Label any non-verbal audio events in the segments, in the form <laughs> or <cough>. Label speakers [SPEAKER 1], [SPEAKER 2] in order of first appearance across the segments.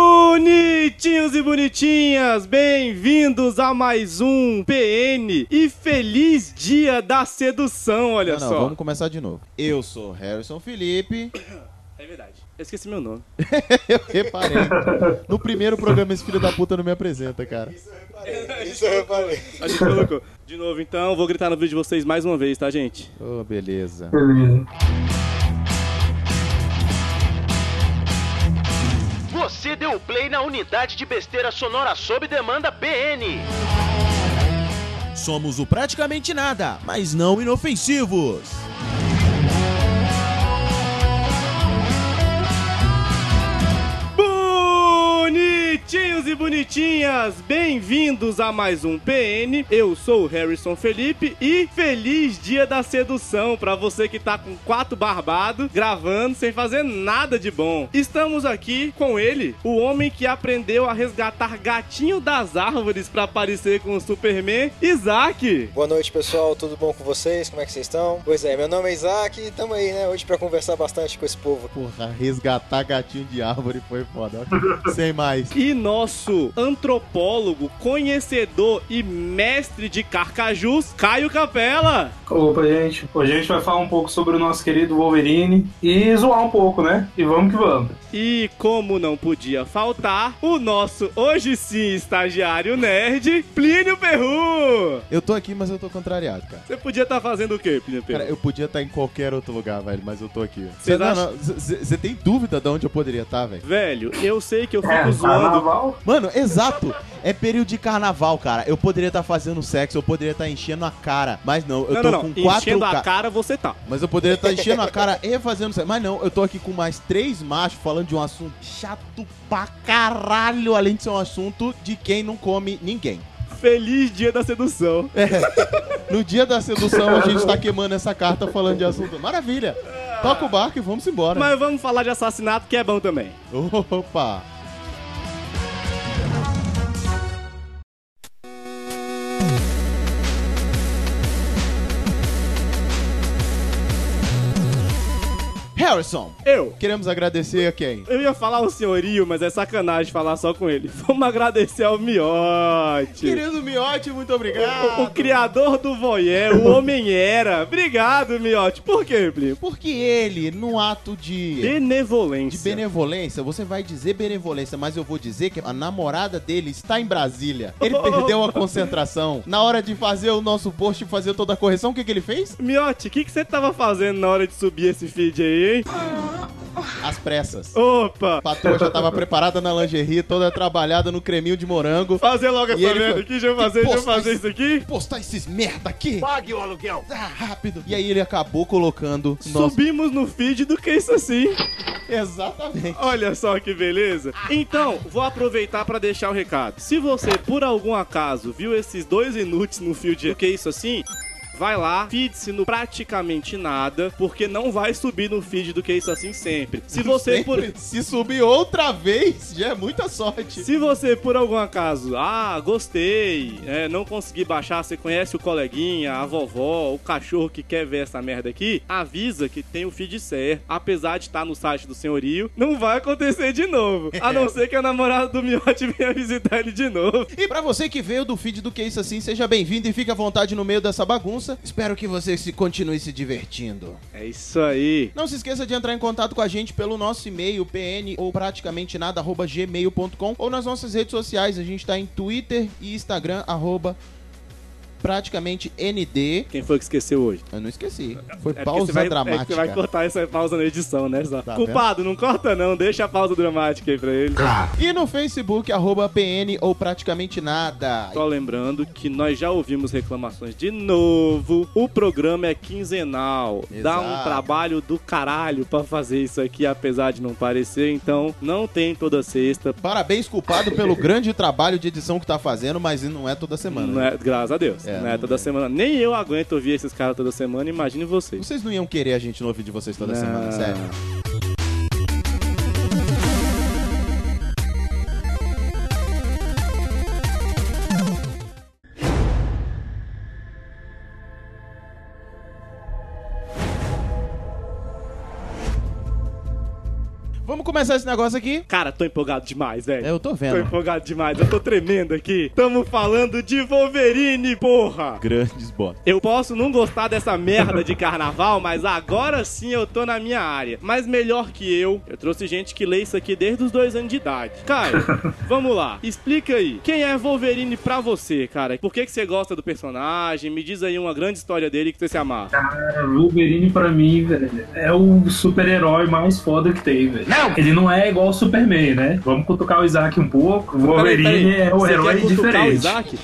[SPEAKER 1] Bonitinhos e bonitinhas, bem-vindos a mais um PN e feliz dia da sedução, olha
[SPEAKER 2] não, não,
[SPEAKER 1] só.
[SPEAKER 2] vamos começar de novo. Eu sou Harrison Felipe. <laughs>
[SPEAKER 1] É verdade. Eu esqueci meu nome.
[SPEAKER 2] Eu reparei. No primeiro programa, esse filho da puta não me apresenta, cara.
[SPEAKER 3] Isso eu reparei.
[SPEAKER 1] A gente colocou. De novo, então, vou gritar no vídeo de vocês mais uma vez, tá, gente?
[SPEAKER 2] Ô, beleza.
[SPEAKER 3] Beleza.
[SPEAKER 4] Você deu play na unidade de besteira sonora sob demanda PN.
[SPEAKER 5] Somos o praticamente nada, mas não inofensivos.
[SPEAKER 1] Bonitinhos e bonitinhas, bem-vindos a mais um PN. Eu sou o Harrison Felipe e feliz dia da sedução pra você que tá com quatro barbado, gravando sem fazer nada de bom. Estamos aqui com ele, o homem que aprendeu a resgatar gatinho das árvores pra parecer com o Superman, Isaac.
[SPEAKER 3] Boa noite, pessoal. Tudo bom com vocês? Como é que vocês estão? Pois é, meu nome é Isaac e tamo aí, né? Hoje pra conversar bastante com esse povo.
[SPEAKER 2] Porra, resgatar gatinho de árvore foi foda. ó.
[SPEAKER 5] <laughs>
[SPEAKER 2] Sem mais.
[SPEAKER 1] E nosso antropólogo, conhecedor e mestre de carcajus, Caio Capela.
[SPEAKER 6] Opa, gente. Hoje a gente vai falar um pouco sobre o nosso querido Wolverine e zoar um pouco, né? E vamos que vamos.
[SPEAKER 1] E como não podia faltar, o nosso hoje sim estagiário nerd, Plínio Perru.
[SPEAKER 2] Eu tô aqui, mas eu tô contrariado, cara.
[SPEAKER 1] Você podia estar fazendo o quê, Plínio Perru?
[SPEAKER 2] Cara, eu podia estar em qualquer outro lugar, velho, mas eu tô aqui.
[SPEAKER 1] Cês
[SPEAKER 2] Você não,
[SPEAKER 1] acham-
[SPEAKER 2] não, cê- cê tem dúvida de onde eu poderia estar, velho?
[SPEAKER 1] Velho, eu sei que eu fico
[SPEAKER 6] É,
[SPEAKER 1] zoando.
[SPEAKER 6] carnaval.
[SPEAKER 2] Mano, exato. É período de carnaval, cara. Eu poderia estar fazendo sexo, eu poderia estar enchendo a cara. Mas não, eu
[SPEAKER 1] não,
[SPEAKER 2] tô
[SPEAKER 1] não, não.
[SPEAKER 2] com quatro
[SPEAKER 1] Enchendo a
[SPEAKER 2] ca-
[SPEAKER 1] cara, você tá.
[SPEAKER 2] Mas eu poderia estar enchendo
[SPEAKER 1] <laughs>
[SPEAKER 2] a cara e fazendo sexo. Mas não, eu tô aqui com mais três machos falando de um assunto chato pra caralho, além de ser um assunto de quem não come ninguém.
[SPEAKER 1] Feliz dia da sedução.
[SPEAKER 2] É. No dia da sedução, a gente tá queimando essa carta falando de assunto. Maravilha! Toca o barco e vamos embora.
[SPEAKER 1] Mas vamos falar de assassinato, que é bom também.
[SPEAKER 2] <laughs> Opa! Harrison,
[SPEAKER 1] Eu.
[SPEAKER 2] queremos agradecer a quem?
[SPEAKER 1] Eu ia falar o senhorio, mas é sacanagem falar só com ele. <laughs> Vamos agradecer ao Miote.
[SPEAKER 2] Querido Miotti, muito
[SPEAKER 1] O, o
[SPEAKER 2] obrigado.
[SPEAKER 1] criador do voyeur, o homem era. Obrigado, Miote. Por quê, Plínio?
[SPEAKER 2] Porque ele, num ato de, de
[SPEAKER 1] Benevolência.
[SPEAKER 2] benevolência, você vai dizer benevolência, mas eu vou dizer que a namorada dele está em Brasília. Ele perdeu <laughs> a concentração. Na hora de fazer o nosso post e fazer toda a correção, o que, que ele fez?
[SPEAKER 1] Miote, o que que você tava fazendo na hora de subir esse feed aí, hein?
[SPEAKER 2] As pressas.
[SPEAKER 1] Opa!
[SPEAKER 2] patroa já tava preparada na lingerie, toda trabalhada no creminho de morango.
[SPEAKER 1] Fazer logo essa
[SPEAKER 2] E ele
[SPEAKER 1] merda
[SPEAKER 2] foi-
[SPEAKER 1] aqui, deixa eu fazer, deixa eu
[SPEAKER 2] Postar
[SPEAKER 1] fazer isso aqui.
[SPEAKER 2] Postar esses merda aqui!
[SPEAKER 4] Pague o aluguel.
[SPEAKER 2] Ah, rápido! E aí ele acabou colocando. Nossa,
[SPEAKER 1] Subimos no feed do que isso assim.
[SPEAKER 2] exatamente.
[SPEAKER 1] Olha só que beleza. Então, vou aproveitar pra deixar o recado. Se você, por algum acaso, viu esses dois inúteis no fio de do que isso assim, vai lá, feed-se no praticamente nada, porque não vai subir no feed do que isso assim sempre.
[SPEAKER 2] <laughs>
[SPEAKER 1] Se você por
[SPEAKER 2] Sempre, Se subir outra vez, já é muita sorte.
[SPEAKER 1] Se você, por algum acaso, ah, gostei, é, não consegui baixar, você conhece o coleguinha, a vovó, o cachorro que quer ver essa merda aqui, avisa que tem o feed certo. Apesar de estar no site do senhorio, não vai acontecer de novo. A não ser que a namorada do Miote <laughs> venha visitar ele de novo.
[SPEAKER 2] E pra você que veio do feed do Que Isso Assim, seja bem-vindo e fique à vontade no meio dessa bagunça. Espero que você se continue se divertindo.
[SPEAKER 1] É isso aí.
[SPEAKER 2] Não se esqueça de entrar em contato com a gente pelo nosso e-mail, pn ou praticamente nada, arroba gmail.com ou nas nossas redes sociais. A gente tá em Twitter e Instagram, arroba praticamente ND.
[SPEAKER 1] Quem foi que esqueceu hoje?
[SPEAKER 2] Eu não esqueci. Foi
[SPEAKER 1] É porque
[SPEAKER 2] pausa
[SPEAKER 1] você vai, É porque
[SPEAKER 2] dramática.
[SPEAKER 1] vai cortar essa pausa na edição, né? Zá?
[SPEAKER 2] Tá vendo?
[SPEAKER 1] Culpado, não corta não, deixa a pausa dramática aí pra ele.
[SPEAKER 2] E no Facebook, arroba PN ou praticamente nada.
[SPEAKER 1] Só lembrando que nós já ouvimos reclamações de novo. O programa é quinzenal. Dá um
[SPEAKER 2] Exato.
[SPEAKER 1] trabalho do caralho pra fazer isso aqui, apesar de não parecer. Então, não tem toda sexta.
[SPEAKER 2] Parabéns, culpado, pelo grande trabalho de edição que tá fazendo, mas não é toda semana.
[SPEAKER 1] Não
[SPEAKER 2] né?
[SPEAKER 1] é, graças a Deus.
[SPEAKER 2] É,
[SPEAKER 1] não é
[SPEAKER 2] não
[SPEAKER 1] toda semana. Nem eu aguento ouvir esses caras toda semana, imagine vocês.
[SPEAKER 2] Vocês não iam querer a gente no vídeo de vocês toda
[SPEAKER 1] Não.
[SPEAKER 2] semana, sério. Vamos começar esse negócio aqui.
[SPEAKER 1] Cara, tô empolgado demais, velho.
[SPEAKER 2] É, Eu tô
[SPEAKER 1] Tô
[SPEAKER 2] vendo.
[SPEAKER 1] empolgado demais, eu tô tremendo aqui. Tamo falando de Wolverine, porra!
[SPEAKER 5] Grandes botas.
[SPEAKER 1] Eu posso não gostar dessa merda de carnaval, mas agora sim eu tô na minha área. Mas melhor que eu, eu trouxe gente que lê isso aqui desde os dois anos de idade.
[SPEAKER 6] <laughs>
[SPEAKER 1] Caio, vamos lá. Explica aí. Quem é Wolverine pra você, cara? Por que, que você gosta do personagem? Me diz aí uma grande história dele que você se amarra.
[SPEAKER 6] Cara, É, Wolverine pra mim, velho, é o super-herói mais foda que tem, velho. Ele não é igual o Superman, né? Vamos cutucar o Isaac um pouco. O
[SPEAKER 1] Peraí,
[SPEAKER 6] Wolverine
[SPEAKER 1] peraí.
[SPEAKER 6] é o
[SPEAKER 1] Você
[SPEAKER 6] herói
[SPEAKER 1] quer cutucar
[SPEAKER 6] diferente.
[SPEAKER 1] O Isaac?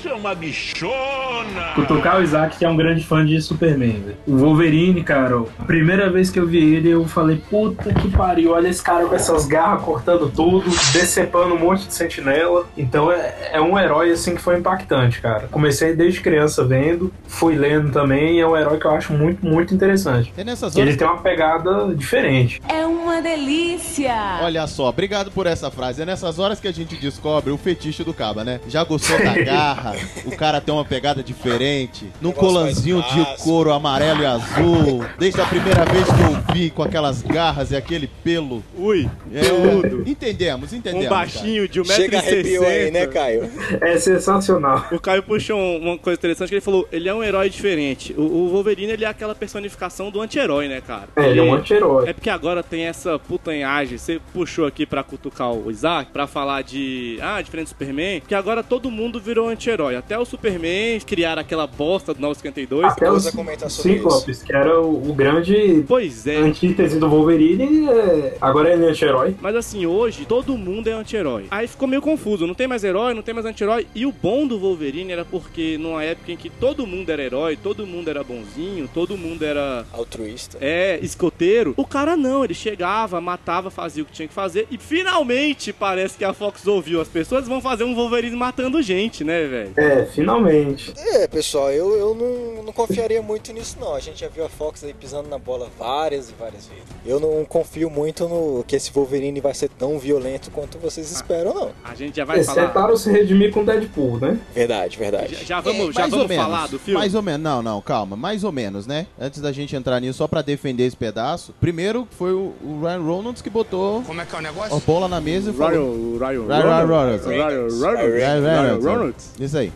[SPEAKER 6] Cutucar o Isaac, que é um grande fã de Superman, velho. O Wolverine, cara, ó, a primeira vez que eu vi ele, eu falei, puta que pariu, olha esse cara com essas garras cortando tudo, decepando um monte de sentinela. Então é, é um herói, assim, que foi impactante, cara. Comecei desde criança vendo, fui lendo também, e é um herói que eu acho muito, muito interessante.
[SPEAKER 2] É nessas horas.
[SPEAKER 6] Ele tem uma pegada diferente.
[SPEAKER 7] É uma delícia!
[SPEAKER 2] Olha só, obrigado por essa frase. É nessas horas que a gente descobre o fetiche do Caba, né? Já gostou
[SPEAKER 1] <laughs>
[SPEAKER 2] da garra, o cara tem uma pegada diferente, num
[SPEAKER 3] Negócio
[SPEAKER 2] colanzinho
[SPEAKER 3] mais
[SPEAKER 2] de
[SPEAKER 3] básico.
[SPEAKER 2] couro amarelo e azul. Desde a primeira vez que eu vi com aquelas garras e aquele pelo.
[SPEAKER 1] Ui,
[SPEAKER 3] <laughs>
[SPEAKER 2] É, entendemos, entendemos.
[SPEAKER 1] um baixinho de 1,60m.
[SPEAKER 3] Chega arrepio aí, né, Caio?
[SPEAKER 6] É sensacional.
[SPEAKER 1] O Caio puxou um- uma coisa interessante que ele falou, ele é um herói diferente. O, o Wolverine, ele é aquela personificação do anti-herói, né, cara?
[SPEAKER 6] É, ele é um anti-herói.
[SPEAKER 1] É porque agora tem essa putanhagem. Você puxou aqui pra cutucar o Isaac, pra falar de. Ah, diferente do Superman. Porque agora todo mundo virou anti-herói. Até o Superman criaram aquela bosta do 952.
[SPEAKER 6] Até o
[SPEAKER 3] Souza comenta sobre
[SPEAKER 6] Ciclopes, que era o, o grande
[SPEAKER 1] Pois é.
[SPEAKER 6] antítese do Wolverine, é... agora ele é anti-herói.
[SPEAKER 1] Mas assim, hoje todo mundo é anti-herói. Aí ficou meio confuso. Não tem mais herói, não tem mais anti-herói. E o bom do Wolverine era porque numa época em que todo mundo era herói, todo mundo era bonzinho, todo mundo era
[SPEAKER 3] Altruísta.
[SPEAKER 1] É, escoteiro. O cara não, ele chegava, matava, fazia o que tinha que fazer. E finalmente parece que a Fox ouviu. As pessoas vão fazer um Wolverine matando gente, né, velho?
[SPEAKER 6] É, finalmente.
[SPEAKER 3] É, pessoal, eu, eu não, não confiaria muito nisso, não. A gente já viu a Fox aí pisando na bola várias e várias vezes. Eu não confio muito no que esse Wolverine vai ser tão violento quanto vocês esperam, não.
[SPEAKER 1] A gente já vai
[SPEAKER 6] Eles
[SPEAKER 1] falar.
[SPEAKER 6] tentaram se redimir com Deadpool, né?
[SPEAKER 3] Verdade,
[SPEAKER 1] Já,
[SPEAKER 3] verdade.
[SPEAKER 1] já vamos, já
[SPEAKER 2] É, Mais ou
[SPEAKER 1] vamos
[SPEAKER 2] menos,
[SPEAKER 1] falar do filme?
[SPEAKER 2] Mais ou menos, não, não, calma, mais ou menos, né? Antes da gente entrar nisso, só pra defender esse pedaço, primeiro foi o, o Ryan Reynolds que botou
[SPEAKER 8] Como é que é o negócio?
[SPEAKER 2] a bola na mesa e falou...
[SPEAKER 1] Ryan, Ryan,
[SPEAKER 2] Ryan Reynolds.
[SPEAKER 1] Ryan
[SPEAKER 2] É, Ryan
[SPEAKER 1] Reynolds. Ryan
[SPEAKER 2] Reynolds,
[SPEAKER 1] Reynolds.
[SPEAKER 2] é. Isso aí.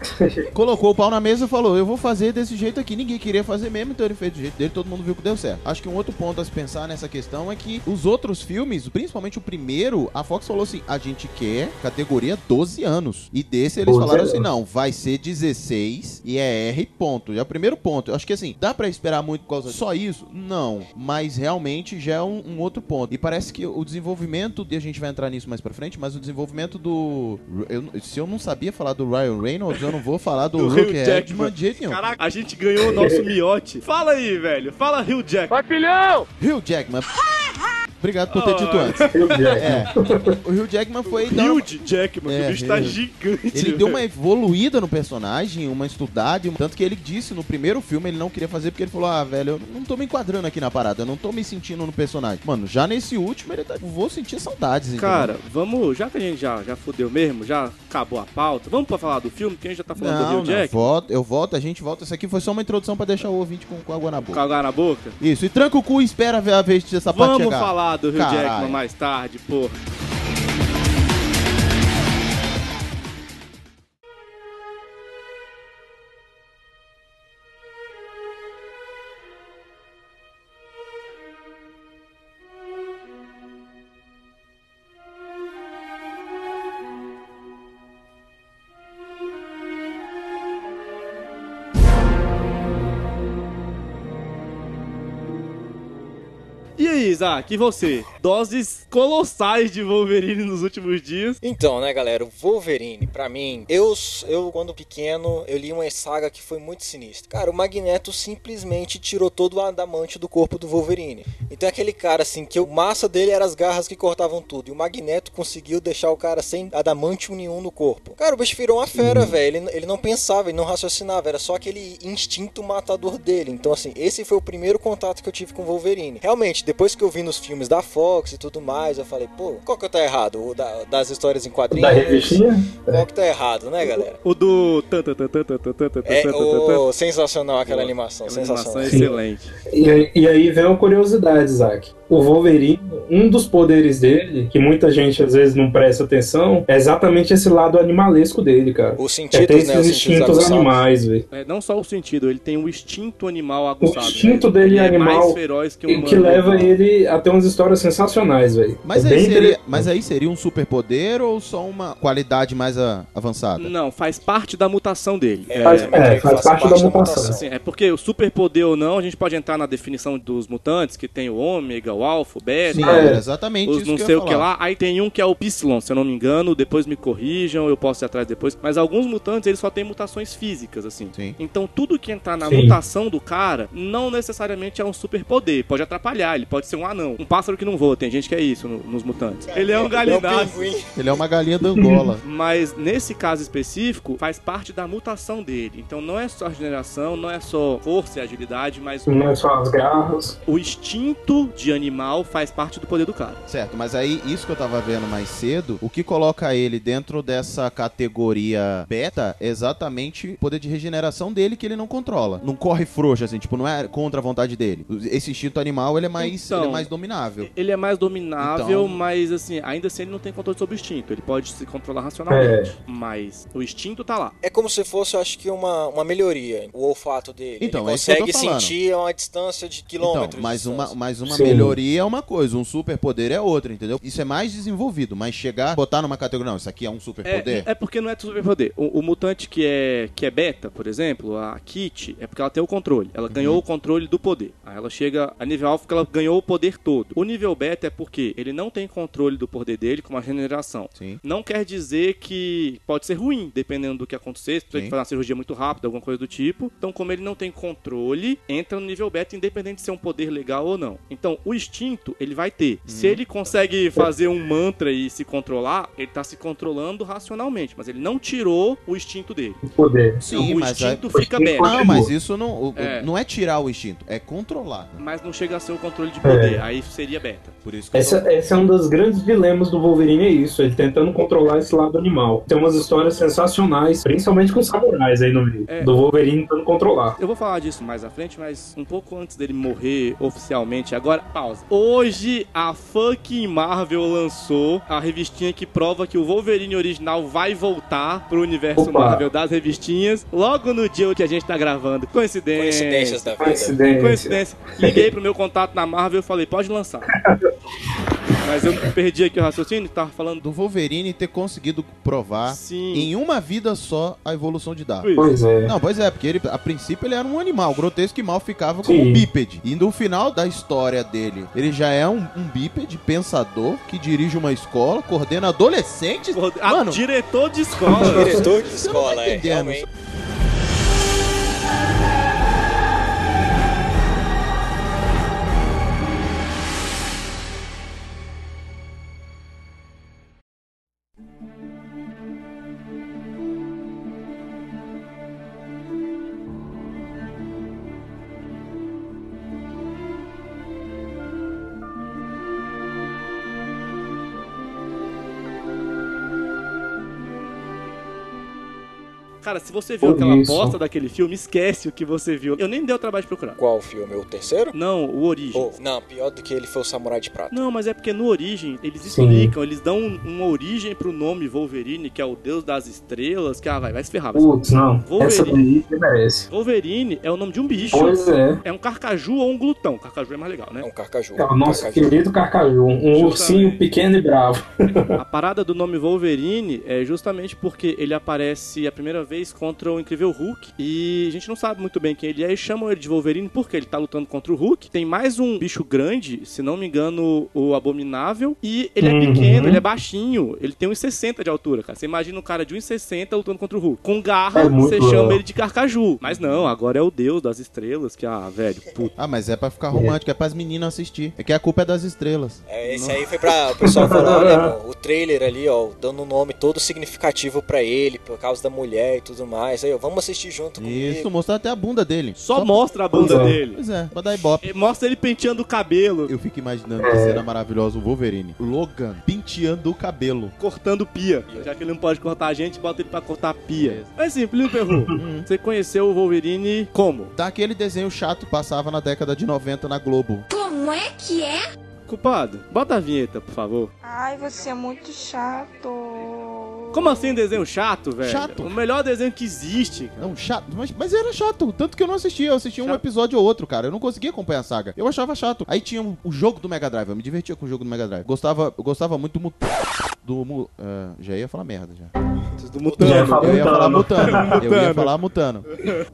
[SPEAKER 2] Colocou o pau na mesa e falou: Eu vou fazer desse jeito aqui. Ninguém queria fazer mesmo, então ele fez do jeito dele, todo mundo viu que deu certo. Acho que um outro ponto a se pensar nessa questão é que os outros filmes, principalmente o primeiro, a Fox falou assim: a gente quer categoria 12 anos. E desse eles
[SPEAKER 6] 12
[SPEAKER 2] falaram
[SPEAKER 6] anos.
[SPEAKER 2] assim: não, vai ser 16 e é R ponto. É o primeiro ponto. Eu acho que assim, dá pra esperar muito por causa só isso? Não. Mas realmente já é um, um outro ponto. E parece que o desenvolvimento, e a gente vai entrar nisso mais pra frente, mas o desenvolvimento do. eu- se eu não sabia falar do Ryan Reynolds, eu não vou falar do,
[SPEAKER 1] Do
[SPEAKER 2] Hugh
[SPEAKER 1] Hugh
[SPEAKER 2] Jackman.
[SPEAKER 1] Jackman.
[SPEAKER 2] de jeito nenhum.
[SPEAKER 1] Caraca, a gente ganhou o nosso miote. Fala aí, velho. Fala Hill Jack.
[SPEAKER 4] Vai, filhão!
[SPEAKER 2] Hugh Jackman. Obrigado por ter
[SPEAKER 1] Oh.
[SPEAKER 2] dito antes.
[SPEAKER 6] Eu vi.
[SPEAKER 2] É. O Hugh Jackman foi. dar uma-
[SPEAKER 1] Hill Jack, mano.
[SPEAKER 2] É,
[SPEAKER 1] o bicho tá
[SPEAKER 2] Hugh.
[SPEAKER 1] gigante.
[SPEAKER 2] Ele deu
[SPEAKER 1] velho.
[SPEAKER 2] uma evoluída no personagem, uma estudada, e um- tanto que ele disse no primeiro filme ele não queria fazer porque ele falou: Ah, velho, eu não tô me enquadrando aqui na parada, eu não tô me sentindo no personagem. Mano, já nesse último ele tá. Vou sentir saudades, entendeu?
[SPEAKER 1] Cara, vamos, já que a gente já, já fudeu mesmo, já acabou a pauta, vamos pra falar do filme, porque a gente já tá falando do
[SPEAKER 2] Não,
[SPEAKER 1] Hill
[SPEAKER 2] não,
[SPEAKER 1] Jack.
[SPEAKER 2] volto, eu volto, a gente volta. Isso aqui foi só uma introdução pra deixar o ouvinte com, com água na boca.
[SPEAKER 1] Cagar na boca.
[SPEAKER 2] Isso, e tranca o cu e espera ver a vez dessa parte
[SPEAKER 1] Vamos
[SPEAKER 2] chegar.
[SPEAKER 1] falar do Rio
[SPEAKER 2] Caralho.
[SPEAKER 1] Jackman mais tarde, pô. E aí, Isaac, e você? Doses colossais de Wolverine nos últimos dias.
[SPEAKER 3] Então, né, galera, o Wolverine, pra mim, eu, eu, quando pequeno, eu li uma saga que foi muito sinistra. Cara, o Magneto simplesmente tirou todo o adamante do corpo do Wolverine. Então, é aquele cara, assim, que o massa dele era as garras que cortavam tudo. E o Magneto conseguiu deixar o cara sem adamante nenhum no corpo. Cara, o bicho virou uma fera, velho. Ele, ele não pensava, ele não raciocinava. Era só aquele instinto matador dele. Então, assim, esse foi o primeiro contato que eu tive com o Wolverine. Realmente, depois que eu vi nos filmes da Fox, Fox e tudo mais. Eu falei, pô, qual que tá errado? O da- das histórias em
[SPEAKER 6] Da
[SPEAKER 3] quadrinhos?
[SPEAKER 6] revistinha?
[SPEAKER 3] Qual que tá errado, né, galera?
[SPEAKER 1] O do. tan, tan, tan, tan, tan, tan, tan, tan,
[SPEAKER 3] É
[SPEAKER 1] tan, tan,
[SPEAKER 3] ô, sensacional aquela animação,
[SPEAKER 1] tan. Animação é
[SPEAKER 3] sensacional.
[SPEAKER 1] excelente.
[SPEAKER 6] E, aí- e aí vem uma curiosidade, Isaac. O Wolverine, um dos poderes dele, que muita gente às vezes não presta atenção, é exatamente esse lado animalesco dele, cara.
[SPEAKER 3] Os
[SPEAKER 6] É ter
[SPEAKER 3] sentidos, né? Os
[SPEAKER 6] esses
[SPEAKER 3] sentidos
[SPEAKER 6] instintos
[SPEAKER 3] aguçados.
[SPEAKER 6] animais, velho.
[SPEAKER 1] É, não só o sentido, ele tem o instinto animal aguçado. né?
[SPEAKER 6] instinto dele
[SPEAKER 1] ele É
[SPEAKER 6] animal
[SPEAKER 1] mais feroz que o
[SPEAKER 6] E
[SPEAKER 1] humano.
[SPEAKER 6] que leva ele a ter umas histórias sensacionais, velho.
[SPEAKER 2] Mas,
[SPEAKER 6] É
[SPEAKER 2] aí
[SPEAKER 6] bem
[SPEAKER 2] seria,
[SPEAKER 6] interessante.
[SPEAKER 2] mas aí seria um superpoder ou só uma qualidade mais a- avançada?
[SPEAKER 1] Não, faz parte da mutação dele.
[SPEAKER 3] É,
[SPEAKER 6] Faz-
[SPEAKER 3] eu creio que
[SPEAKER 6] é, faz parte da mutação.
[SPEAKER 1] Assim, é porque o superpoder ou não, a gente pode entrar na definição dos mutantes, que tem o ômega, o alfa, o beta,
[SPEAKER 2] Sim,
[SPEAKER 6] Ah, é.
[SPEAKER 2] era exatamente
[SPEAKER 1] os
[SPEAKER 2] isso
[SPEAKER 1] não
[SPEAKER 2] que eu
[SPEAKER 1] sei
[SPEAKER 2] ia
[SPEAKER 1] o que
[SPEAKER 2] falar.
[SPEAKER 1] lá. Aí tem um que é o Psylon, se eu não me engano, depois me corrijam, eu posso ir atrás depois. Mas alguns mutantes, eles só têm mutações físicas, assim.
[SPEAKER 2] Sim.
[SPEAKER 1] Então tudo que entrar na
[SPEAKER 6] Sim.
[SPEAKER 1] mutação do cara não necessariamente é um superpoder. Pode atrapalhar, ele pode ser um anão. Um pássaro que não voa, tem gente que é isso no- nos mutantes. Ele é um
[SPEAKER 3] É um
[SPEAKER 1] galinagem.
[SPEAKER 3] pinguim.
[SPEAKER 2] Ele é uma galinha da Angola.
[SPEAKER 1] Mas nesse caso específico, faz parte da mutação dele. Então não é só regeneração, não é só força e agilidade, mas
[SPEAKER 6] Não é só as garras.
[SPEAKER 1] o instinto de animal faz parte do poder do cara.
[SPEAKER 2] certo, mas aí isso que eu tava vendo mais cedo, o que coloca ele dentro dessa categoria beta é exatamente o poder de regeneração dele que ele não controla. Não corre frouxo, assim, tipo, não é contra a vontade dele. Esse instinto animal, ele é mais,
[SPEAKER 1] Então,
[SPEAKER 2] ele é mais dominável.
[SPEAKER 1] Ele é mais dominável,
[SPEAKER 2] Então-
[SPEAKER 1] mas assim, ainda assim ele não tem controle sobre o instinto. Ele pode se controlar
[SPEAKER 2] É.
[SPEAKER 1] racionalmente, mas o instinto tá lá.
[SPEAKER 3] É como se fosse, eu acho que, uma, uma melhoria. O olfato dele.
[SPEAKER 2] Então,
[SPEAKER 3] ele
[SPEAKER 2] é isso que eu tô
[SPEAKER 3] consegue
[SPEAKER 2] falando.
[SPEAKER 3] sentir a uma distância de
[SPEAKER 2] Então,
[SPEAKER 3] quilômetros. de
[SPEAKER 2] mas uma,
[SPEAKER 1] assim.
[SPEAKER 3] distância.
[SPEAKER 2] mas uma
[SPEAKER 6] Sim.
[SPEAKER 2] melhoria é uma coisa, um superpoder é outra, entendeu? Isso é mais desenvolvido, mas chegar, botar numa categoria, não, isso aqui é um superpoder.
[SPEAKER 1] É, é porque não é superpoder. O, o mutante que é, que é beta, por exemplo, a Kit, é porque ela tem o controle. Ela
[SPEAKER 2] Uhum.
[SPEAKER 1] ganhou o controle do poder. Aí ela chega a nível alfa porque ela ganhou o poder todo. O nível beta é porque ele não tem controle do poder dele com a regeneração.
[SPEAKER 2] Sim.
[SPEAKER 1] Não quer dizer que pode ser ruim, dependendo do que acontecer. Se precisa
[SPEAKER 2] Sim.
[SPEAKER 1] de fazer uma cirurgia muito rápida, alguma coisa do tipo. Então, como ele não tem controle, entra no nível beta, independente de ser um poder legal ou não. Então, o instinto, ele vai ter. Se ele consegue fazer um mantra e se controlar, ele tá se controlando racionalmente. Mas ele não tirou o instinto dele. Então,
[SPEAKER 6] O poder.
[SPEAKER 2] Sim,
[SPEAKER 1] o
[SPEAKER 2] mas Ah. aí-
[SPEAKER 1] instinto fica beta.
[SPEAKER 2] Não, mas isso não, o- o-
[SPEAKER 1] É.
[SPEAKER 2] não é tirar o instinto, é controlar.
[SPEAKER 1] Mas não chega a ser o controle de poder.
[SPEAKER 2] É.
[SPEAKER 1] Aí seria beta.
[SPEAKER 2] Por isso que eu
[SPEAKER 6] Essa,
[SPEAKER 2] tô-
[SPEAKER 6] esse é um dos grandes dilemas do Wolverine, é isso, ele tentando controlar esse lado animal. Tem umas histórias sensacionais, principalmente com os samurais aí no meio,
[SPEAKER 1] É.
[SPEAKER 6] do Wolverine tentando controlar.
[SPEAKER 1] Eu vou falar disso mais à frente, mas um pouco antes dele morrer oficialmente, agora, pausa. Hoje a fucking Marvel lançou a revistinha que prova que o Wolverine original vai voltar pro universo
[SPEAKER 6] Opa.
[SPEAKER 1] Marvel das revistinhas, logo no dia que a gente tá gravando. Coincidência.
[SPEAKER 3] Coincidências da vida.
[SPEAKER 6] Coincidência.
[SPEAKER 1] Coincidência. Liguei pro meu contato na Marvel e falei, pode lançar. mas eu perdi aqui o raciocínio, tava falando do.
[SPEAKER 2] do Wolverine ter conseguido provar
[SPEAKER 1] Sim.
[SPEAKER 2] em uma vida só a evolução de Dark.
[SPEAKER 1] Isso.
[SPEAKER 6] Pois é.
[SPEAKER 2] Não, pois é, porque ele, a princípio ele era um animal grotesco e mal ficava como
[SPEAKER 6] Sim.
[SPEAKER 2] um bípede. E no final da história dele, ele já é um, um bípede pensador que dirige uma escola, coordena adolescentes.
[SPEAKER 1] Ah,
[SPEAKER 2] Mano,
[SPEAKER 1] diretor de escola.
[SPEAKER 3] Diretor de
[SPEAKER 2] Você não tá
[SPEAKER 3] escola, é.
[SPEAKER 2] entendendo.
[SPEAKER 3] Realmente.
[SPEAKER 1] Cara, se você viu
[SPEAKER 6] Por
[SPEAKER 1] aquela
[SPEAKER 6] isso.
[SPEAKER 1] bosta daquele filme, esquece o que você viu. Eu nem me dei o trabalho de procurar.
[SPEAKER 3] Qual filme? O terceiro?
[SPEAKER 1] Não, o Origem.
[SPEAKER 6] Oh.
[SPEAKER 3] Ou- não, pior do que ele foi o Samurai de Prata.
[SPEAKER 1] Não, mas é porque no Origem eles
[SPEAKER 6] Sim.
[SPEAKER 1] explicam, eles dão um- uma origem pro nome Wolverine, que é o deus das estrelas, que ah, vai, vai se ferrar. Vai se ferrar.
[SPEAKER 6] Putz, não. Essa daí merece.
[SPEAKER 1] Wolverine é o nome de um bicho.
[SPEAKER 6] Pois é.
[SPEAKER 1] É um carcaju ou um glutão. Carcaju é mais legal, né?
[SPEAKER 3] É um carcaju.
[SPEAKER 6] É o nosso
[SPEAKER 3] Carcaju.
[SPEAKER 6] querido Carcaju, um ursinho pequeno e bravo.
[SPEAKER 1] A parada do nome Wolverine é justamente porque ele aparece a primeira vez contra o Incrível Hulk e a gente não sabe muito bem quem ele é e chamam ele de Wolverine porque ele tá lutando contra o Hulk. Tem mais um bicho grande, se não me engano, o Abominável, e ele é
[SPEAKER 6] Uhum.
[SPEAKER 1] pequeno, ele é baixinho, ele tem 1,60 de altura, cara. Você imagina um cara de 1,60 lutando contra o Hulk. Com garra,
[SPEAKER 6] É muito
[SPEAKER 1] você
[SPEAKER 6] legal.
[SPEAKER 1] chama ele de Carcaju. Mas não, agora é o deus das estrelas que, ah, velho, puta.
[SPEAKER 2] Ah, mas é pra ficar romântico, é pras meninas assistir. É que a culpa é das estrelas.
[SPEAKER 3] É, esse aí foi pra. O pessoal né, falou, olha, pô, o trailer ali, ó, dando um nome todo significativo pra ele, por causa da mulher e tudo mais. Aí, eu, vamos assistir
[SPEAKER 6] É.
[SPEAKER 3] junto
[SPEAKER 2] Isso,
[SPEAKER 3] comigo.
[SPEAKER 2] mostrar até a bunda dele.
[SPEAKER 1] Só mostra a bunda
[SPEAKER 6] Pois é.
[SPEAKER 1] dele.
[SPEAKER 2] Pois é, pra dar ibope.
[SPEAKER 1] E Mostra ele penteando o cabelo,
[SPEAKER 2] Eu fico imaginando que
[SPEAKER 6] É.
[SPEAKER 2] cena maravilhosa, o Wolverine. Logan penteando o cabelo.
[SPEAKER 1] cortando pia. Já que ele não pode cortar a gente, bota ele pra cortar pia. Mas assim, Plínio Perru,
[SPEAKER 2] Uhum.
[SPEAKER 1] <laughs> você conheceu o Wolverine como?
[SPEAKER 2] Daquele Tá desenho chato que passava na década de 90 na Globo.
[SPEAKER 8] Como é que é?
[SPEAKER 1] Culpado, bota a vinheta, por favor.
[SPEAKER 9] Ai, você é muito chato.
[SPEAKER 1] Como assim desenho chato, velho?
[SPEAKER 2] Chato.
[SPEAKER 1] O melhor desenho que existe.
[SPEAKER 2] Não, chato, mas, mas era chato. Tanto que eu não assistia. Eu assistia um
[SPEAKER 1] Chato.
[SPEAKER 2] episódio ou outro, cara. Eu não conseguia acompanhar a saga. Eu achava chato. Aí tinha um- o jogo do Mega Drive. Eu me divertia com o jogo do Mega Drive. Gostava, eu gostava muito do. Mu- Do. Mu- ah, já ia falar merda já.
[SPEAKER 1] Do
[SPEAKER 6] Já
[SPEAKER 1] mutano.
[SPEAKER 6] fala-
[SPEAKER 2] Eu ia falar
[SPEAKER 6] Mutano.
[SPEAKER 2] mutano. Eu ia
[SPEAKER 1] Mutano.
[SPEAKER 2] falar mutano.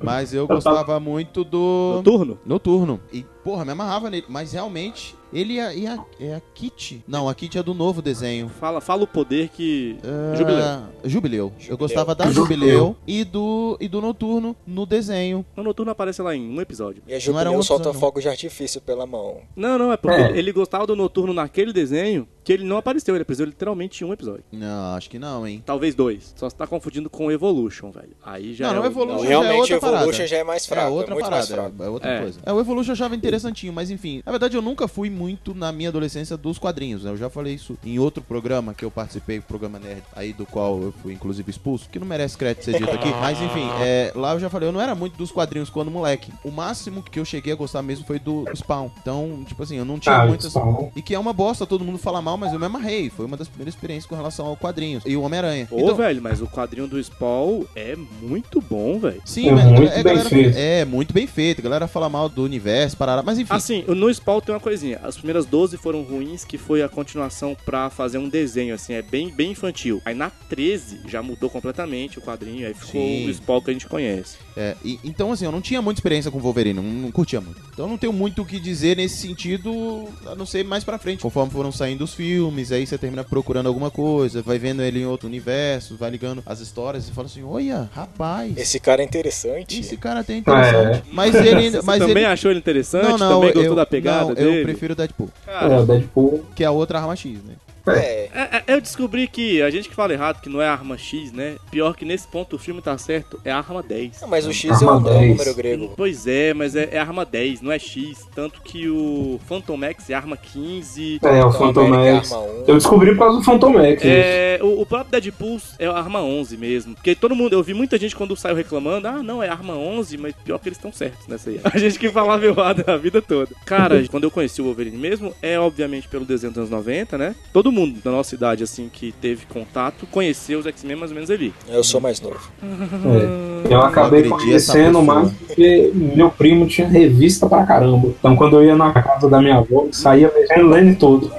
[SPEAKER 2] Mas eu gostava muito do.
[SPEAKER 1] Noturno?
[SPEAKER 2] Noturno. E, porra, me amarrava nele. Mas realmente, ele é, é, a- é a Kit. Não, a Kit é do novo desenho.
[SPEAKER 1] Fala, fala o poder que.
[SPEAKER 2] Ah,
[SPEAKER 1] Jubileu.
[SPEAKER 2] Jubileu. Eu gostava da
[SPEAKER 6] Jubileu.
[SPEAKER 2] Jubileu e do, e do Noturno no desenho.
[SPEAKER 1] O noturno aparece lá em um episódio.
[SPEAKER 3] E a
[SPEAKER 2] Não era
[SPEAKER 3] Jubileu
[SPEAKER 2] outro,
[SPEAKER 3] solta
[SPEAKER 2] não.
[SPEAKER 3] fogo de artifício pela mão.
[SPEAKER 1] Não, não, é porque
[SPEAKER 6] É.
[SPEAKER 1] ele gostava do noturno naquele desenho que ele não apareceu. Ele apareceu literalmente em um episódio.
[SPEAKER 2] Não, acho que não, hein?
[SPEAKER 1] Talvez dois. Só se tá confundindo com Evolution, velho. Aí já.
[SPEAKER 2] Não,
[SPEAKER 1] é
[SPEAKER 2] não,
[SPEAKER 1] outro.
[SPEAKER 2] Evolution já
[SPEAKER 3] Não,
[SPEAKER 2] é
[SPEAKER 3] Então,
[SPEAKER 2] outra
[SPEAKER 3] realmente o Evolution
[SPEAKER 2] parada.
[SPEAKER 3] já é mais fraco.
[SPEAKER 2] é
[SPEAKER 3] É,
[SPEAKER 2] outra
[SPEAKER 3] muito mais
[SPEAKER 2] parada,
[SPEAKER 3] fraco.
[SPEAKER 2] é outra
[SPEAKER 1] É.
[SPEAKER 2] coisa. É, o Evolution eu achava interessantinho, mas enfim. Na verdade, eu nunca fui muito na minha adolescência dos quadrinhos, né? Eu já falei isso em outro programa que eu participei, o programa Nerd, aí do qual eu fui inclusive expulso, que não merece crédito ser dito aqui. Mas
[SPEAKER 6] <laughs>
[SPEAKER 2] enfim, é, lá eu já falei, eu não era muito dos quadrinhos quando moleque. O máximo que eu cheguei a gostar mesmo foi do Spawn. Então, tipo assim, eu não tinha
[SPEAKER 6] Ah,
[SPEAKER 2] muitas.
[SPEAKER 6] Spawn.
[SPEAKER 2] E que é uma bosta, todo mundo fala mal, mas eu me amarrei. Foi uma das primeiras experiências com relação ao quadrinhos. E o Homem-Aranha.
[SPEAKER 1] Pô, velho, mas o quadrinho do Spawn é muito bom, velho.
[SPEAKER 2] Sim,
[SPEAKER 6] É
[SPEAKER 2] mas a
[SPEAKER 6] muito
[SPEAKER 2] galera- a
[SPEAKER 6] bem
[SPEAKER 2] galera-
[SPEAKER 6] feito.
[SPEAKER 2] É, muito bem feito. A galera fala mal do universo, parará. Mas enfim.
[SPEAKER 1] Assim, no Spawn tem uma coisinha. As primeiras 12 foram ruins, que foi a continuação pra fazer um desenho, assim, é bem, bem infantil. Aí na 13 já mudou completamente o quadrinho, aí ficou
[SPEAKER 2] Sim.
[SPEAKER 1] o Spawn que a gente conhece.
[SPEAKER 2] é, e- então, assim, eu não tinha muita experiência com Wolverine. Não, não curtia muito. Então, eu não tenho muito o que dizer nesse sentido, a não ser mais pra frente. Conforme foram saindo os filmes, aí você termina procurando alguma coisa, vai vendo ele em outro universo, vai ligando as histórias e fala assim: olha, rapaz,
[SPEAKER 3] Esse cara é interessante.
[SPEAKER 2] esse cara até é interessante. Mas ele.
[SPEAKER 1] Você
[SPEAKER 2] Mas
[SPEAKER 1] também
[SPEAKER 2] ele...
[SPEAKER 1] achou ele interessante?
[SPEAKER 2] Não, não,
[SPEAKER 1] também gostou
[SPEAKER 2] eu,
[SPEAKER 1] da pegada
[SPEAKER 2] não,
[SPEAKER 1] dele?
[SPEAKER 2] eu prefiro Deadpool,
[SPEAKER 1] Ah.
[SPEAKER 6] É, o Deadpool.
[SPEAKER 2] que é a outra arma X, né?
[SPEAKER 3] É.
[SPEAKER 1] É, é, eu descobri que a gente que fala errado que não é arma X, né? Pior que nesse ponto o filme tá certo, é arma 10.
[SPEAKER 3] Não, Mas o X é um, é um
[SPEAKER 6] Parabéns.
[SPEAKER 3] número grego.
[SPEAKER 1] Pois é, mas é, é arma 10, não é X. Tanto que o Phantom X é arma 15.
[SPEAKER 6] É, o
[SPEAKER 3] Então,
[SPEAKER 6] Phantom
[SPEAKER 3] América
[SPEAKER 6] X.
[SPEAKER 3] Arma 1.
[SPEAKER 6] Eu descobri por causa do Phantom X. gente.
[SPEAKER 1] É, o, o próprio Deadpool é arma 11 mesmo. Porque todo mundo, eu vi muita gente quando saiu reclamando, ah, não, é arma 11, mas pior que eles estão certos nessa aí. <laughs> A gente que falava errado a vida toda. Cara, quando eu conheci o Wolverine mesmo, é obviamente pelo desenho dos anos 90, né? Todo mundo da nossa idade, assim, que teve contato, conheceu os X-Men mais ou menos ali.
[SPEAKER 3] Eu sou mais novo.
[SPEAKER 6] Eu acabei
[SPEAKER 2] Não acredito essa
[SPEAKER 6] conhecendo
[SPEAKER 2] pessoa.
[SPEAKER 6] mais porque meu primo tinha revista pra caramba. Então quando eu ia na casa da minha avó, eu saía beijando lendo todo.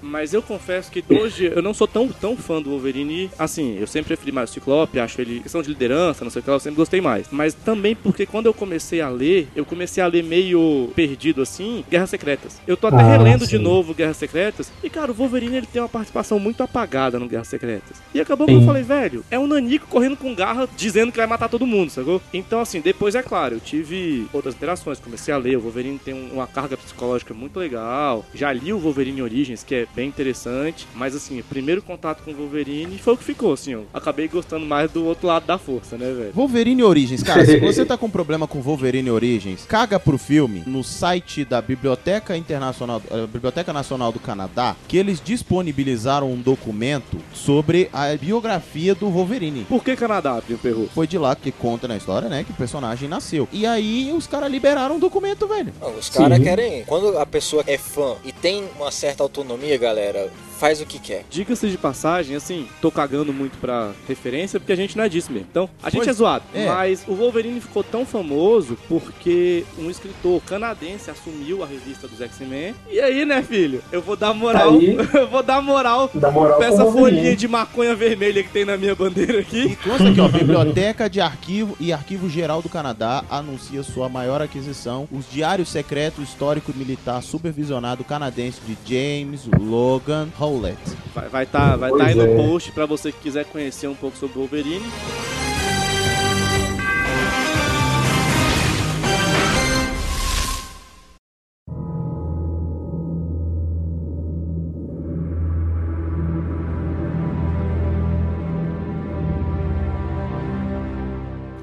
[SPEAKER 1] Mas eu confesso que hoje eu não sou tão, tão fã do Wolverine. Assim, eu sempre preferi mais o Ciclope, acho ele. Questão de liderança, não sei o que lá, eu sempre gostei mais. Mas também porque quando eu comecei a ler, eu comecei a ler meio perdido assim, Guerras Secretas. Eu tô até
[SPEAKER 6] Ah,
[SPEAKER 1] relendo de
[SPEAKER 6] sim.
[SPEAKER 1] novo Guerras Secretas. E cara, o Wolverine ele tem uma participação muito apagada no Guerras Secretas. E acabou que eu
[SPEAKER 6] Sim.
[SPEAKER 1] falei, velho, é um nanico correndo com garra dizendo que vai matar todo mundo, sacou? Então, assim, depois é claro, eu tive outras interações, comecei a ler. O Wolverine tem um- uma carga psicológica muito legal. Já li o Wolverine Origins, que é bem interessante. Mas, assim, o primeiro contato com o Wolverine foi o que ficou, assim, eu acabei gostando mais do outro lado da força, né, velho?
[SPEAKER 2] Wolverine Origins, cara, se você tá com problema com Wolverine Origins, caga pro filme no site da Biblioteca Internacional, eh, Biblioteca Nacional do Canadá, que eles disponibilizaram um documento sobre a biografia do Wolverine.
[SPEAKER 1] Por que Canadá, Pio Perro?
[SPEAKER 2] Foi de lá que conta na história, né, que o personagem nasceu. E aí os caras liberaram o documento, velho.
[SPEAKER 3] Não, os caras
[SPEAKER 6] Sim.
[SPEAKER 3] querem. Quando a pessoa é fã e tem uma certa autonomia, galera, faz o que quer.
[SPEAKER 1] Diga-se de passagem, assim, tô cagando muito pra referência, porque a gente não é disso mesmo. Então, a gente
[SPEAKER 2] Pois-
[SPEAKER 1] é zoado.
[SPEAKER 2] é.
[SPEAKER 1] Mas o Wolverine ficou tão famoso porque um escritor canadense assumiu a revista dos X-Men. E aí, né, filho? Eu vou dar moral.
[SPEAKER 6] Aí.
[SPEAKER 1] <laughs> eu vou dar moral
[SPEAKER 6] Da
[SPEAKER 1] pra
[SPEAKER 6] moral pro
[SPEAKER 1] essa
[SPEAKER 6] Wolverine.
[SPEAKER 1] folhinha de maconha vermelha que tem na minha bandeira aqui.
[SPEAKER 2] Consta aqui, ó, Biblioteca de Arquivo e Arquivo Geral do Canadá anuncia sua maior aquisição, os Diários Secreto Histórico Militar Supervisionado Canadense de James Logan Howlett.
[SPEAKER 1] Vai vai tá, vai tá aí
[SPEAKER 6] Pois
[SPEAKER 1] no
[SPEAKER 6] é.
[SPEAKER 1] post pra você que quiser conhecer um pouco sobre o Wolverine.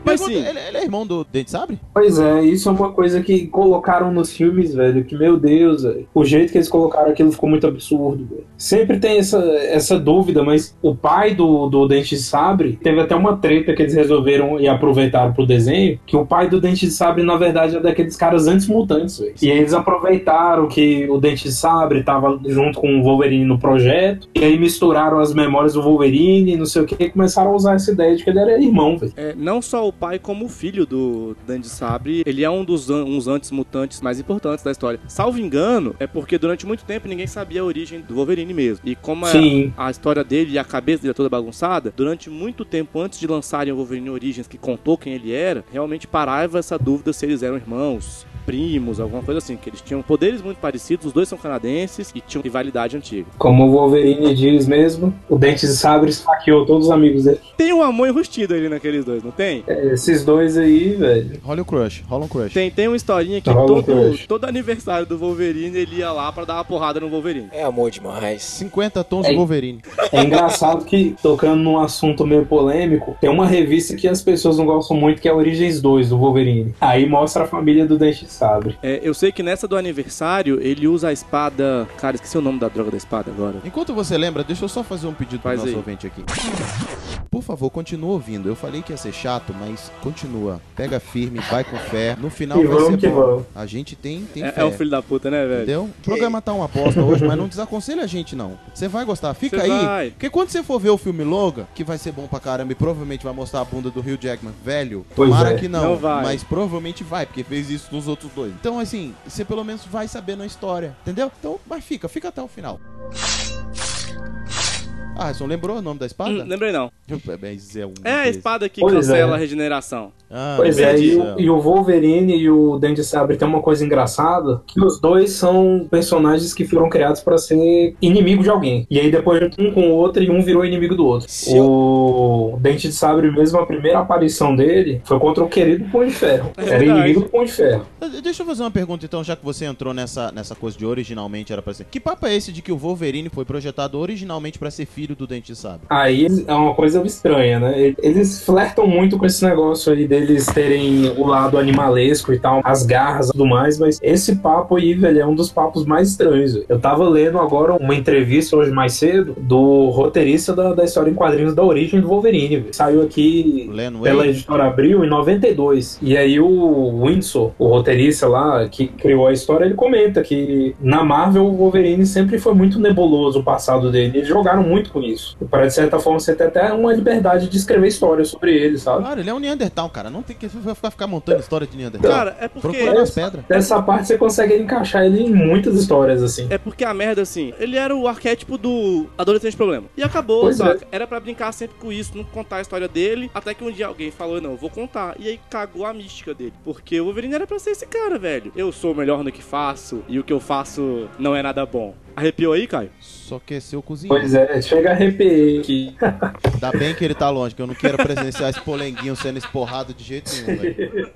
[SPEAKER 1] Mas
[SPEAKER 2] pergunta,
[SPEAKER 1] sim.
[SPEAKER 2] Ele, ele é irmão do Dente Sabre?
[SPEAKER 6] Pois é, isso é uma coisa que colocaram nos filmes, velho. Que, meu Deus, velho, o jeito que eles colocaram aquilo ficou muito absurdo, velho. Sempre tem essa, essa dúvida, mas o pai do, do Dente de Sabre teve até uma treta que eles resolveram e aproveitaram pro desenho. Que o pai do Dente de Sabre, na verdade, é daqueles caras antes mutantes, velho. E eles aproveitaram que o Dente de Sabre tava junto com o Wolverine no projeto. E aí misturaram as memórias do Wolverine, não sei o que, e começaram a usar essa ideia de que ele era irmão, velho.
[SPEAKER 1] É, não só o pai, como o filho do Dandy Sabre, ele é um dos an- uns antes mutantes mais importantes da história. Salvo engano, é porque durante muito tempo ninguém sabia a origem do Wolverine mesmo. E como a,
[SPEAKER 6] Sim.
[SPEAKER 1] a história dele e a cabeça dele é toda bagunçada, durante muito tempo antes de lançarem o Wolverine Origins, que contou quem ele era, realmente parava essa dúvida se eles eram irmãos. Primos, alguma coisa assim, que eles tinham poderes muito parecidos, os dois são canadenses e tinham rivalidade antiga.
[SPEAKER 6] Como o Wolverine diz mesmo, o Dente de Sabre esfaqueou todos os amigos dele.
[SPEAKER 1] Tem um amor enrustido ali naqueles dois, não tem?
[SPEAKER 6] Esses dois aí, velho.
[SPEAKER 2] Rola o crush, rola um crush.
[SPEAKER 1] Tem, tem uma historinha que
[SPEAKER 6] Tá rolando
[SPEAKER 1] todo,
[SPEAKER 6] crush.
[SPEAKER 1] todo aniversário do Wolverine ele ia lá pra dar uma porrada no Wolverine.
[SPEAKER 3] É amor demais.
[SPEAKER 2] 50 tons de
[SPEAKER 6] Ei.
[SPEAKER 2] Wolverine.
[SPEAKER 6] É engraçado que, tocando num assunto meio polêmico, tem uma revista que as pessoas não gostam muito, que é Origens 2, do Wolverine. Aí mostra a família do Dente de Sabre.
[SPEAKER 1] É, eu sei que nessa do aniversário ele usa a espada. Cara, esqueci o nome da droga da espada agora.
[SPEAKER 2] Enquanto você lembra, deixa eu só fazer um pedido
[SPEAKER 1] Faz
[SPEAKER 2] pro nosso
[SPEAKER 1] aí.
[SPEAKER 2] ouvinte aqui. Por favor, continua ouvindo. Eu falei que ia ser chato, mas continua. Pega firme, vai com fé. No final
[SPEAKER 6] Que
[SPEAKER 2] vai
[SPEAKER 6] vamos
[SPEAKER 2] ser
[SPEAKER 6] que
[SPEAKER 2] bom.
[SPEAKER 6] vamos.
[SPEAKER 2] A gente tem, tem
[SPEAKER 1] É,
[SPEAKER 2] fé.
[SPEAKER 1] é um filho da puta, né, velho?
[SPEAKER 2] Entendeu? O programa tá uma aposta hoje, mas não desaconselha a gente, não. Você vai gostar, fica
[SPEAKER 1] Você
[SPEAKER 2] aí.
[SPEAKER 1] vai.
[SPEAKER 2] Porque quando você for ver o filme Logan, que vai ser bom pra caramba e provavelmente vai mostrar a bunda do Hugh Jackman velho,
[SPEAKER 6] Pois
[SPEAKER 2] tomara
[SPEAKER 6] é.
[SPEAKER 2] que não,
[SPEAKER 1] Não vai.
[SPEAKER 2] mas provavelmente vai, porque fez isso nos outros dois. Então, assim, você pelo menos vai sabendo a história, entendeu? Então, mas fica, fica até o final. Ah, Harrison, lembrou o nome da espada?
[SPEAKER 1] Hum, lembrei não.
[SPEAKER 2] Mas é um
[SPEAKER 1] É a
[SPEAKER 2] desse.
[SPEAKER 1] espada que
[SPEAKER 6] Pois
[SPEAKER 1] cancela
[SPEAKER 6] é.
[SPEAKER 1] a regeneração.
[SPEAKER 2] Ah,
[SPEAKER 6] Pois
[SPEAKER 2] meu
[SPEAKER 6] é,
[SPEAKER 2] Deus
[SPEAKER 6] e,
[SPEAKER 2] do
[SPEAKER 6] o-
[SPEAKER 2] céu.
[SPEAKER 6] e o Wolverine e o Dente de Sabre tem uma coisa engraçada, que os dois são personagens que foram criados pra ser inimigo de alguém. E aí depois um com o outro e um virou inimigo do outro.
[SPEAKER 3] Se
[SPEAKER 6] O Dente de Sabre mesmo, a primeira aparição dele foi contra o querido Pão de Ferro. Era
[SPEAKER 1] verdade.
[SPEAKER 6] inimigo do Pão de Ferro.
[SPEAKER 2] Eh, Deixa eu fazer uma pergunta então, já que você entrou nessa, nessa coisa de originalmente era pra ser. Que papo é esse de que o Wolverine foi projetado originalmente pra ser filho do Dente de Sabre?
[SPEAKER 6] Aí é uma coisa estranha, né? Eles flertam muito com esse negócio aí deles terem o lado animalesco e tal, as garras e tudo mais, mas esse papo aí, velho, é um dos papos mais estranhos. velho. Eu tava lendo agora uma entrevista hoje mais cedo do roteirista da, da história em quadrinhos da origem do Wolverine, velho. Saiu aqui
[SPEAKER 2] Len
[SPEAKER 6] pela
[SPEAKER 2] Wade?
[SPEAKER 6] editora Abril em 92. E aí o Windsor, o roteirista lá que criou a história, ele comenta que na Marvel o Wolverine sempre foi muito nebuloso o passado dele. Eles jogaram muito com isso. Para de certa forma você tem até uma liberdade de escrever histórias sobre ele, sabe?
[SPEAKER 2] Claro, ele é um Neandertal, cara. Não tem que vai ficar, ficar montando história de
[SPEAKER 6] Então,
[SPEAKER 2] Neandertal.
[SPEAKER 1] Cara, é porque.
[SPEAKER 2] Procura nas pedras.
[SPEAKER 6] Dessa parte você consegue encaixar ele em muitas histórias assim.
[SPEAKER 1] É porque a merda, assim, ele era o arquétipo do adolescente problema. E acabou,
[SPEAKER 6] Pois
[SPEAKER 1] saca? Era pra brincar sempre com isso, não contar a história dele. Até que um dia alguém falou, não, eu vou contar. E aí cagou a mística dele. Porque o Wolverine era pra ser esse cara, velho. Eu sou o melhor no que faço, e o que eu faço não é nada bom. Arrepiou aí, Caio?
[SPEAKER 2] Só que é seu cozinheiro.
[SPEAKER 6] Pois é, chega a arrepiar que
[SPEAKER 2] Ainda bem que ele tá longe, que eu não quero presenciar esse polenguinho sendo esporrado de jeito nenhum, velho.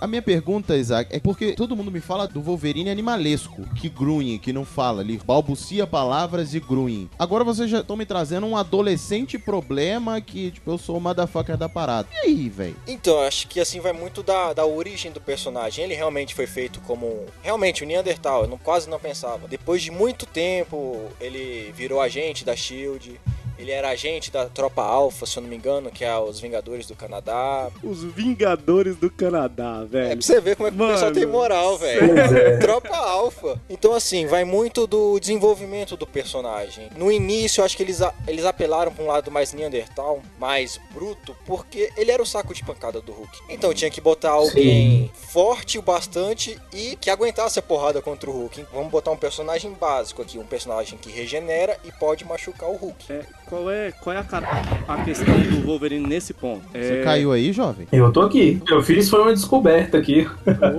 [SPEAKER 2] A- A minha pergunta, Isaac, é porque todo mundo me fala do Wolverine animalesco, que grunhe, que não fala, ele balbucia palavras e grunhe. Agora vocês já estão me trazendo um adolescente problema que, tipo, eu sou o motherfucker da parada. E aí, velho?
[SPEAKER 3] Então, eu acho que assim vai muito da, da origem do personagem. Ele realmente foi feito como. um- Realmente, o Neandertal, eu não, quase não pensava. Depois de muito tempo, ele virou agente da Shield. Ele era agente da Tropa Alpha, se eu não me engano, que é os Vingadores do Canadá.
[SPEAKER 1] Os Vingadores do Canadá,
[SPEAKER 3] É
[SPEAKER 1] velho.
[SPEAKER 3] pra você ver como é que
[SPEAKER 1] Mano,
[SPEAKER 3] o pessoal tem moral,
[SPEAKER 6] Pois
[SPEAKER 3] velho.
[SPEAKER 6] é.
[SPEAKER 3] <laughs> Tropa alfa. Então, assim, vai muito do desenvolvimento do personagem. No início, eu acho que eles, a- eles apelaram pra um lado mais Neandertal, mais bruto, porque ele era o saco de pancada do Hulk. Então, tinha que botar alguém forte o bastante e que aguentasse a porrada contra o Hulk. Vamos botar um personagem básico aqui, um personagem que regenera e pode machucar o Hulk.
[SPEAKER 1] Qual é, qual é a, ca- a questão do Wolverine nesse ponto?
[SPEAKER 2] Você
[SPEAKER 1] É-
[SPEAKER 2] caiu aí, jovem?
[SPEAKER 6] Eu tô aqui. Eu fiz foi uma descoberta aqui.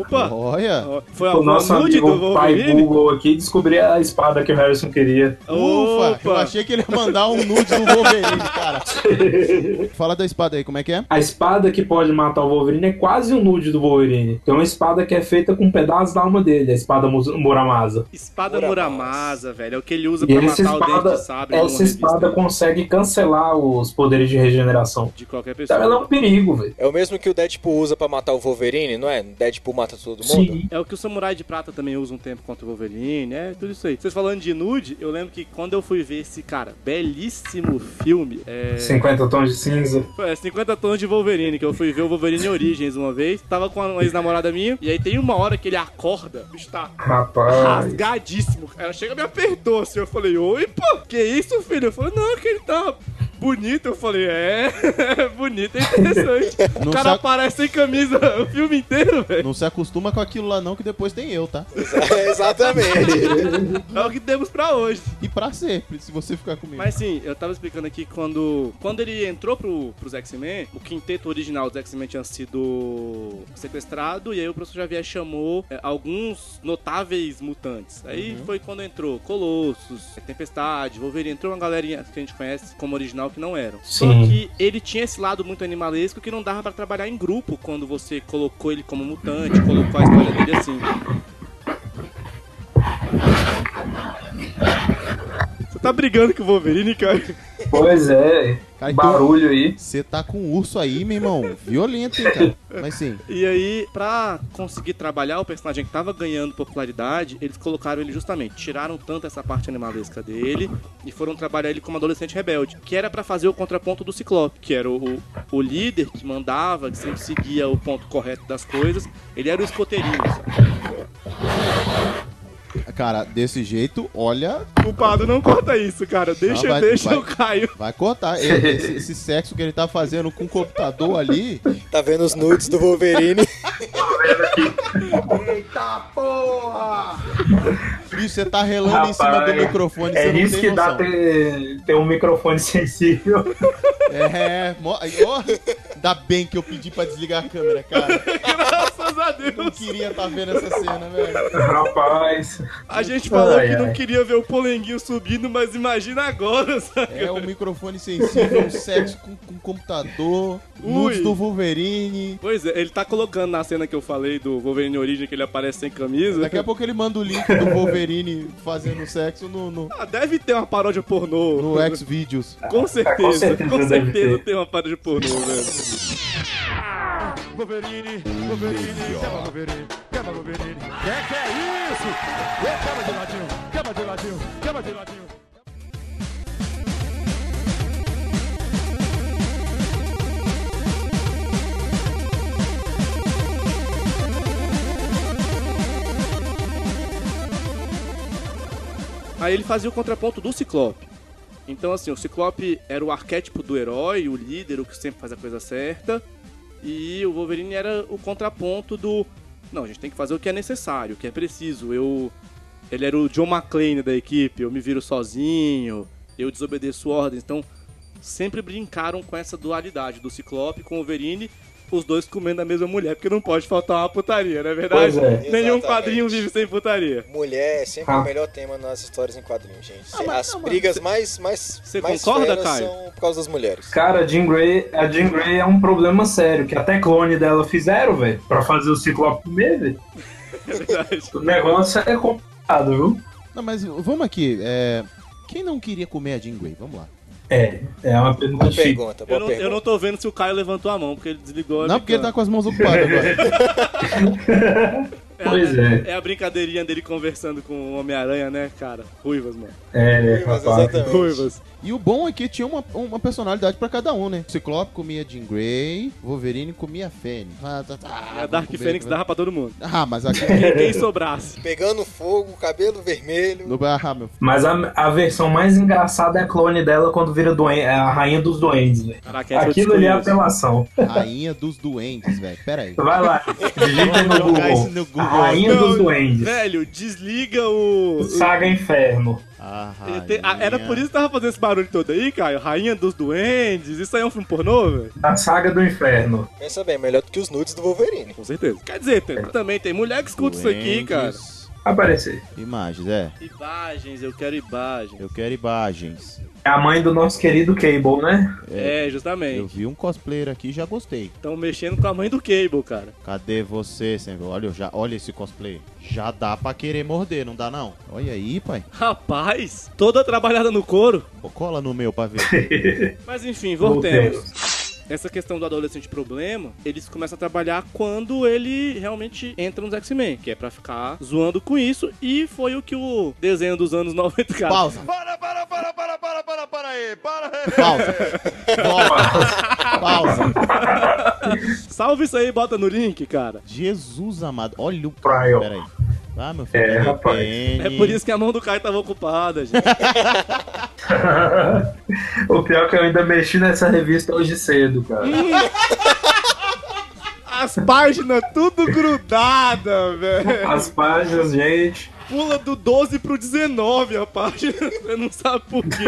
[SPEAKER 1] Opa!
[SPEAKER 2] Olha.
[SPEAKER 1] Ó, Foi
[SPEAKER 6] O
[SPEAKER 1] alguma
[SPEAKER 6] nosso
[SPEAKER 1] nude do
[SPEAKER 6] amigo pai
[SPEAKER 1] Wolverine?
[SPEAKER 6] Google aqui descobri a espada que o Harrison queria.
[SPEAKER 2] Ufa, eu
[SPEAKER 1] Opa!
[SPEAKER 2] achei que ele ia mandar um nude do Wolverine,
[SPEAKER 1] <laughs>
[SPEAKER 2] cara. Fala da espada aí, como é que é?
[SPEAKER 6] A espada que pode matar o Wolverine é quase um nude do Wolverine. É uma espada que é feita com um pedaço da alma dele, a espada Mus- Muramasa.
[SPEAKER 1] Espada
[SPEAKER 3] Muramasa.
[SPEAKER 1] Muramasa, velho. É o que ele usa
[SPEAKER 6] E
[SPEAKER 1] pra
[SPEAKER 6] essa
[SPEAKER 1] matar o
[SPEAKER 6] espada,
[SPEAKER 1] Dente de Sabre. numa
[SPEAKER 6] essa
[SPEAKER 1] revista
[SPEAKER 6] espada consegue cancelar os poderes de regeneração.
[SPEAKER 1] De qualquer
[SPEAKER 6] Então ela é um
[SPEAKER 1] pessoa.
[SPEAKER 6] perigo, velho.
[SPEAKER 3] É o mesmo que o Deadpool usa pra matar o Wolverine, não é? Deadpool mata todo mundo? <laughs>
[SPEAKER 6] Sim.
[SPEAKER 1] É o que o Samurai de Prata também usa um tempo contra o Wolverine, é tudo isso aí. Vocês falando de nude, eu lembro que quando eu fui ver esse, cara, belíssimo filme, é...
[SPEAKER 6] 50 tons de cinza.
[SPEAKER 1] Foi, é, 50 tons de Wolverine, que eu fui ver o Wolverine Origins uma vez. Tava com uma ex-namorada minha, e aí tem uma hora que ele acorda, o bicho tá
[SPEAKER 6] Rapaz.
[SPEAKER 1] rasgadíssimo. Ela chega e me apertou assim. Eu falei, oi, pô, que isso, filho? Eu falei, não, que ele tá bonito. Eu falei, é, <laughs> bonito, é interessante.
[SPEAKER 2] Não
[SPEAKER 1] o cara
[SPEAKER 2] sa-
[SPEAKER 1] aparece sem camisa o filme inteiro, velho.
[SPEAKER 2] Não se acostuma com aquilo lá não, que depois tem eu, tá?
[SPEAKER 3] É, Exatamente.
[SPEAKER 1] É o que temos pra hoje.
[SPEAKER 2] E pra ser, se você ficar comigo.
[SPEAKER 1] Mas sim, eu tava explicando aqui quando quando ele entrou pro, pros X-Men, o quinteto original dos X-Men tinha sido sequestrado e aí o professor Xavier chamou é, alguns notáveis mutantes. Aí foi quando entrou Colossus, Tempestade, Wolverine, entrou uma galerinha que a gente conhece como original que não eram. Só
[SPEAKER 6] Sim.
[SPEAKER 1] que ele tinha esse lado muito animalesco que não dava pra trabalhar em grupo quando você colocou ele como mutante, colocou a história dele assim. Você tá brigando com o Wolverine, cara?
[SPEAKER 6] Pois é.
[SPEAKER 1] Tá
[SPEAKER 2] Cara, então-
[SPEAKER 6] Barulho aí.
[SPEAKER 2] Você tá com um urso aí, meu irmão. Violento, hein, cara. Mas sim.
[SPEAKER 1] E aí, pra conseguir trabalhar o personagem que tava ganhando popularidade, eles colocaram ele justamente, tiraram tanto essa parte animalesca dele e foram trabalhar ele como adolescente rebelde, que era pra fazer o contraponto do Ciclope, que era o, o, o líder que mandava, que sempre seguia o ponto correto das coisas. Ele era o escoteirinho, sabe?
[SPEAKER 2] Cara, desse jeito, olha,
[SPEAKER 1] Culpado, não corta isso, cara. Deixa,
[SPEAKER 2] Não, vai-
[SPEAKER 1] deixa
[SPEAKER 2] vai.
[SPEAKER 1] eu caio.
[SPEAKER 2] vai cortar.
[SPEAKER 6] <laughs>
[SPEAKER 2] Esse, esse- esse sexo que ele tá fazendo com o computador ali.
[SPEAKER 3] tá vendo os nudes do Wolverine?
[SPEAKER 2] Bicho, você tá relando em cima do microfone,
[SPEAKER 6] é
[SPEAKER 2] você não
[SPEAKER 6] isso que
[SPEAKER 2] tem
[SPEAKER 6] dá
[SPEAKER 2] noção.
[SPEAKER 6] ter, ter um microfone <laughs> sensível.
[SPEAKER 2] É, mo... aí, ó, ainda bem que eu pedi pra desligar a câmera, cara.
[SPEAKER 1] <laughs> Graças a
[SPEAKER 2] Eu não
[SPEAKER 1] Deus.
[SPEAKER 2] queria tá vendo essa cena, velho.
[SPEAKER 6] Rapaz.
[SPEAKER 1] A gente falou
[SPEAKER 6] Ai,
[SPEAKER 1] que não
[SPEAKER 6] ai.
[SPEAKER 1] queria ver o Polenguinho subindo, mas imagina agora, sabe?
[SPEAKER 2] É um microfone sensível, um sexo com, com computador, nudes
[SPEAKER 1] Ui.
[SPEAKER 2] do Wolverine.
[SPEAKER 1] Pois é, ele tá colocando na cena que eu falei do Wolverine Origem, que ele aparece sem camisa.
[SPEAKER 2] Daqui a pouco ele manda o link do Wolverine fazendo sexo no, no,
[SPEAKER 1] Ah, deve ter uma paródia pornô.
[SPEAKER 2] no X-Videos.
[SPEAKER 1] Com certeza, com certeza,
[SPEAKER 6] certeza deve ter.
[SPEAKER 1] tem uma paródia pornô, né? velho. é Aí ele fazia o contraponto do Ciclope. Então, assim, o Ciclope era o arquétipo do herói, o líder, o que sempre faz a coisa certa. E o Wolverine era o contraponto do. Não, a gente tem que fazer o que é necessário, o que é preciso. Eu. Ele era o John McClane da equipe, eu me viro sozinho, eu desobedeço ordens. Então, sempre brincaram com essa dualidade do Ciclope com o Wolverine, os dois comendo a mesma mulher, porque não pode faltar uma putaria, não é verdade?
[SPEAKER 6] Pois é.
[SPEAKER 1] Nenhum
[SPEAKER 3] Exatamente.
[SPEAKER 1] quadrinho vive sem putaria.
[SPEAKER 3] <laughs> Mulher é sempre
[SPEAKER 6] Ah.
[SPEAKER 3] o melhor tema nas histórias em quadrinhos, gente.
[SPEAKER 1] Ah,
[SPEAKER 2] mas-
[SPEAKER 3] As
[SPEAKER 2] não, mas
[SPEAKER 3] brigas mais, mais,
[SPEAKER 1] Você
[SPEAKER 3] mais
[SPEAKER 1] concorda,
[SPEAKER 3] feras
[SPEAKER 1] Caio?
[SPEAKER 3] são por causa das mulheres.
[SPEAKER 6] Cara, a Jean Grey, a Jean Grey é um problema sério, que até clone dela fizeram, velho, pra fazer o Ciclope comer, velho.
[SPEAKER 1] é
[SPEAKER 6] <laughs> O negócio é complicado, viu?
[SPEAKER 2] Não, mas vamos aqui. é, Quem não queria comer a Jean Grey? Vamos lá.
[SPEAKER 6] É, é uma pergunta
[SPEAKER 3] Boa
[SPEAKER 6] difícil.
[SPEAKER 3] pergunta, boa
[SPEAKER 1] Eu não, eu
[SPEAKER 3] pergunta.
[SPEAKER 1] não tô vendo se o Caio levantou a mão, porque ele desligou a
[SPEAKER 2] Não, porque ele tá
[SPEAKER 1] webcam.
[SPEAKER 2] com as mãos ocupadas
[SPEAKER 1] <laughs>
[SPEAKER 2] agora.
[SPEAKER 1] a-
[SPEAKER 6] Pois é.
[SPEAKER 1] a brincadeirinha dele conversando com o Homem-Aranha, né, cara? Ruivas, mano.
[SPEAKER 6] É,
[SPEAKER 3] Mas
[SPEAKER 6] rapaz.
[SPEAKER 3] exatamente.
[SPEAKER 1] Ruivas.
[SPEAKER 2] E o bom é que tinha uma, uma personalidade pra cada um, né? Ciclope comia Jean Grey, Wolverine comia Fênix. Ah, tá, tá,
[SPEAKER 1] É a
[SPEAKER 2] vamos
[SPEAKER 1] Dark
[SPEAKER 2] comer,
[SPEAKER 1] Fênix
[SPEAKER 2] comer.
[SPEAKER 1] dava pra todo
[SPEAKER 6] <laughs>
[SPEAKER 1] mundo.
[SPEAKER 2] Ah,
[SPEAKER 1] <laughs>
[SPEAKER 2] mas aqui...
[SPEAKER 1] Quem, quem sobrasse.
[SPEAKER 3] Pegando fogo, cabelo vermelho.
[SPEAKER 2] no... Ah, meu...
[SPEAKER 6] Mas a, a versão mais engraçada é a clone dela quando vira doen- é a rainha dos duendes, velho.
[SPEAKER 1] Caraca, essa eu
[SPEAKER 6] Aquilo ali é
[SPEAKER 1] desconheço.
[SPEAKER 6] apelação.
[SPEAKER 2] Rainha dos Duendes, velho. Pera aí. <laughs>
[SPEAKER 6] Vai lá, digita no
[SPEAKER 2] Vamos jogar isso
[SPEAKER 6] Google.
[SPEAKER 2] no Google. né?
[SPEAKER 6] Rainha dos Duendes.
[SPEAKER 1] Velho, desliga o.
[SPEAKER 6] Saga Inferno.
[SPEAKER 2] Ah,
[SPEAKER 1] Tem- ah, Era por isso que tava fazendo esse barulho todo aí, Caio? Rainha dos Duendes. Isso aí é um filme pornô, velho?
[SPEAKER 6] A Saga do Inferno.
[SPEAKER 3] Pensa bem, melhor do que os nudes do Wolverine.
[SPEAKER 1] Com certeza. Quer dizer, tem-
[SPEAKER 6] É.
[SPEAKER 1] também tem mulher que escuta isso aqui, cara.
[SPEAKER 2] Duendes,
[SPEAKER 6] Aparecer.
[SPEAKER 2] Imagens, é.
[SPEAKER 1] Imagens, eu quero imagens.
[SPEAKER 2] Eu quero imagens.
[SPEAKER 6] É a mãe do nosso querido Cable, né?
[SPEAKER 1] É, justamente.
[SPEAKER 2] Eu vi um cosplayer aqui e já gostei.
[SPEAKER 1] Estão mexendo com a mãe do Cable, cara.
[SPEAKER 2] Cadê você, Senhor? Olha, eu já, olha esse cosplay. Já dá pra querer morder, não dá não? Olha aí, pai.
[SPEAKER 1] Rapaz, toda trabalhada no couro.
[SPEAKER 2] Pô, Cola no meu pra ver.
[SPEAKER 1] Mas enfim, voltemos.
[SPEAKER 6] Voltemos.
[SPEAKER 1] Essa questão do adolescente problema, eles começam a trabalhar quando ele realmente entra nos X-Men, que é pra ficar zoando com isso, e foi o que o desenho dos anos 90, cara.
[SPEAKER 2] Pausa.
[SPEAKER 5] Para, para, para, para, para, para, para aí. Para aí.
[SPEAKER 2] Pausa.
[SPEAKER 6] <laughs>
[SPEAKER 2] Volta. Pausa.
[SPEAKER 1] Salve isso aí, bota no link, cara.
[SPEAKER 2] Jesus amado. Olha o.
[SPEAKER 6] Praio.
[SPEAKER 2] Peraí. Tá, meu filho.
[SPEAKER 6] É, rapaz.
[SPEAKER 1] É por isso que a mão do Caio tava ocupada, gente.
[SPEAKER 6] o pior é que eu ainda mexi nessa revista hoje cedo, cara.
[SPEAKER 1] <laughs> Hum. As páginas tudo grudada, velho.
[SPEAKER 6] As páginas, gente.
[SPEAKER 1] Pula do 12 pro 19 a página. <laughs> Você não sabe por quê.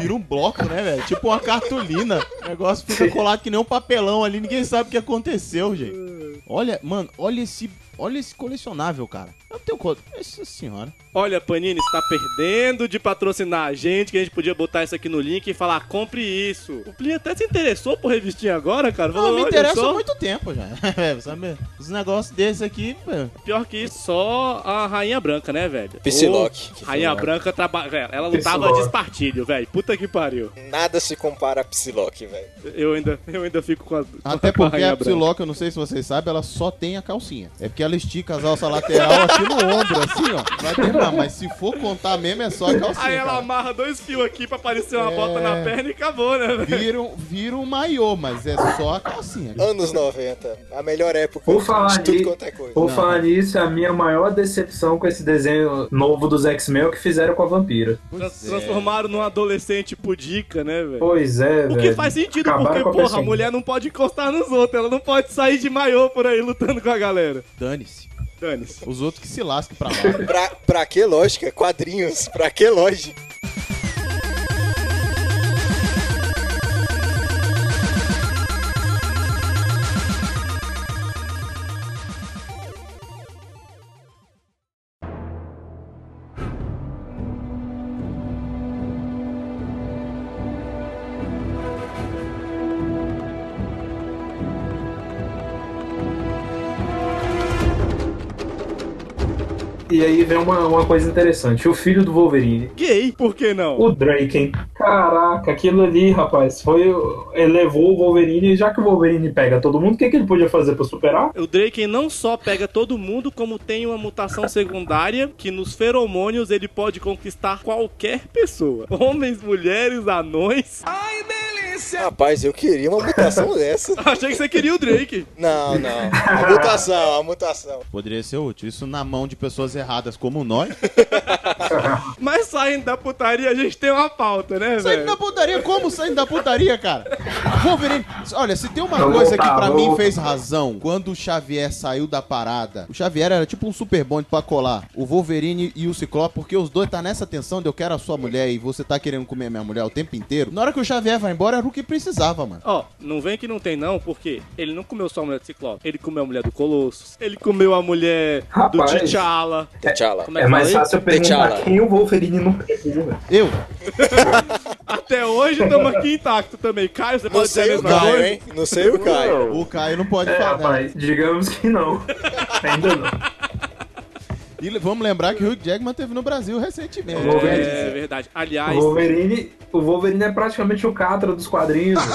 [SPEAKER 2] Vira um bloco, né, velho? Tipo uma cartolina. O negócio fica colado que nem um papelão ali. Ninguém sabe o que aconteceu, gente. Olha, mano, olha esse. Olha esse colecionável, cara. É o teu co... Essa senhora.
[SPEAKER 1] Olha, Panini, está perdendo de patrocinar a gente, que a gente podia botar isso aqui no link e falar, compre isso. O Plin até se interessou por revistinha agora, cara.
[SPEAKER 2] Não,
[SPEAKER 1] Falou,
[SPEAKER 2] me
[SPEAKER 1] "Olha
[SPEAKER 2] interessa
[SPEAKER 1] só,
[SPEAKER 2] há muito tempo já. <laughs> É, sabe? Os negócios desses aqui. pô.
[SPEAKER 1] Pior que isso, só a Rainha Branca, né, velho?
[SPEAKER 3] Psylocke.
[SPEAKER 1] Ô, Rainha Branca trabalha. velho, Ela
[SPEAKER 6] Psylocke.
[SPEAKER 1] lutava despartilho, velho. Puta que pariu.
[SPEAKER 3] Nada se compara a Psylocke, velho.
[SPEAKER 1] Eu ainda, eu ainda fico com a. com
[SPEAKER 2] Até
[SPEAKER 1] com
[SPEAKER 2] porque é a
[SPEAKER 1] Rainha Branca.
[SPEAKER 2] Psylocke, eu não sei se vocês sabem, ela só tem a calcinha. É porque ela estica as alças lateral aqui no ombro, assim, ó. Vai derramar, mas se for contar mesmo, é só a calcinha.
[SPEAKER 1] Aí ela
[SPEAKER 2] cara.
[SPEAKER 1] amarra dois fios aqui pra aparecer uma
[SPEAKER 2] É.
[SPEAKER 1] bota na perna e acabou, né, velho?
[SPEAKER 2] Vira, um- vira um maiô, mas é só a calcinha.
[SPEAKER 3] Anos 90, a melhor época
[SPEAKER 6] Vou falar
[SPEAKER 3] de tudo
[SPEAKER 6] ali.
[SPEAKER 3] quanto é coisa.
[SPEAKER 6] Vou falar nisso, a minha maior decepção com esse desenho novo dos X-Men é o que fizeram com a vampira.
[SPEAKER 1] Trans-
[SPEAKER 2] é.
[SPEAKER 1] Transformaram num adolescente pudica, né, velho?
[SPEAKER 6] Pois é,
[SPEAKER 1] O
[SPEAKER 6] velho.
[SPEAKER 1] que faz sentido,
[SPEAKER 6] Acabaram
[SPEAKER 1] porque,
[SPEAKER 6] com a
[SPEAKER 1] porra, a
[SPEAKER 6] pessoa.
[SPEAKER 1] mulher não pode encostar nos outros, ela não pode sair de maiô por aí lutando com a galera.
[SPEAKER 2] Dane-se.
[SPEAKER 1] Dane-se.
[SPEAKER 2] Os outros que se lasquem pra lá.
[SPEAKER 3] Pra, pra que lógica? Quadrinhos, pra que lógica?
[SPEAKER 6] E aí vem uma, uma coisa interessante. O filho do Wolverine,
[SPEAKER 1] Gay, por que não?
[SPEAKER 6] o Draken. Caraca, aquilo ali, rapaz, foi. Elevou o Wolverine e já que o Wolverine pega todo mundo, o que, que ele podia fazer pra superar?
[SPEAKER 1] O Draken não só pega todo mundo, como tem uma mutação secundária que nos feromônios ele pode conquistar qualquer pessoa. Homens, mulheres, anões. <laughs>
[SPEAKER 3] Rapaz, eu queria uma mutação <laughs> dessa.
[SPEAKER 1] Achei que você queria o Drake.
[SPEAKER 3] Não, não. A mutação, a mutação.
[SPEAKER 2] Poderia ser útil. Isso na mão de pessoas erradas como nós.
[SPEAKER 1] Mas saindo da putaria, a gente tem uma pauta, né,
[SPEAKER 2] Saindo da
[SPEAKER 1] velho?
[SPEAKER 2] putaria, como saindo da putaria, cara? Wolverine. Olha, se tem uma
[SPEAKER 6] Tá
[SPEAKER 2] coisa
[SPEAKER 6] bom,
[SPEAKER 2] que
[SPEAKER 6] tá
[SPEAKER 2] pra
[SPEAKER 6] bom.
[SPEAKER 2] mim fez razão, quando o Xavier saiu da parada, o Xavier era tipo um super bonde pra colar o Wolverine e o Ciclope, porque os dois tá nessa tensão de eu quero a sua mulher e você tá querendo comer a minha mulher o tempo inteiro. Na hora que o Xavier vai embora, era o que precisava, mano.
[SPEAKER 1] Ó, não vem que não tem não, porque ele não comeu só a mulher do Ciclope. Ele comeu a mulher do Colossus. Ele comeu a mulher
[SPEAKER 6] Rapaz.
[SPEAKER 1] do T'Challa.
[SPEAKER 3] T'Challa.
[SPEAKER 1] Como é
[SPEAKER 6] É
[SPEAKER 1] que
[SPEAKER 6] mais
[SPEAKER 1] fala
[SPEAKER 6] fácil eu
[SPEAKER 3] T'Challa.
[SPEAKER 6] perguntar quem o Wolverine não pegou, né? velho.
[SPEAKER 2] Eu?
[SPEAKER 1] aí? Até hoje estamos aqui intacto também. Caio, você é
[SPEAKER 3] Não
[SPEAKER 1] pode ser a
[SPEAKER 3] sei o
[SPEAKER 1] mesma
[SPEAKER 3] Caio,
[SPEAKER 1] coisa?
[SPEAKER 3] hein? Não sei o Caio.
[SPEAKER 2] O Caio não pode
[SPEAKER 6] É,
[SPEAKER 2] falar.
[SPEAKER 6] rapaz, digamos
[SPEAKER 1] <laughs>
[SPEAKER 6] que não. Ainda não.
[SPEAKER 2] E le- vamos lembrar que o Hugh Jackman teve no Brasil recentemente.
[SPEAKER 6] É.
[SPEAKER 2] Quer
[SPEAKER 1] É
[SPEAKER 2] dizer,
[SPEAKER 1] verdade.
[SPEAKER 6] O
[SPEAKER 1] Aliás,
[SPEAKER 6] Wolverine, o Wolverine é praticamente o Catra
[SPEAKER 1] <laughs>
[SPEAKER 6] dos quadrinhos. velho.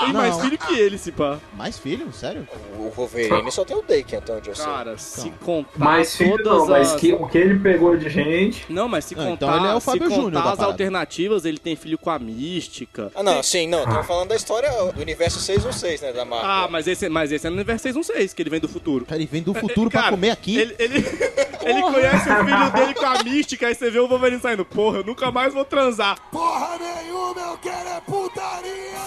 [SPEAKER 1] tem mais
[SPEAKER 2] Ah, não.
[SPEAKER 1] filho que ele, se pá.
[SPEAKER 2] Mais filho? Sério?
[SPEAKER 3] O Wolverine só tem o Dake, então, onde eu sei.
[SPEAKER 1] Cara, se contar
[SPEAKER 6] Mas filho
[SPEAKER 1] todas
[SPEAKER 6] não, mas
[SPEAKER 1] as...
[SPEAKER 6] que, o que ele pegou de gente.
[SPEAKER 1] Não, mas se
[SPEAKER 2] Não,
[SPEAKER 1] contar,
[SPEAKER 2] então ele é o Fábio
[SPEAKER 1] se
[SPEAKER 2] Júnior da
[SPEAKER 1] contar as
[SPEAKER 2] parada.
[SPEAKER 1] alternativas, ele tem filho com a Mística.
[SPEAKER 3] Ah, não, sim, não. Estamos falando da história do universo 616, né? Da Marvel.
[SPEAKER 1] Ah, mas esse, mas esse é no universo 616, que ele vem do futuro.
[SPEAKER 2] Cara, ele vem do futuro pra
[SPEAKER 1] Cara,
[SPEAKER 2] comer aqui.
[SPEAKER 1] Ele, ele, <laughs> ele conhece o filho dele com a mística, aí você vê o Wolverine saindo. Porra, eu nunca mais vou transar. Porra nenhuma, eu quero é putaria!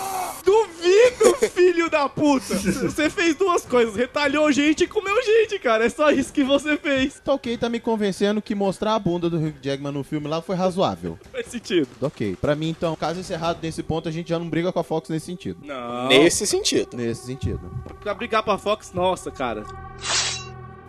[SPEAKER 1] Duvido, filho da puta! Você fez duas coisas, retalhou gente e comeu gente, cara. É só isso que você fez.
[SPEAKER 2] Toquei tá me convencendo que mostrar a bunda do Hugh Jackman no filme lá foi razoável.
[SPEAKER 1] Faz sentido.
[SPEAKER 2] Ok, pra mim então, caso encerrado nesse ponto, a gente já não briga com a Fox nesse sentido.
[SPEAKER 1] Não.
[SPEAKER 3] Nesse sentido.
[SPEAKER 2] Nesse sentido.
[SPEAKER 1] Pra brigar pra Fox, nossa, cara.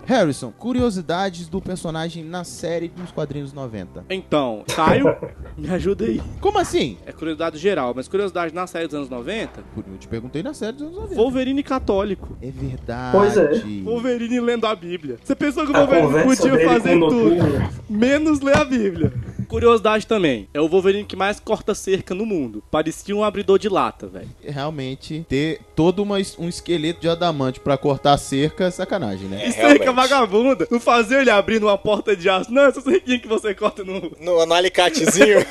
[SPEAKER 2] Harrison, curiosidades do personagem na série dos quadrinhos 90.
[SPEAKER 1] Então, Caio, me ajuda aí.
[SPEAKER 2] Como assim?
[SPEAKER 1] É curiosidade geral, mas curiosidade na série dos anos 90,
[SPEAKER 2] Eu te perguntei na série dos anos 90.
[SPEAKER 1] Wolverine católico.
[SPEAKER 2] É verdade.
[SPEAKER 6] Pois é.
[SPEAKER 1] Wolverine lendo a Bíblia. Você pensou que o
[SPEAKER 6] A
[SPEAKER 1] Wolverine
[SPEAKER 6] Tá conversa
[SPEAKER 1] podia
[SPEAKER 6] dele
[SPEAKER 1] fazer
[SPEAKER 6] com o
[SPEAKER 1] tudo,
[SPEAKER 6] Noturno.
[SPEAKER 1] <laughs> menos ler a Bíblia. Curiosidade também, é o Wolverine que mais corta cerca no mundo. Parecia um abridor de lata, velho.
[SPEAKER 2] Realmente, ter todo uma es- um esqueleto de adamante pra cortar cerca é sacanagem, né?
[SPEAKER 3] É,
[SPEAKER 1] e cerca
[SPEAKER 3] realmente.
[SPEAKER 1] vagabunda. Não fazia ele abrindo uma porta de aço. Não, essa cerquinha que você corta
[SPEAKER 6] <laughs>
[SPEAKER 1] no
[SPEAKER 3] No, no alicatezinho.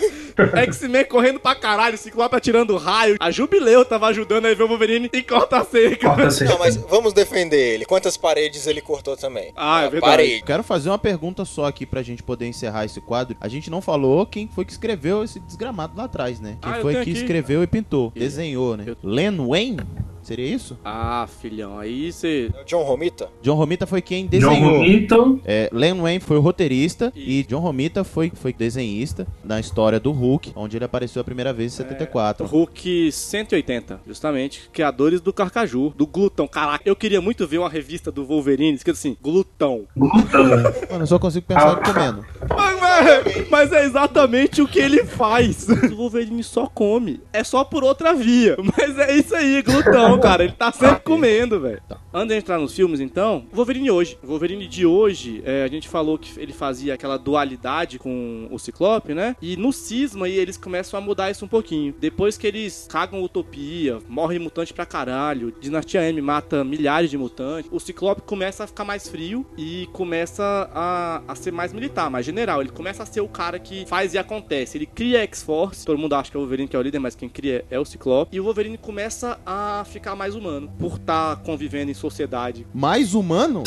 [SPEAKER 1] X-Men correndo pra caralho, o Ciclope atirando raio. A Jubileu tava ajudando aí ver o Wolverine e corta a cerca.
[SPEAKER 6] Corta essa
[SPEAKER 3] Não, mas vamos defender ele. Quantas paredes ele cortou também?
[SPEAKER 1] Ah, é
[SPEAKER 3] Uma
[SPEAKER 1] verdade.
[SPEAKER 3] Parede.
[SPEAKER 2] Quero fazer uma pergunta só aqui pra gente poder encerrar esse quadro. A gente não falou quem foi que escreveu esse desgramado lá atrás, né? Quem
[SPEAKER 1] Ah, eu
[SPEAKER 2] foi que
[SPEAKER 1] tenho aqui.
[SPEAKER 2] escreveu e pintou, desenhou, né?
[SPEAKER 1] Eu-
[SPEAKER 2] Len Wayne? Seria isso?
[SPEAKER 1] Ah, filhão, aí você.
[SPEAKER 3] É o John Romita?
[SPEAKER 2] John Romita foi quem
[SPEAKER 6] John
[SPEAKER 2] desenhou.
[SPEAKER 6] Romito,
[SPEAKER 2] É, Len Wayne foi o roteirista
[SPEAKER 1] Isso.
[SPEAKER 2] e John Romita foi, foi desenhista na história do Hulk, onde ele apareceu a primeira
[SPEAKER 1] É,
[SPEAKER 2] vez em 74.
[SPEAKER 1] Hulk 180, justamente, criadores do Carcaju, do Glutão. Caraca, eu queria muito ver uma revista do Wolverine escrito assim, Glutão.
[SPEAKER 6] Glutão.
[SPEAKER 2] Mano, eu só consigo pensar ele comendo.
[SPEAKER 1] Mas, mas- mas é exatamente o que ele faz. O Wolverine só come. É só por outra via. Mas é isso aí, glutão, cara. Ele tá sempre comendo, velho. Antes de entrar nos filmes, então, Wolverine hoje. Wolverine de hoje, é, a gente falou que ele fazia aquela dualidade com o Ciclope, né? E no Cisma aí eles começam a mudar isso um pouquinho. Depois que eles cagam Utopia, morre mutante pra caralho, Dinastia M mata milhares de mutantes, o Ciclope começa a ficar mais frio e começa a, a ser mais militar, mais general. Ele começa a ser o cara que faz e acontece. Ele cria X-Force, todo mundo acha que é o Wolverine que é o líder, mas quem cria é o Ciclope. E o Wolverine começa a ficar mais humano por estar convivendo em sociedade.
[SPEAKER 2] Mais humano?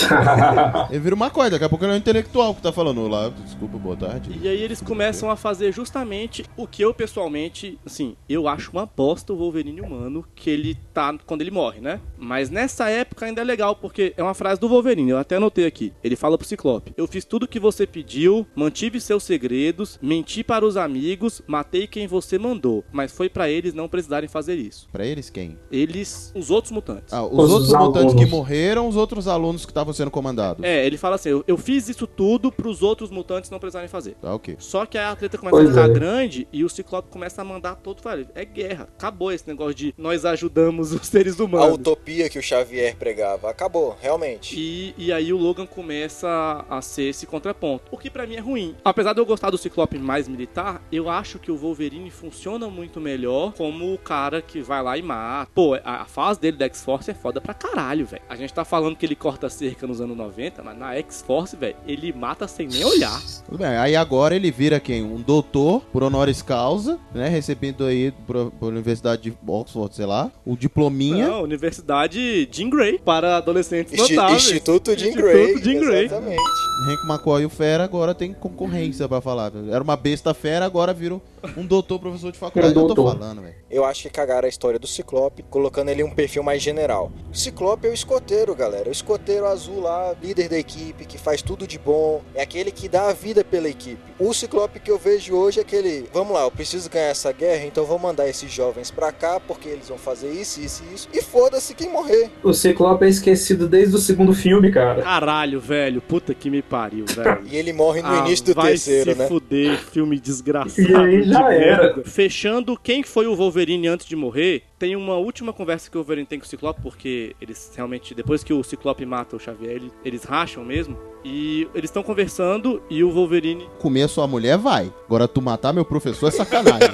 [SPEAKER 2] Ele vira uma coisa, daqui a pouco ele é um intelectual que tá falando lá. Desculpa, boa tarde.
[SPEAKER 1] E aí eles começam a fazer justamente o que eu pessoalmente, assim, eu acho uma bosta o Wolverine humano que ele tá quando ele morre, né? Mas nessa época ainda é legal, porque é uma frase do Wolverine, eu até anotei aqui. Ele fala pro Ciclope: Eu fiz tudo o que você pediu, mantive seus segredos, menti para os amigos, matei quem você mandou, mas foi pra eles não precisarem fazer isso.
[SPEAKER 2] Pra eles quem?
[SPEAKER 1] Eles, os outros mutantes.
[SPEAKER 2] Ah, os,
[SPEAKER 6] Os
[SPEAKER 2] outros mutantes
[SPEAKER 6] alunos.
[SPEAKER 2] que morreram, os outros alunos que estavam sendo comandados.
[SPEAKER 1] É, ele fala assim: eu, eu fiz isso tudo pros outros mutantes não precisarem fazer.
[SPEAKER 2] Tá ok.
[SPEAKER 1] Só que aí a treta começa
[SPEAKER 6] Pois
[SPEAKER 1] a ficar
[SPEAKER 6] é.
[SPEAKER 1] grande e o Ciclope começa a mandar todo. Velho, é guerra. Acabou esse negócio de nós ajudamos <laughs> os seres
[SPEAKER 3] A
[SPEAKER 1] humanos.
[SPEAKER 3] utopia que o Xavier pregava. Acabou, realmente.
[SPEAKER 1] E, e aí o Logan começa a ser esse contraponto. O que pra mim é ruim. Apesar de eu gostar do Ciclope mais militar, eu acho que o Wolverine funciona muito melhor como o cara que vai lá e mata. Pô, a, a fase dele da X-Force é foda pra caralho, velho. A gente tá falando que ele corta cerca nos anos 90, mas na X-Force, velho, ele mata sem nem olhar.
[SPEAKER 2] Tudo bem. Aí agora ele vira quem? Um doutor por honoris causa, né? Recebendo aí pra, pra Universidade de Oxford, sei lá, o diplominha.
[SPEAKER 6] É.
[SPEAKER 1] Não, Universidade Jean Grey para adolescentes
[SPEAKER 3] Insti-
[SPEAKER 1] notáveis.
[SPEAKER 3] Instituto Jim
[SPEAKER 1] Instituto
[SPEAKER 3] Gray.
[SPEAKER 1] Jean Grey.
[SPEAKER 3] Exatamente.
[SPEAKER 2] Hank McCoy e o Fera agora tem concorrência pra falar. Era uma besta fera, agora virou um doutor professor de faculdade.
[SPEAKER 6] É um
[SPEAKER 2] Eu tô
[SPEAKER 6] doutor.
[SPEAKER 2] falando, velho.
[SPEAKER 3] Eu acho que cagaram a história do Ciclope, colocando ele um perfil mais general. O Ciclope é o escoteiro, galera. O escoteiro azul lá, líder da equipe, que faz tudo de bom. É aquele que dá a vida pela equipe. O Ciclope que eu vejo hoje é aquele... Vamos lá, eu preciso ganhar essa guerra, então vou mandar esses jovens pra cá, porque eles vão fazer isso, isso e isso. E foda-se quem morrer.
[SPEAKER 6] <laughs> O Ciclope é esquecido desde o segundo filme,
[SPEAKER 1] Ah,
[SPEAKER 6] cara.
[SPEAKER 1] Caralho, velho. Puta que me pariu, velho.
[SPEAKER 3] <laughs> E ele morre no
[SPEAKER 1] Ah,
[SPEAKER 3] início do
[SPEAKER 1] vai
[SPEAKER 3] terceiro,
[SPEAKER 1] se
[SPEAKER 3] né?
[SPEAKER 1] fuder, filme desgraçado.
[SPEAKER 6] E aí já
[SPEAKER 1] de
[SPEAKER 6] era.
[SPEAKER 1] merda. Fechando quem foi o Wolverine antes de morrer, tem uma última conversa que o Wolverine tem com o Ciclope, porque eles realmente, depois que o Ciclope mata o Xavier, ele- eles racham mesmo. E eles estão conversando e o Wolverine.
[SPEAKER 2] Comer a sua mulher, vai. Agora tu matar meu professor é sacanagem.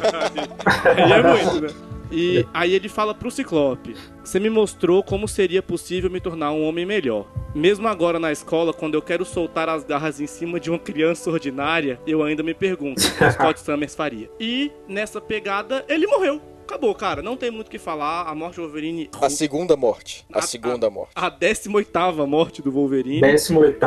[SPEAKER 1] Aí é muito, né? E aí ele fala pro Ciclope: Você me mostrou como seria possível me tornar um homem melhor. Mesmo agora na escola, quando eu quero soltar as garras em cima de uma criança ordinária, eu ainda me pergunto o que o Scott Summers faria. E nessa pegada, ele morreu. Acabou, cara. Não tem muito o que falar. A morte do Wolverine.
[SPEAKER 3] A segunda morte.
[SPEAKER 1] Ah,
[SPEAKER 3] A segunda morte.
[SPEAKER 1] A 18 morte do Wolverine.
[SPEAKER 6] 18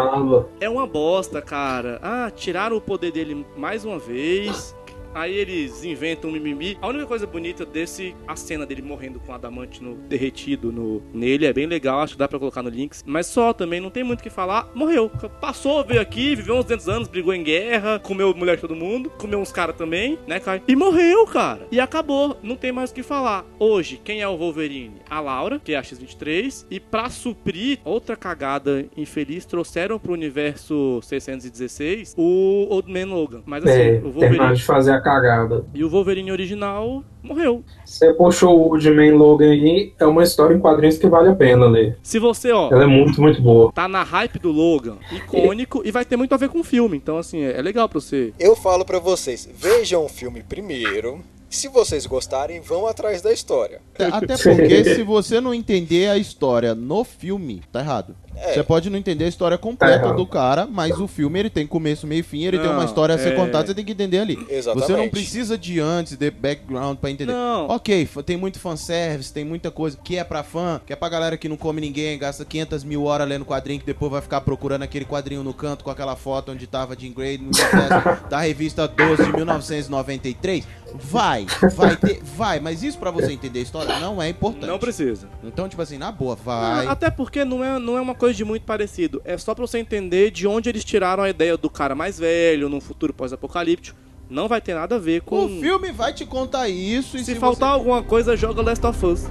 [SPEAKER 1] É uma bosta, cara. Ah, tiraram o poder dele mais uma vez. Aí eles inventam um mimimi. A única coisa bonita desse, a cena dele morrendo com o adamante no, derretido no, nele, é bem legal, acho que dá pra colocar no links. Mas só também, não tem muito o que falar. Morreu. Passou, veio aqui, viveu uns 200 anos, brigou em guerra, comeu mulher de todo mundo, comeu uns caras também, né, Kai? E morreu, cara. E acabou, não tem mais o que falar. Hoje, quem é o Wolverine? A Laura, que é a X-23. E pra suprir outra cagada infeliz, trouxeram pro universo 616 o Old Man Logan. Mas assim,
[SPEAKER 6] É,
[SPEAKER 1] o
[SPEAKER 6] terminar
[SPEAKER 1] Wolverine.
[SPEAKER 6] de fazer a cagada.
[SPEAKER 1] E o Wolverine original morreu.
[SPEAKER 6] Você puxou o de Man Logan aí, é uma história em quadrinhos que vale a pena ler.
[SPEAKER 1] Se você, ó,
[SPEAKER 6] Ela é muito, muito boa.
[SPEAKER 1] tá na hype do Logan, icônico, e vai ter muito a ver com o filme. Então, assim, é é legal pra você.
[SPEAKER 3] Eu falo pra vocês, vejam o filme primeiro. Se vocês gostarem, vão atrás da história.
[SPEAKER 2] É, Até porque se você não entender a história no filme, tá errado.
[SPEAKER 3] É.
[SPEAKER 2] Você pode não entender a história completa
[SPEAKER 6] errado.
[SPEAKER 2] do cara, mas o filme ele tem começo, meio e fim, ele tem
[SPEAKER 1] Não,
[SPEAKER 2] uma história a ser
[SPEAKER 1] é.
[SPEAKER 2] contada, você tem que entender ali.
[SPEAKER 3] Exatamente.
[SPEAKER 2] Você não precisa de antes, de background pra entender.
[SPEAKER 1] Não.
[SPEAKER 2] Ok, f- tem muito fanservice, tem muita coisa que é pra fã, que é pra galera que não come ninguém, gasta 500 mil horas lendo quadrinho, que depois vai ficar procurando aquele quadrinho no canto com aquela foto onde tava Jim Grey no universo da revista 12 de 1993. Vai, vai ter, vai, mas isso pra você entender a história não é importante.
[SPEAKER 1] Não precisa.
[SPEAKER 2] Então, tipo assim, na boa,
[SPEAKER 1] Ah,
[SPEAKER 2] vai.
[SPEAKER 1] Até porque não é, não é uma coisa de muito parecido. É só pra você entender de onde eles tiraram a ideia do cara mais velho, num futuro pós-apocalíptico. Não vai ter nada a ver com.
[SPEAKER 2] O filme vai te contar isso e
[SPEAKER 1] Se,
[SPEAKER 2] se,
[SPEAKER 1] faltar alguma coisa, joga Last of Us.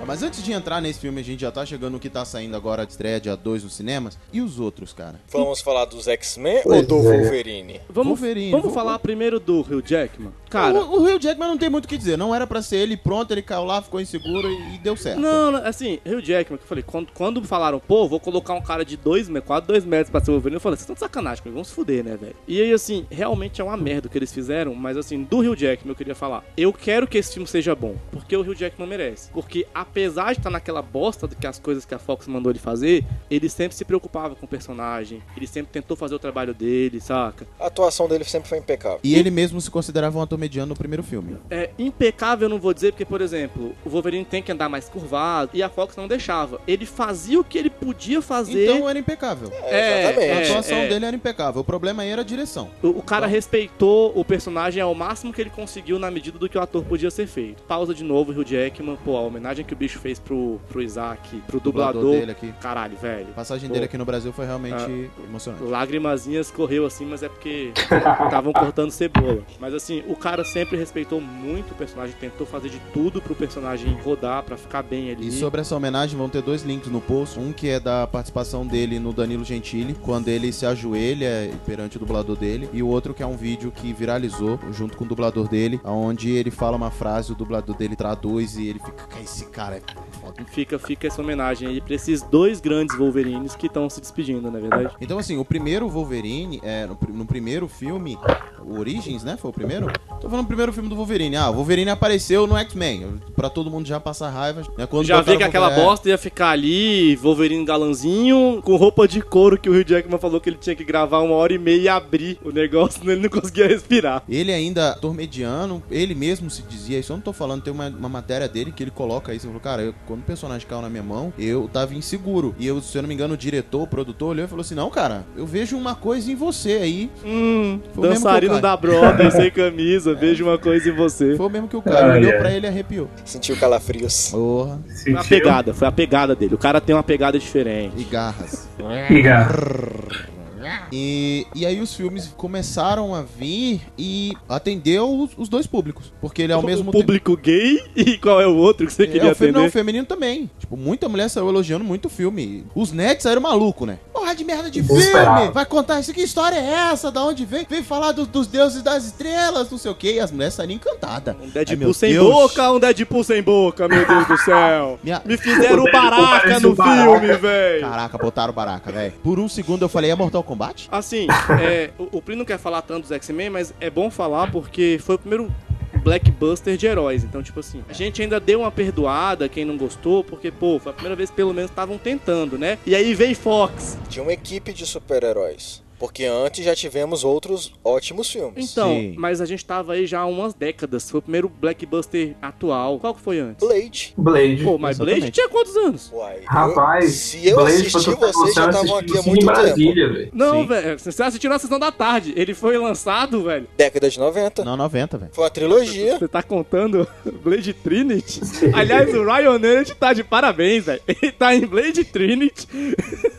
[SPEAKER 2] Ah, Mas antes de entrar nesse filme, a gente já tá chegando no que tá saindo agora de estreia dia 2 nos cinemas. E os outros, cara?
[SPEAKER 3] Vamos falar dos X-Men ou
[SPEAKER 6] Pois
[SPEAKER 3] do
[SPEAKER 6] é.
[SPEAKER 3] Wolverine?
[SPEAKER 1] Vamos,
[SPEAKER 2] Wolverine,
[SPEAKER 1] vamos
[SPEAKER 2] vamos-
[SPEAKER 1] falar primeiro do Hugh Jackman. Cara,
[SPEAKER 2] O, o Hugh Jackman não tem muito o que dizer. Não era pra ser ele pronto, ele caiu lá, ficou inseguro e, e deu certo.
[SPEAKER 1] não, não, assim, Hugh Jackman, que eu falei, quando, quando falaram, pô, vou colocar um cara de dois, me- quase dois metros pra ser o Wolverine, eu falei, vocês estão de sacanagem comigo, vamos se fuder, né, velho? E aí, assim, realmente é uma merda o que eles fizeram, mas assim, do Hugh Jackman eu queria falar, eu quero que esse filme seja bom, porque o Hugh Jackman merece. Porque apesar de estar naquela bosta do que as coisas que a Fox mandou ele fazer, ele sempre se preocupava com o personagem, ele sempre tentou fazer o trabalho dele, saca?
[SPEAKER 3] A atuação dele sempre foi impecável.
[SPEAKER 2] E ele mesmo se considerava um ator mediano no primeiro filme.
[SPEAKER 1] É, impecável eu não vou dizer, porque, por exemplo, o Wolverine tem que andar mais curvado e a Fox não deixava. Ele fazia o que ele podia fazer.
[SPEAKER 2] Então era impecável.
[SPEAKER 1] É,
[SPEAKER 2] a
[SPEAKER 3] Exatamente.
[SPEAKER 2] atuação
[SPEAKER 1] é.
[SPEAKER 2] dele era impecável. O problema aí era a direção.
[SPEAKER 1] O, o cara respeitou o personagem ao máximo que ele conseguiu na medida do que o ator podia ser feito. Pausa de novo, Hugh Jackman. Pô, a homenagem que o bicho fez pro, pro Isaac, pro dublador.
[SPEAKER 2] dele aqui.
[SPEAKER 1] Caralho, velho.
[SPEAKER 2] A passagem
[SPEAKER 1] Pô. Ah.
[SPEAKER 2] dele aqui no Brasil foi realmente emocionante.
[SPEAKER 1] Lagrimazinhas correu assim, mas é porque estavam cortando cebola. Mas assim, o cara sempre respeitou muito o personagem, tentou fazer de tudo pro personagem rodar, pra ficar bem ali.
[SPEAKER 2] E sobre essa homenagem vão ter dois links no post. Um que é da participação dele no Danilo Gentili, quando ele se ajoelha perante o dublador dele. E o outro que é um vídeo que viralizou junto com o dublador dele, onde ele fala uma frase, o dublador dele traduz e ele fica, "Cara, esse cara é foda.
[SPEAKER 1] Fica, fica essa homenagem aí pra esses dois grandes Wolverines que estão se despedindo, na verdade.
[SPEAKER 2] Então, assim, o primeiro Wolverine, é, no, pri- no primeiro filme, o Origins, né? Foi o primeiro? Tô falando do primeiro filme do Wolverine. Ah, o Wolverine apareceu no X-Men. Pra todo mundo já passar raiva. Né? Quando
[SPEAKER 1] Já vi
[SPEAKER 2] botaram
[SPEAKER 1] que
[SPEAKER 2] o
[SPEAKER 1] aquela
[SPEAKER 2] Wolverine-
[SPEAKER 1] bosta ia ficar ali, Wolverine galanzinho, com roupa de couro que o Hugh Jackman falou que ele tinha que gravar uma hora e meia e abrir o negócio, <laughs> senão ele não conseguia respirar.
[SPEAKER 2] Ele ainda ator mediano, ele mesmo se dizia isso. Eu não tô falando, tem uma, uma matéria dele que ele coloca isso. Ele falou, cara, eu- quando o personagem caiu na minha mão, eu tava inseguro. E eu, se eu não me engano, o diretor, o produtor olhou e falou assim: Não, cara, eu vejo uma coisa em você aí.
[SPEAKER 1] Hum,
[SPEAKER 2] Foi o mesmo que
[SPEAKER 1] dançarino
[SPEAKER 2] o
[SPEAKER 1] da Broadway sem camisa, vejo uma coisa em você.
[SPEAKER 2] Foi o mesmo que o cara
[SPEAKER 6] Ai,
[SPEAKER 2] olhou
[SPEAKER 6] ai.
[SPEAKER 2] pra ele e arrepiou.
[SPEAKER 3] Sentiu calafrios.
[SPEAKER 2] Porra.
[SPEAKER 1] Foi a
[SPEAKER 6] Sentiu?
[SPEAKER 1] pegada, foi a pegada dele. O cara tem uma pegada diferente.
[SPEAKER 2] E garras.
[SPEAKER 6] E garra.
[SPEAKER 2] E, e aí os filmes começaram a vir e atendeu os, os dois públicos. Porque ele é ao mesmo
[SPEAKER 1] o
[SPEAKER 2] tempo.
[SPEAKER 1] público gay <laughs> e qual é o outro que você
[SPEAKER 2] É,
[SPEAKER 1] queria
[SPEAKER 2] o femi- não, o
[SPEAKER 1] atender?
[SPEAKER 2] feminino também. Tipo, muita mulher saiu elogiando muito o filme. Os nerds saíram maluco, né? Porra de merda de
[SPEAKER 6] Desesperado.
[SPEAKER 2] filme! Vai contar isso? Que história é essa? Da onde vem? Vem falar do- dos deuses das estrelas, não sei o quê. E as mulheres saíram encantadas.
[SPEAKER 1] Um
[SPEAKER 5] Ai,
[SPEAKER 1] Deadpool
[SPEAKER 5] meu
[SPEAKER 1] sem
[SPEAKER 5] Deus.
[SPEAKER 1] boca, um Deadpool sem boca, meu Deus do
[SPEAKER 2] <laughs>
[SPEAKER 1] céu.
[SPEAKER 2] Minha-
[SPEAKER 1] Me fizeram
[SPEAKER 6] O
[SPEAKER 1] o
[SPEAKER 6] Deadpool
[SPEAKER 1] baraca
[SPEAKER 6] parece um
[SPEAKER 1] no
[SPEAKER 6] o Baraka.
[SPEAKER 1] filme, velho.
[SPEAKER 2] Caraca, botaram o baraca, velho. Por um segundo eu falei, é Mortal Kombat?
[SPEAKER 1] Assim, <laughs> é, o, o Plin não quer falar tanto dos X-Men, mas é bom falar porque foi o primeiro blackbuster de heróis. Então, tipo assim, a gente ainda deu uma perdoada, quem não gostou, porque, pô, foi a primeira vez que pelo menos estavam tentando, né? E aí veio Fox.
[SPEAKER 3] de uma equipe de super-heróis. Porque antes já tivemos outros ótimos filmes.
[SPEAKER 1] Então,
[SPEAKER 2] Sim.
[SPEAKER 1] mas a gente tava aí já há umas décadas. Foi o primeiro blackbuster atual. Qual que foi antes?
[SPEAKER 3] Blade.
[SPEAKER 6] Blade.
[SPEAKER 1] Pô, mas
[SPEAKER 2] Exatamente.
[SPEAKER 1] Blade tinha quantos anos?
[SPEAKER 3] Uai. eu-
[SPEAKER 6] Rapaz,
[SPEAKER 3] se eu
[SPEAKER 6] Blade, pra
[SPEAKER 3] assisti,
[SPEAKER 6] tu ter
[SPEAKER 3] vocês
[SPEAKER 6] noção,
[SPEAKER 3] já
[SPEAKER 6] eu
[SPEAKER 3] estavam
[SPEAKER 6] assisti
[SPEAKER 3] aqui há
[SPEAKER 6] no Cine
[SPEAKER 3] muito tempo.
[SPEAKER 6] Brasília, velho.
[SPEAKER 1] Não,
[SPEAKER 2] Sim.
[SPEAKER 1] velho. Você assistiu na sessão da tarde. Ele foi lançado, velho.
[SPEAKER 3] Década de 90.
[SPEAKER 2] Não, 90, velho.
[SPEAKER 3] Foi uma trilogia.
[SPEAKER 1] Você tá contando <laughs> Blade Trinity? Aliás, o Ryan Elliott tá de parabéns, velho. Ele tá em Blade Trinity. <laughs>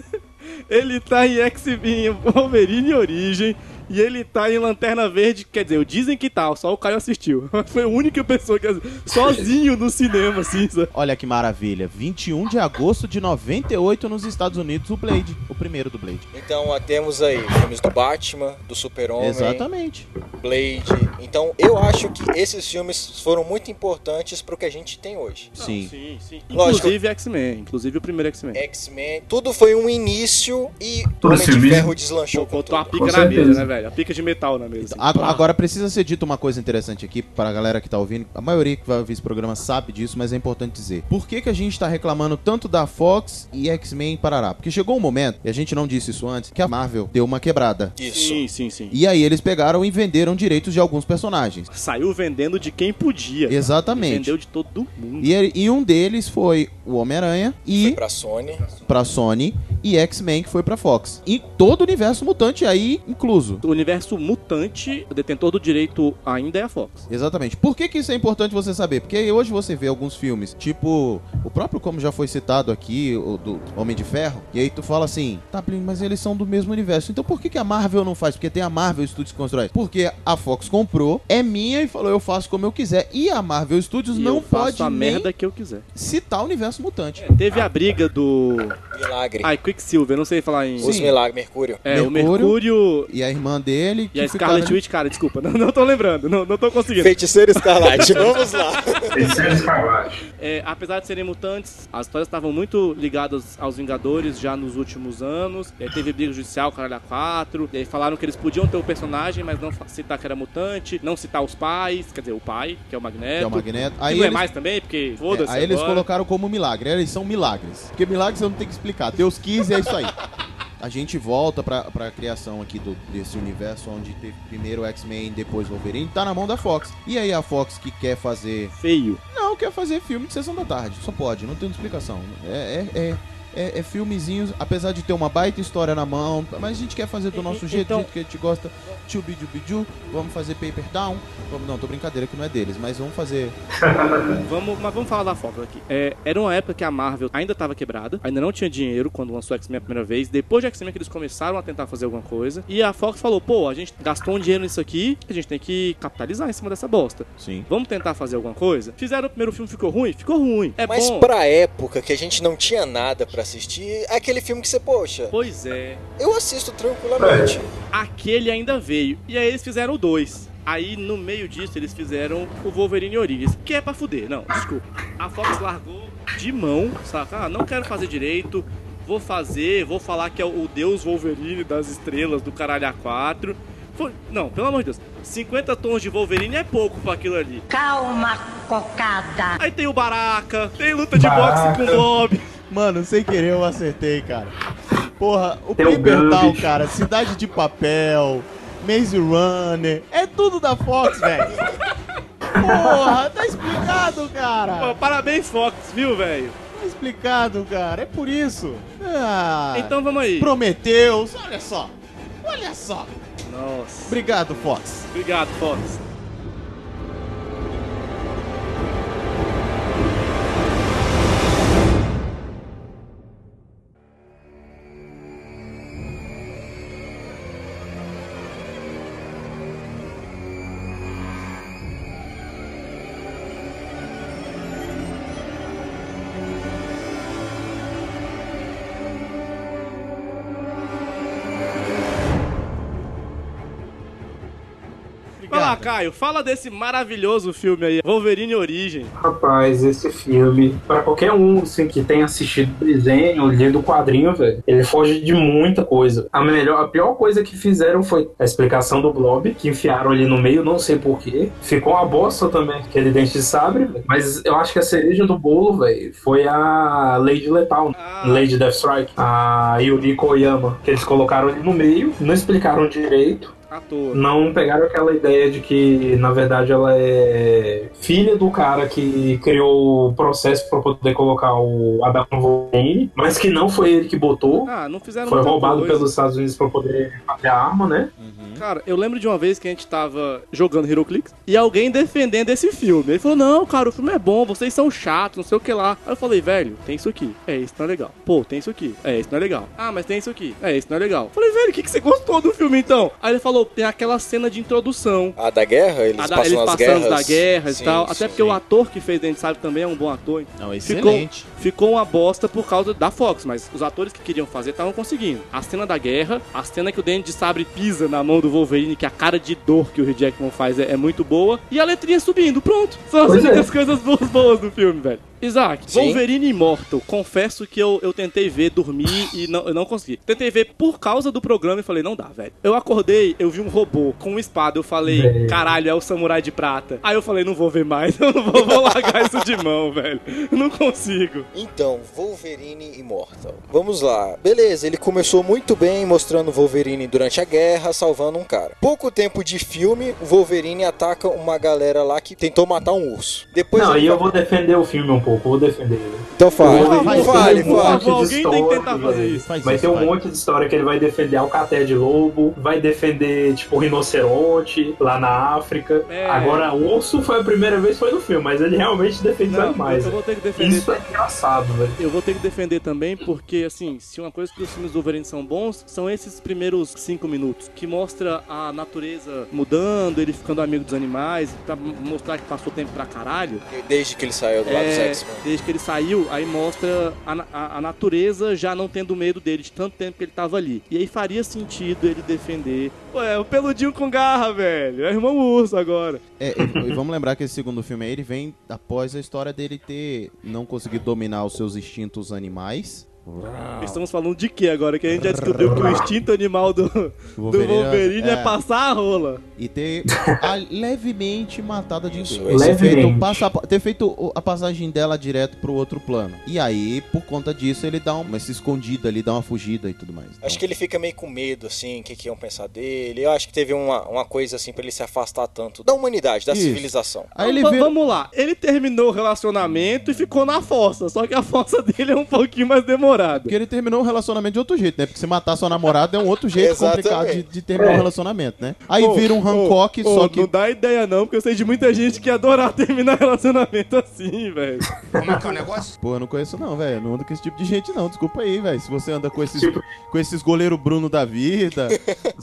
[SPEAKER 1] Ele tá em x em Wolverine Origem. E ele tá em Lanterna Verde. Quer dizer, dizem que tá, só o Caio assistiu. <laughs> Foi a única pessoa que assistiu, sozinho no cinema, assim, sabe?
[SPEAKER 2] Olha que maravilha. 21 de agosto de 98 nos Estados Unidos, o Blade. O primeiro do Blade.
[SPEAKER 3] Então ó, temos aí filmes do Batman, do Super-Homem,
[SPEAKER 2] Exatamente.
[SPEAKER 3] Blade. Então eu acho que esses filmes foram muito importantes pro que a gente tem hoje.
[SPEAKER 2] Sim.
[SPEAKER 1] sim, sim.
[SPEAKER 3] Lógico.
[SPEAKER 1] Inclusive X-Men. Inclusive o primeiro
[SPEAKER 3] É,
[SPEAKER 1] X-Men.
[SPEAKER 3] X-Men, tudo foi um início e o
[SPEAKER 6] Tudo
[SPEAKER 3] Homem de
[SPEAKER 6] filme.
[SPEAKER 3] Ferro deslanchou com
[SPEAKER 1] Botou a
[SPEAKER 3] tudo.
[SPEAKER 6] Com
[SPEAKER 1] pica na mesa,
[SPEAKER 6] certeza.
[SPEAKER 1] né, velho? A pica de metal na mesa. assim.
[SPEAKER 2] A- Agora precisa ser dito uma coisa interessante aqui para a galera que tá ouvindo. A maioria que vai ouvir esse programa sabe disso, mas é importante dizer. Por que, que a gente tá reclamando tanto da Fox e X-Men e Parará? Porque chegou um momento, e a gente não disse isso antes, que a Marvel deu uma quebrada.
[SPEAKER 3] Isso.
[SPEAKER 1] Sim, sim, sim.
[SPEAKER 2] E aí eles pegaram e venderam direitos de alguns personagens.
[SPEAKER 1] Saiu vendendo de quem podia.
[SPEAKER 2] Exatamente.
[SPEAKER 1] Vendeu de todo mundo.
[SPEAKER 2] E, ele- e um deles foi o Homem-Aranha
[SPEAKER 3] Foi
[SPEAKER 2] e
[SPEAKER 3] pra Sony.
[SPEAKER 2] pra Sony e X-Men que foi pra Fox. E todo o universo mutante aí incluso.
[SPEAKER 1] O universo mutante, o detentor do direito ainda é a Fox.
[SPEAKER 2] Exatamente. Por que, que isso é importante você saber? Porque hoje você vê alguns filmes, tipo o próprio, como já foi citado aqui, o do Homem de Ferro, e aí tu fala assim, tá, Plínio, mas eles são do mesmo universo. Então por que, que a Marvel não faz? Porque tem a Marvel Studios que constrói. Porque a Fox comprou, é minha e falou, eu faço como eu quiser. E a Marvel Studios
[SPEAKER 1] E
[SPEAKER 2] não
[SPEAKER 1] eu faço
[SPEAKER 2] pode
[SPEAKER 1] a
[SPEAKER 2] nem
[SPEAKER 1] merda que eu quiser.
[SPEAKER 2] citar o universo mutante.
[SPEAKER 1] É, teve a briga do.
[SPEAKER 3] Milagre.
[SPEAKER 1] Ai, Quicksilver, não sei falar em.
[SPEAKER 3] Os
[SPEAKER 2] Sim.
[SPEAKER 3] Milagres, Mercúrio.
[SPEAKER 1] É, o
[SPEAKER 2] Mercúrio né?
[SPEAKER 1] Mercúrio.
[SPEAKER 2] E a irmã dele
[SPEAKER 1] E a
[SPEAKER 2] ficaram-
[SPEAKER 1] Scarlet Witch, cara, desculpa, <laughs> não, não tô lembrando, não, não tô conseguindo.
[SPEAKER 3] Feiticeiro
[SPEAKER 1] <laughs>
[SPEAKER 3] Escarlate, vamos lá.
[SPEAKER 6] Terceiro escalagem.
[SPEAKER 1] É, apesar de serem mutantes, as histórias estavam muito ligadas aos Vingadores já nos últimos anos. E aí teve briga judicial, caralho, a 4. E aí falaram que eles podiam ter o personagem, mas não fa- citar que era mutante, não citar os pais, quer dizer, o pai, que é o Magneto.
[SPEAKER 2] que é o Magneto.
[SPEAKER 1] Que
[SPEAKER 2] Aí
[SPEAKER 1] não é
[SPEAKER 2] eles-
[SPEAKER 1] mais também, porque
[SPEAKER 2] É,
[SPEAKER 1] foda-se.
[SPEAKER 2] aí eles
[SPEAKER 1] agora.
[SPEAKER 2] colocaram como milagre. Eles são milagres. Porque milagres eu não tenho que explicar. Deus quis e é
[SPEAKER 1] <laughs>
[SPEAKER 2] isso aí. A gente volta pra, pra criação aqui do, desse universo onde teve primeiro o X-Men, depois o Wolverine, tá na mão da Fox. E aí a Fox que quer fazer.
[SPEAKER 1] feio.
[SPEAKER 2] Não, quer fazer filme de sessão da tarde. Só pode, não tem outra explicação. É, é, é, é- é filmezinhos, apesar de ter uma baita história na mão, mas a gente quer fazer do nosso jeito, do
[SPEAKER 1] Então-
[SPEAKER 2] jeito que a gente gosta. Tio Biju Biju, vamos fazer Paper Down. Vamos, não, tô brincadeira que não é deles, mas vamos fazer.
[SPEAKER 1] Vamos, mas vamos falar da Fox aqui. É, era uma época que a Marvel ainda estava quebrada, ainda não tinha dinheiro quando lançou X-Men a primeira vez. Depois de X-Men que eles começaram a tentar fazer alguma coisa. E a Fox falou: pô, a gente gastou um dinheiro nisso aqui, a gente tem que capitalizar em cima dessa bosta.
[SPEAKER 2] Sim.
[SPEAKER 1] Vamos tentar fazer alguma coisa? Fizeram o primeiro filme, ficou ruim? Ficou ruim. É
[SPEAKER 3] Mas
[SPEAKER 1] bom.
[SPEAKER 3] pra época que a gente não tinha nada pra assistir, é aquele filme que você, poxa,
[SPEAKER 1] Pois é.
[SPEAKER 3] eu assisto tranquilamente.
[SPEAKER 1] Aquele ainda veio. E aí eles fizeram o dois. Aí, no meio disso, eles fizeram o Wolverine Origins, que é pra fuder. Não, desculpa. A Fox largou de mão, saca? Ah, não quero fazer direito, vou fazer, vou falar que é o deus Wolverine das estrelas do caralho A4. Foi- Não, pelo amor de Deus. 50 tons de Wolverine é pouco pra aquilo ali.
[SPEAKER 7] Calma, cocada.
[SPEAKER 1] Aí tem o Baraka, tem luta de
[SPEAKER 6] Baraka.
[SPEAKER 1] boxe com o Bob.
[SPEAKER 2] Mano, sem querer eu acertei, cara. Porra, o
[SPEAKER 6] Tem o
[SPEAKER 2] Paper Town,
[SPEAKER 6] Gambit.
[SPEAKER 2] cara, Cidade de Papel, Maze Runner, é tudo da Fox, velho. Porra, tá explicado,
[SPEAKER 1] Pô,
[SPEAKER 2] cara.
[SPEAKER 1] parabéns, Fox, viu, velho?
[SPEAKER 2] Tá explicado, cara. É por isso. Ah,
[SPEAKER 1] Então vamos aí.
[SPEAKER 2] Prometeus, olha só. Olha só.
[SPEAKER 1] Nossa.
[SPEAKER 2] Obrigado, Fox.
[SPEAKER 1] Obrigado, Fox. lá, Caio, fala desse maravilhoso filme aí, Wolverine Origem.
[SPEAKER 6] Rapaz, esse filme, pra qualquer um assim, que tenha assistido o desenho, lido o quadrinho, velho, ele foge de muita coisa. A melhor, a pior coisa que fizeram foi a explicação do Blob, que enfiaram ali no meio, não sei porquê. Ficou uma bosta também, aquele dente de sabre, velho. Mas eu acho que a cereja do bolo, velho, foi a Lady Letal, né?
[SPEAKER 1] Ah,
[SPEAKER 6] Lady Deathstrike, a Yuri Koyama, que eles colocaram ali no meio, não explicaram direito.
[SPEAKER 1] À toa.
[SPEAKER 6] Não pegaram aquela ideia de que, na verdade, ela é filha do cara que criou o processo pra poder colocar o Adam Wolverine, mas que não foi ele que botou.
[SPEAKER 1] Ah, não fizeram
[SPEAKER 6] Foi
[SPEAKER 1] muita
[SPEAKER 6] roubado
[SPEAKER 1] coisa.
[SPEAKER 6] pelos Estados Unidos pra poder fazer a arma, né?
[SPEAKER 1] Cara, eu lembro de uma vez que a gente tava jogando Heroclix e alguém defendendo esse filme. Ele falou: Não, cara, o filme é bom, vocês são chatos, não sei o que lá. Aí eu falei: Velho, tem isso aqui. É, isso não é legal. Pô, tem isso aqui. É, isso não é legal. Ah, mas tem isso aqui. É, isso não é legal. Eu falei: Velho, o que, que você gostou do filme então? Aí ele falou: Tem aquela cena de introdução.
[SPEAKER 3] A da guerra? Eles
[SPEAKER 1] A da-
[SPEAKER 3] passam
[SPEAKER 1] eles
[SPEAKER 3] as
[SPEAKER 1] passando
[SPEAKER 3] guerras.
[SPEAKER 1] da guerra e
[SPEAKER 3] Sim,
[SPEAKER 1] tal.
[SPEAKER 3] sim,
[SPEAKER 1] Até porque o ator que fez, a gente sabe, também é um bom ator. então
[SPEAKER 2] Não,
[SPEAKER 1] Ficou-
[SPEAKER 2] excelente.
[SPEAKER 1] Ficou uma bosta por causa da Fox, mas os atores que queriam fazer estavam conseguindo. A cena da guerra, a cena que o Dente de Sabre pisa na mão do Wolverine, que é a cara de dor que o Hugh Jackman faz é, é muito boa, e a letrinha subindo, pronto. São as
[SPEAKER 6] Pois é.
[SPEAKER 1] únicas coisas boas, boas do filme, velho. Isaac,
[SPEAKER 3] Sim.
[SPEAKER 1] Wolverine Immortal, confesso que eu, eu tentei ver, dormi e não, eu não consegui. Tentei ver por causa do programa e falei, não dá, velho. Eu acordei, eu vi um robô com uma espada, eu falei,
[SPEAKER 6] Velho.
[SPEAKER 1] caralho, é o Samurai de Prata. Aí eu falei, não vou ver mais, <laughs> eu não vou, vou largar isso de mão, velho. Não consigo.
[SPEAKER 3] Então, Wolverine Immortal. Vamos lá. Beleza, ele começou muito bem mostrando o Wolverine durante a guerra, salvando um cara. Pouco tempo de filme, o Wolverine ataca uma galera lá que tentou matar um urso. Depois
[SPEAKER 6] não,
[SPEAKER 3] ele
[SPEAKER 6] e eu
[SPEAKER 3] vai-
[SPEAKER 6] vou defender o filme um pouco, eu vou defender ele.
[SPEAKER 3] Então fale,
[SPEAKER 6] Por favor,
[SPEAKER 3] fale,
[SPEAKER 6] por
[SPEAKER 3] fale.
[SPEAKER 1] favor, alguém tem que tentar
[SPEAKER 6] História,
[SPEAKER 1] fazer
[SPEAKER 6] velho.
[SPEAKER 1] isso.
[SPEAKER 2] Faz
[SPEAKER 6] Vai
[SPEAKER 2] isso,
[SPEAKER 6] ter um
[SPEAKER 2] vai.
[SPEAKER 6] monte de história que ele vai defender Alcaté de Lobo, vai defender, tipo, rinoceronte lá na África.
[SPEAKER 1] É.
[SPEAKER 6] Agora, urso foi a primeira vez que foi no filme, mas ele realmente
[SPEAKER 3] é
[SPEAKER 6] defende os
[SPEAKER 1] Não,
[SPEAKER 6] animais.
[SPEAKER 1] eu
[SPEAKER 6] velho.
[SPEAKER 1] vou ter que defender.
[SPEAKER 6] Isso é engraçado, velho.
[SPEAKER 1] Eu vou ter que defender também, porque, assim, se uma coisa que os filmes do Wolverine são bons, são esses primeiros cinco minutos, que mostra a natureza mudando, ele ficando amigo dos animais, pra mostrar que passou tempo pra caralho.
[SPEAKER 3] Desde que ele saiu do lado dos
[SPEAKER 1] É,
[SPEAKER 3] X-Men.
[SPEAKER 1] desde que ele saiu, aí mostra a, na- a- a natureza já não tendo medo dele de tanto tempo que ele tava ali. E aí faria sentido ele defender. Ué, o peludinho com garra, velho. É o irmão urso agora.
[SPEAKER 2] É, e e vamos lembrar que esse segundo filme aí, ele vem após a história dele ter não conseguido dominar os seus instintos animais.
[SPEAKER 1] Estamos falando de quê agora? Que a gente já descobriu que o instinto animal do, do Wolverine, é, passar a rola.
[SPEAKER 2] E ter a- levemente matada de
[SPEAKER 3] Isso,
[SPEAKER 2] doença. Ter
[SPEAKER 6] levemente.
[SPEAKER 2] feito, um o passapo- ter feito o- a passagem dela direto pro outro plano. E aí, por conta disso, ele dá uma se escondida ali, dá uma fugida e tudo mais. Então,
[SPEAKER 3] Acho que ele fica meio com medo, assim, o que, que iam pensar dele. Eu acho que teve uma, uma coisa, assim, pra ele se afastar tanto da humanidade, da
[SPEAKER 2] Isso.
[SPEAKER 3] civilização.
[SPEAKER 2] Aí ele
[SPEAKER 1] Então,
[SPEAKER 2] vira...
[SPEAKER 1] Vamos lá. Ele terminou o relacionamento e ficou na fossa. Só que a fossa <laughs> dele é um pouquinho mais demorada.
[SPEAKER 2] Porque ele terminou o relacionamento de outro jeito, né? Porque se matar sua namorada é um outro
[SPEAKER 1] <laughs>
[SPEAKER 2] jeito
[SPEAKER 3] Exatamente.
[SPEAKER 2] complicado de, de terminar um relacionamento, né? Aí
[SPEAKER 1] É. Ô,
[SPEAKER 2] vira um
[SPEAKER 1] ô,
[SPEAKER 2] Hancock,
[SPEAKER 1] ô,
[SPEAKER 2] só que
[SPEAKER 1] Não dá ideia não, porque eu sei de muita gente que ia adorar terminar <laughs> relacionamento assim, velho.
[SPEAKER 2] Pô, eu não conheço não, velho. Eu Não ando com esse tipo de gente não. Desculpa aí, velho. Se você anda com esses, com esses goleiro Bruno da vida.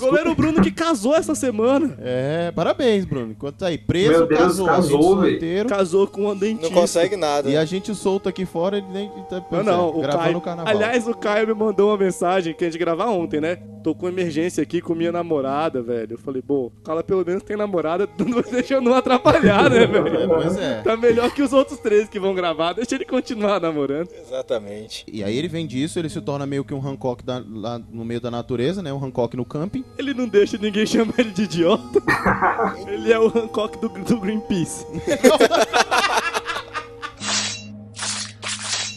[SPEAKER 1] Goleiro Bruno que casou essa semana.
[SPEAKER 2] é, parabéns, Bruno. Enquanto tá aí preso,
[SPEAKER 6] Meu Deus,
[SPEAKER 2] casou, a gente
[SPEAKER 6] casou, velho.
[SPEAKER 2] solteiro.
[SPEAKER 1] Casou com uma dentista.
[SPEAKER 3] Não consegue nada.
[SPEAKER 2] E a gente solto aqui fora, ele nem tá
[SPEAKER 1] Não,
[SPEAKER 2] pois é,
[SPEAKER 1] não, o
[SPEAKER 2] gravando
[SPEAKER 1] Caio.
[SPEAKER 2] o carnaval.
[SPEAKER 1] Aliás, o Caio me mandou uma mensagem que a gente gravar ontem, né? Tô com emergência aqui com minha namorada, velho. Eu falei, pô, o cara pelo menos tem namorada, <laughs> não deixa eu não atrapalhar, né,
[SPEAKER 2] É,
[SPEAKER 1] velho?
[SPEAKER 2] pois é.
[SPEAKER 1] Tá melhor que os outros três que vão gravar, deixa ele continuar namorando.
[SPEAKER 3] Exatamente.
[SPEAKER 2] E aí ele vem disso, ele se torna meio que um Hancock da- lá no meio da natureza, né? Um Hancock no camping.
[SPEAKER 1] Ele não deixa ninguém <laughs> chamar ele de idiota. ele é o Hancock do, do Greenpeace.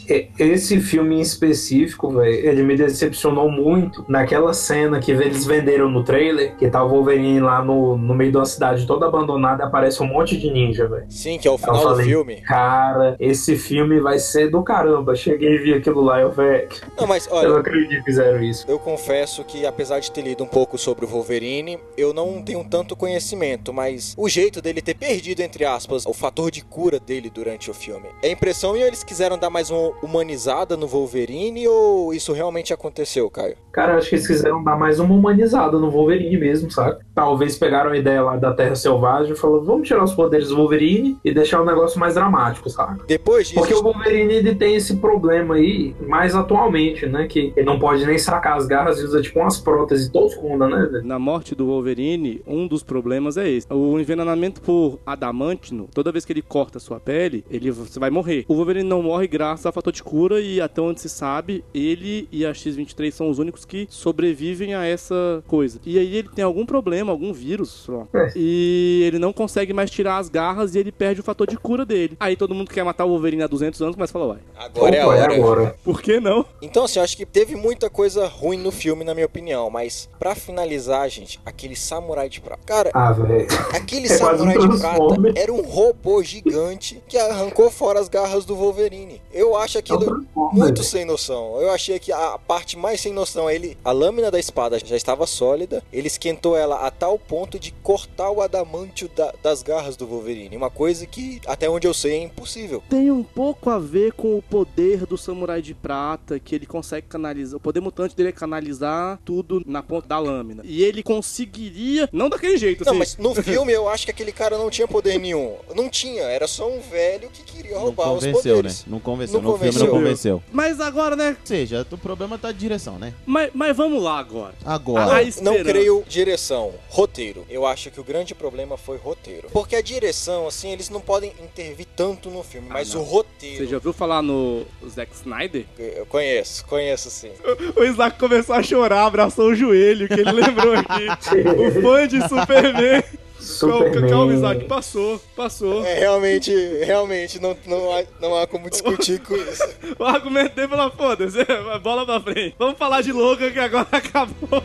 [SPEAKER 6] E- Esse filme em específico, velho, ele me decepcionou muito naquela cena que eles venderam no trailer, que tá o Wolverine lá no, no meio de uma cidade toda abandonada e aparece um monte de ninja, velho.
[SPEAKER 3] Sim, que é o
[SPEAKER 6] Eu
[SPEAKER 3] final do
[SPEAKER 6] falei,
[SPEAKER 3] filme.
[SPEAKER 6] Cara, esse filme vai ser do caramba. Cheguei e vi aquilo lá, eu, velho.
[SPEAKER 3] Não, mas
[SPEAKER 6] Eu
[SPEAKER 3] olha,
[SPEAKER 6] não acredito que fizeram isso.
[SPEAKER 3] Eu confesso que, apesar de ter lido um pouco sobre o Wolverine, eu não tenho tanto conhecimento, mas o jeito dele ter perdido, entre aspas, o fator de cura dele durante o filme. É impressão e eles quiseram dar mais uma humanizada no Wolverine ou isso realmente aconteceu, Caio?
[SPEAKER 6] Cara, eu acho que eles quiseram dar mais uma humanizada no Wolverine mesmo, sabe? talvez pegaram a ideia lá da Terra Selvagem e falaram, vamos tirar os poderes do Wolverine e deixar o negócio mais dramático, saca?
[SPEAKER 3] Depois disso,
[SPEAKER 6] Porque o Wolverine ele tem esse problema aí, mais atualmente, né? Que ele não pode nem sacar as garras e usa tipo umas próteses toscundas, né, velho?
[SPEAKER 1] Na morte do Wolverine, um dos problemas é esse. O envenenamento por adamantino, toda vez que ele corta sua pele, ele você vai morrer. O Wolverine não morre graças a fator de cura e até onde se sabe, ele e a X-23 são os únicos que sobrevivem a essa coisa. E aí ele tem algum problema, algum vírus, sei lá.
[SPEAKER 6] É.
[SPEAKER 1] E ele não consegue mais tirar as garras e ele perde o fator de cura dele. Aí todo mundo que quer matar o Wolverine há 200 anos, começa a falar, uai,
[SPEAKER 3] agora é a
[SPEAKER 6] Opa,
[SPEAKER 3] hora.
[SPEAKER 6] agora.
[SPEAKER 1] por que não?
[SPEAKER 3] Então, assim, eu acho que teve muita coisa ruim no filme, na minha opinião. Mas, pra finalizar, gente, aquele samurai de prata. Cara,
[SPEAKER 6] Ah, velho.
[SPEAKER 3] aquele
[SPEAKER 6] É quase um
[SPEAKER 3] samurai de prata
[SPEAKER 6] Transformer.
[SPEAKER 3] era um robô gigante que arrancou fora as garras do Wolverine. Eu acho
[SPEAKER 6] É um
[SPEAKER 3] aquilo
[SPEAKER 6] Transformer,
[SPEAKER 3] muito
[SPEAKER 6] velho.
[SPEAKER 3] sem noção. Eu achei que a parte mais sem noção é ele. A lâmina da espada já estava sólida. Ele esquentou ela a tal ponto de cortar o adamantio da- das garras do Wolverine. Uma coisa que, até onde eu sei, é impossível.
[SPEAKER 1] tem um pouco a ver com o poder do samurai de prata, que ele consegue canalizar. O poder mutante dele é canalizar tudo na ponta da lâmina. E ele conseguiria. Não daquele jeito,
[SPEAKER 3] Não,
[SPEAKER 1] assim.
[SPEAKER 3] mas no filme eu acho que aquele cara não tinha poder nenhum. Não tinha, era só um velho que queria
[SPEAKER 2] Não
[SPEAKER 3] roubar os
[SPEAKER 2] convenceu, né?
[SPEAKER 3] poderes.
[SPEAKER 2] Não convenceu.
[SPEAKER 3] Não
[SPEAKER 2] no filme não convenceu.
[SPEAKER 1] Mas agora, né?
[SPEAKER 2] Ou seja, o problema tá de direção, né?
[SPEAKER 1] Mas, mas vamos lá agora.
[SPEAKER 2] Agora.
[SPEAKER 1] Ah,
[SPEAKER 2] Aí-
[SPEAKER 1] isso-
[SPEAKER 3] Não
[SPEAKER 1] Esperança.
[SPEAKER 3] creio direção, roteiro. Eu acho que o grande problema foi roteiro. Porque a direção, assim, eles não podem intervir tanto no
[SPEAKER 2] Ah,
[SPEAKER 3] filme, mas
[SPEAKER 1] não.
[SPEAKER 3] o roteiro.
[SPEAKER 1] Você já ouviu falar no Zack Snyder?
[SPEAKER 3] Eu conheço, conheço sim.
[SPEAKER 1] O Isaac começou a chorar, abraçou o joelho, que ele lembrou aqui.
[SPEAKER 3] <laughs>
[SPEAKER 1] o fã de Superman. Calma,
[SPEAKER 6] Superman.
[SPEAKER 1] calma, Isaac. Passou, passou.
[SPEAKER 3] É, realmente, realmente, não, não, há, não há como discutir
[SPEAKER 2] <laughs>
[SPEAKER 3] com isso.
[SPEAKER 1] O argumento dele falou, foda-se, é, bola pra frente. Vamos falar de Logan que agora <laughs> acabou.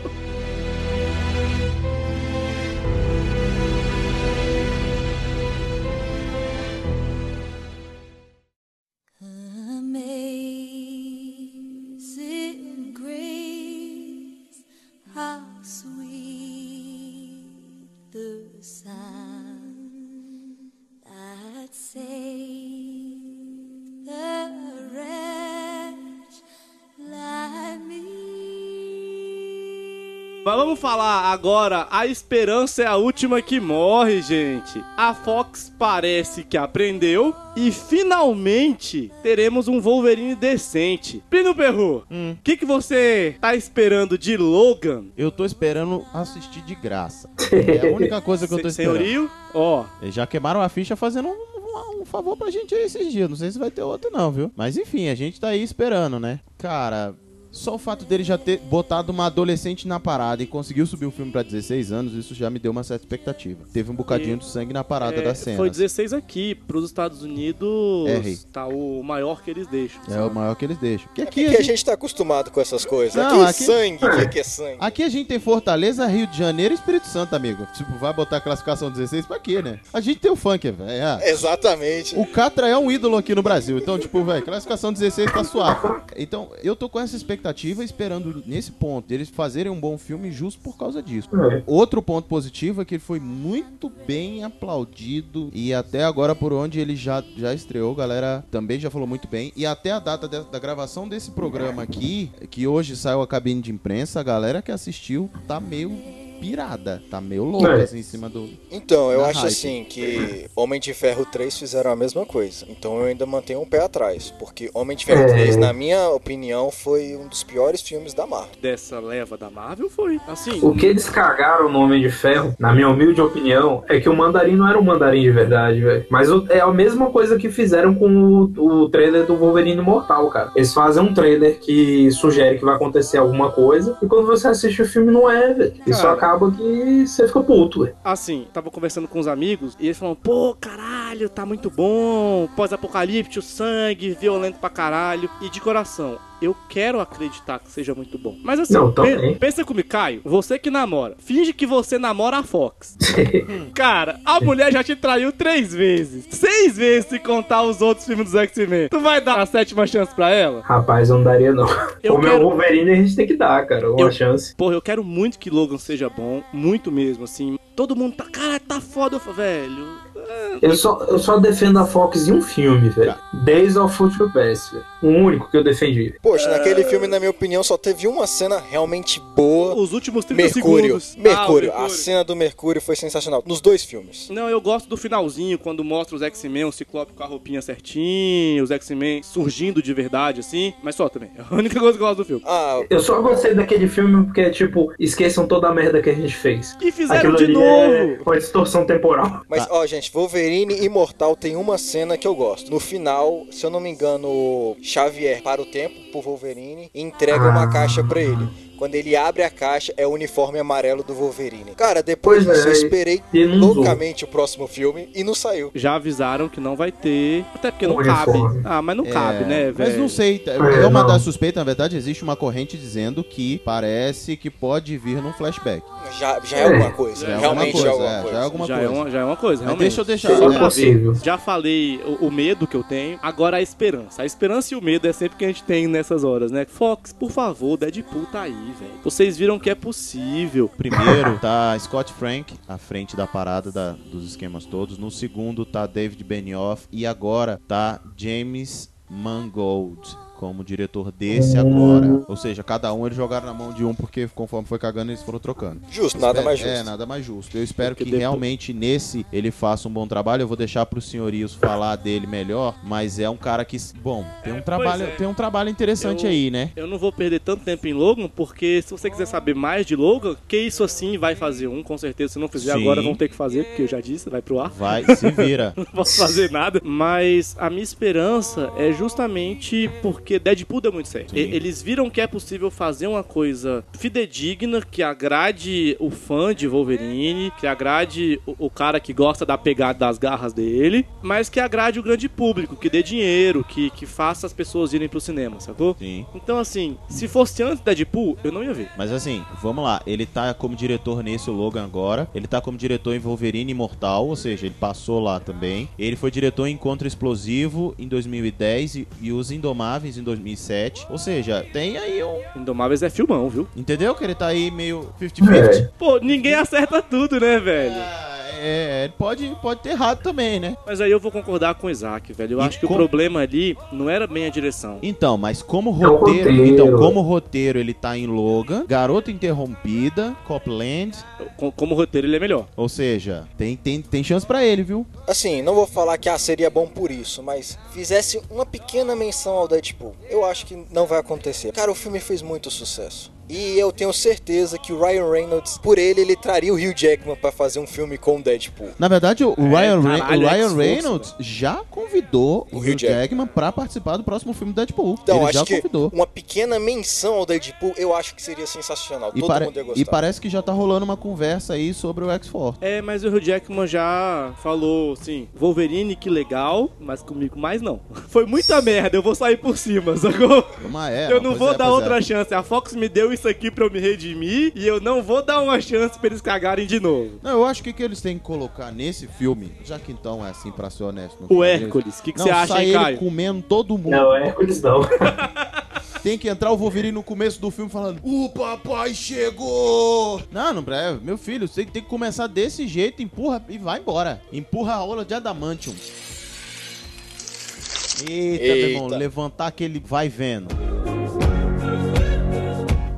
[SPEAKER 8] Amazing grace, how sweet the sound that saved the wretch like me.
[SPEAKER 1] Mas vamos falar agora, a esperança é a última que morre, gente. A Fox parece que aprendeu e finalmente teremos um Wolverine decente. Primo Perru, o
[SPEAKER 2] Hum.
[SPEAKER 1] que, que você tá esperando de Logan?
[SPEAKER 2] Eu tô esperando assistir
[SPEAKER 1] <laughs>
[SPEAKER 2] de graça. É a única coisa que eu tô
[SPEAKER 1] Se-
[SPEAKER 2] esperando.
[SPEAKER 1] Senhorio, ó,
[SPEAKER 2] Eles já queimaram a ficha fazendo um, um- um favor pra gente aí esses dias. Não sei se vai ter outro, não, viu? Mas enfim, a gente tá aí esperando, né? Cara, só o fato dele já ter botado uma adolescente na parada e conseguiu subir o filme pra 16 anos, isso já me deu uma certa expectativa. Teve um bocadinho de sangue na parada
[SPEAKER 1] é,
[SPEAKER 2] da cena.
[SPEAKER 1] foi 16 aqui, pros Estados Unidos
[SPEAKER 2] Errei.
[SPEAKER 1] tá o maior que eles deixam.
[SPEAKER 2] É o maior que eles deixam. Porque aqui,
[SPEAKER 3] Porque
[SPEAKER 2] a
[SPEAKER 3] a
[SPEAKER 2] gente...
[SPEAKER 3] gente tá acostumado com essas coisas.
[SPEAKER 2] Não,
[SPEAKER 3] aqui é
[SPEAKER 2] aqui- Ah,
[SPEAKER 3] sangue, o que que é sangue?
[SPEAKER 2] aqui a gente tem Fortaleza, Rio de Janeiro e Espírito Santo, amigo. Tipo, vai botar a classificação 16 pra quê, né? A gente tem o funk, velho. É,
[SPEAKER 3] Exatamente.
[SPEAKER 2] O Catra é um ídolo aqui no Brasil. Então, tipo, velho, classificação 16 tá suave. Então, eu tô com essa expectativa, esperando nesse ponto, eles fazerem um bom filme justo por causa disso.
[SPEAKER 6] É.
[SPEAKER 2] Outro ponto positivo é que ele foi muito bem aplaudido. E até agora, por onde ele já, já estreou, galera também já falou muito bem. E até a data de- da gravação desse programa aqui, que hoje saiu a cabine de imprensa, a galera que assistiu tá meio pirada. Tá meio louca,
[SPEAKER 6] É.
[SPEAKER 2] assim, em cima do.
[SPEAKER 3] Então, eu
[SPEAKER 2] Na
[SPEAKER 3] acho
[SPEAKER 2] hype.
[SPEAKER 3] assim que Homem de Ferro 3 fizeram a mesma coisa. Então eu ainda mantenho um pé atrás. Porque Homem de Ferro
[SPEAKER 6] É.
[SPEAKER 3] 3, na minha opinião, foi um dos piores filmes da Marvel.
[SPEAKER 1] Dessa leva da Marvel foi. Assim,
[SPEAKER 6] O que eles cagaram no Homem de Ferro, na minha humilde opinião, é que o Mandarim não era um Mandarim de verdade, velho. Mas o- é a mesma coisa que fizeram com o, o trailer do Wolverine Mortal, cara. Eles fazem um trailer que sugere que vai acontecer alguma coisa, e quando você assiste o filme, não é, velho. Isso
[SPEAKER 1] Cara.
[SPEAKER 6] acaba que você fica puto, velho.
[SPEAKER 1] assim, tava conversando com os amigos e eles falaram, pô, caralho, tá muito bom, pós-apocalíptico, sangue, violento pra caralho. E de coração, eu quero acreditar que seja muito bom. Mas assim,
[SPEAKER 6] Não,
[SPEAKER 1] pe-
[SPEAKER 6] também.
[SPEAKER 1] pensa comigo, Caio, você que namora, finge que você namora a
[SPEAKER 6] <laughs>
[SPEAKER 1] Fox. Cara, a mulher já te traiu três vezes. Seis vezes se contar os outros filmes dos X-Men. Tu vai dar a sétima chance pra ela?
[SPEAKER 6] Rapaz, eu não daria, não.
[SPEAKER 1] Eu
[SPEAKER 6] o meu
[SPEAKER 1] quero-
[SPEAKER 6] Wolverine a gente tem que dar, cara, uma
[SPEAKER 1] Eu-
[SPEAKER 6] chance.
[SPEAKER 1] Porra, eu quero muito que Logan seja bom, muito mesmo, assim. Todo mundo tá, cara, tá foda, eu falo, velho.
[SPEAKER 6] Eu só, eu só defendo a Fox em um filme, velho.
[SPEAKER 1] Tá.
[SPEAKER 6] Days of Future Past, velho. O único que eu defendi.
[SPEAKER 3] Poxa, naquele filme, na minha opinião, só teve uma cena realmente boa.
[SPEAKER 1] Os últimos 30
[SPEAKER 3] Mercúrio.
[SPEAKER 1] segundos. Ah, o
[SPEAKER 3] Mercúrio. A cena do Mercúrio foi sensacional. Nos dois filmes.
[SPEAKER 1] Não, eu gosto do finalzinho, quando mostra os X-Men, o Ciclope com a roupinha certinha, os X-Men surgindo de verdade, assim. Mas só também. <laughs> É a única coisa que eu gosto do filme.
[SPEAKER 3] Ah,
[SPEAKER 6] Eu só gostei daquele filme porque, tipo, esqueçam toda a merda que a gente fez.
[SPEAKER 1] E fizeram
[SPEAKER 6] Aquilo
[SPEAKER 1] de
[SPEAKER 6] ali
[SPEAKER 1] novo.
[SPEAKER 6] É uma distorção temporal.
[SPEAKER 3] mas
[SPEAKER 1] Tá.
[SPEAKER 3] ó, gente, Wolverine Imortal tem uma cena que eu gosto. No final, se eu não me engano, Xavier para o tempo pro Wolverine e entrega uma caixa pra ele. Quando ele abre a caixa, é o uniforme amarelo do Wolverine. Cara, depois
[SPEAKER 6] Pois é,
[SPEAKER 3] disso, eu esperei
[SPEAKER 6] e não usou.
[SPEAKER 3] loucamente o próximo filme e não saiu.
[SPEAKER 1] Já avisaram que não vai ter. Até porque não
[SPEAKER 6] Uniforme.
[SPEAKER 1] cabe. Ah, mas não
[SPEAKER 2] É,
[SPEAKER 1] cabe, né, velho?
[SPEAKER 2] Mas não sei, tá-
[SPEAKER 6] É,
[SPEAKER 2] é uma
[SPEAKER 6] não.
[SPEAKER 2] das suspeitas, na verdade, existe uma corrente dizendo que parece que pode vir num flashback.
[SPEAKER 3] Já, já é alguma coisa.
[SPEAKER 2] Já é
[SPEAKER 3] Realmente
[SPEAKER 2] alguma
[SPEAKER 3] já é
[SPEAKER 2] coisa, é, já
[SPEAKER 3] alguma coisa.
[SPEAKER 2] é alguma
[SPEAKER 1] já,
[SPEAKER 2] coisa.
[SPEAKER 1] É uma, já é uma coisa,
[SPEAKER 2] Mas
[SPEAKER 1] realmente.
[SPEAKER 2] deixa eu deixar- né?
[SPEAKER 1] Só
[SPEAKER 6] É
[SPEAKER 1] pra ver.
[SPEAKER 6] possível.
[SPEAKER 1] Já falei o, o medo que eu tenho, agora a esperança. A esperança e o medo é sempre que a gente tem nessas horas, né? Fox, por favor, Deadpool tá aí, velho. Vocês viram que é possível.
[SPEAKER 2] Primeiro tá Scott Frank à frente da parada da- dos esquemas todos. No segundo tá David Benioff e agora tá James Mangold como diretor
[SPEAKER 6] É.
[SPEAKER 2] desse agora. Ou seja, cada um eles jogaram na mão de um porque conforme foi cagando eles foram trocando.
[SPEAKER 3] Justo, nada
[SPEAKER 2] Espero-
[SPEAKER 3] mais justo.
[SPEAKER 2] É, nada mais justo. Eu espero
[SPEAKER 1] Porque
[SPEAKER 2] que
[SPEAKER 1] depois-
[SPEAKER 2] realmente nesse ele faça um bom trabalho. Eu vou deixar pros senhorios falar dele melhor, mas é um cara que, bom, tem um
[SPEAKER 1] É,
[SPEAKER 2] trabalho,
[SPEAKER 1] pois é.
[SPEAKER 2] tem um trabalho interessante
[SPEAKER 1] Eu-
[SPEAKER 2] aí, né?
[SPEAKER 1] Eu não vou perder tanto tempo em Logan, porque se você quiser saber mais de Logan, que isso assim vai fazer um, com certeza. Se não fizer
[SPEAKER 2] Sim.
[SPEAKER 1] agora, vão ter que fazer, porque eu já disse, vai pro ar. <laughs>
[SPEAKER 2] Vai, se vira.
[SPEAKER 1] Não posso fazer nada. Mas a minha esperança é justamente porque Deadpool deu muito certo.
[SPEAKER 2] Sim.
[SPEAKER 1] E- eles viram que é possível fazer uma coisa fidedigna, que agrade o fã de Wolverine, que agrade o, o cara que gosta da pegada das garras dele, mas que agrade o grande público, que dê dinheiro, que, que faça as pessoas irem pro cinema, sacou?
[SPEAKER 2] Sim.
[SPEAKER 1] Então, assim, se fosse antes da Deadpool, eu não ia ver.
[SPEAKER 2] Mas assim, vamos lá. Ele tá como diretor nesse o Logan agora. Ele tá como diretor em Wolverine Imortal, ou seja, ele passou lá também. Ele foi diretor em Encontro Explosivo em 2010 e, e Os Indomáveis em 2007. Ou seja, tem aí um.
[SPEAKER 1] Indomáveis é filmão, viu?
[SPEAKER 2] Entendeu? Que ele tá aí meio 50-50.
[SPEAKER 1] Pô, ninguém acerta tudo, né, velho?
[SPEAKER 2] Ah, É, ele pode, pode ter errado também, né?
[SPEAKER 1] Mas aí eu vou concordar com o Isaac, velho. Eu
[SPEAKER 2] E
[SPEAKER 1] acho que
[SPEAKER 2] com-
[SPEAKER 1] o problema ali não era bem a direção.
[SPEAKER 2] Então, mas como
[SPEAKER 6] É o
[SPEAKER 2] roteiro,
[SPEAKER 6] roteiro.
[SPEAKER 2] Então, como roteiro, ele tá em Logan, Garota Interrompida, Copland.
[SPEAKER 1] Co- Como roteiro, ele é melhor.
[SPEAKER 2] Ou seja, tem, tem, tem chance pra ele, viu?
[SPEAKER 3] Assim, não vou falar que ah, seria bom por isso, mas fizesse uma pequena menção ao Deadpool. Eu acho que não vai acontecer. Cara, o filme fez muito sucesso. E eu tenho certeza que o Ryan Reynolds, por ele, ele traria o Hugh Jackman pra fazer um filme com o Deadpool.
[SPEAKER 2] Na verdade, o
[SPEAKER 3] É,
[SPEAKER 2] Ryan, Re-
[SPEAKER 1] caralho,
[SPEAKER 2] o Ryan
[SPEAKER 1] X-Force,
[SPEAKER 2] Reynolds já convidou o
[SPEAKER 3] O
[SPEAKER 2] Hugh
[SPEAKER 3] Hugh Jackman.
[SPEAKER 2] Jackman pra participar do próximo filme do Deadpool.
[SPEAKER 3] Então,
[SPEAKER 2] Ele
[SPEAKER 3] acho
[SPEAKER 2] já
[SPEAKER 3] que
[SPEAKER 2] convidou.
[SPEAKER 3] uma pequena menção ao Deadpool, eu acho que seria sensacional.
[SPEAKER 2] E,
[SPEAKER 3] Todo
[SPEAKER 2] pare-
[SPEAKER 3] mundo ia
[SPEAKER 2] e
[SPEAKER 3] gostar.
[SPEAKER 2] parece que já tá rolando uma conversa aí sobre o X-Force.
[SPEAKER 1] É, mas o Hugh Jackman já falou, assim, Wolverine, que legal, mas comigo mais não. <laughs> Foi muita merda, eu vou sair por cima, <laughs> sacou?
[SPEAKER 2] Uma era,
[SPEAKER 1] eu não
[SPEAKER 2] pois
[SPEAKER 1] vou
[SPEAKER 2] é,
[SPEAKER 1] dar
[SPEAKER 2] pois
[SPEAKER 1] outra
[SPEAKER 2] é.
[SPEAKER 1] chance. A Fox me deu isso aqui pra eu me redimir e eu não vou dar uma chance pra eles cagarem de novo.
[SPEAKER 2] Não, eu acho que o que eles têm que colocar nesse filme, já que então é assim, pra ser honesto. no
[SPEAKER 1] O
[SPEAKER 2] filme
[SPEAKER 1] Hércules, o que, que
[SPEAKER 2] Não,
[SPEAKER 1] você acha,
[SPEAKER 2] sai
[SPEAKER 1] hein,
[SPEAKER 2] ele
[SPEAKER 1] Caio?
[SPEAKER 2] comendo todo mundo.
[SPEAKER 6] <laughs> Não, é Hércules não.
[SPEAKER 2] Tem que entrar o Wolverine no começo do filme falando: O papai chegou! Não, não, é, meu filho, você tem que começar desse jeito, empurra e vai embora. Empurra a rola de Adamantium. Eita, meu irmão,
[SPEAKER 3] Eita.
[SPEAKER 2] levantar aquele vai vendo.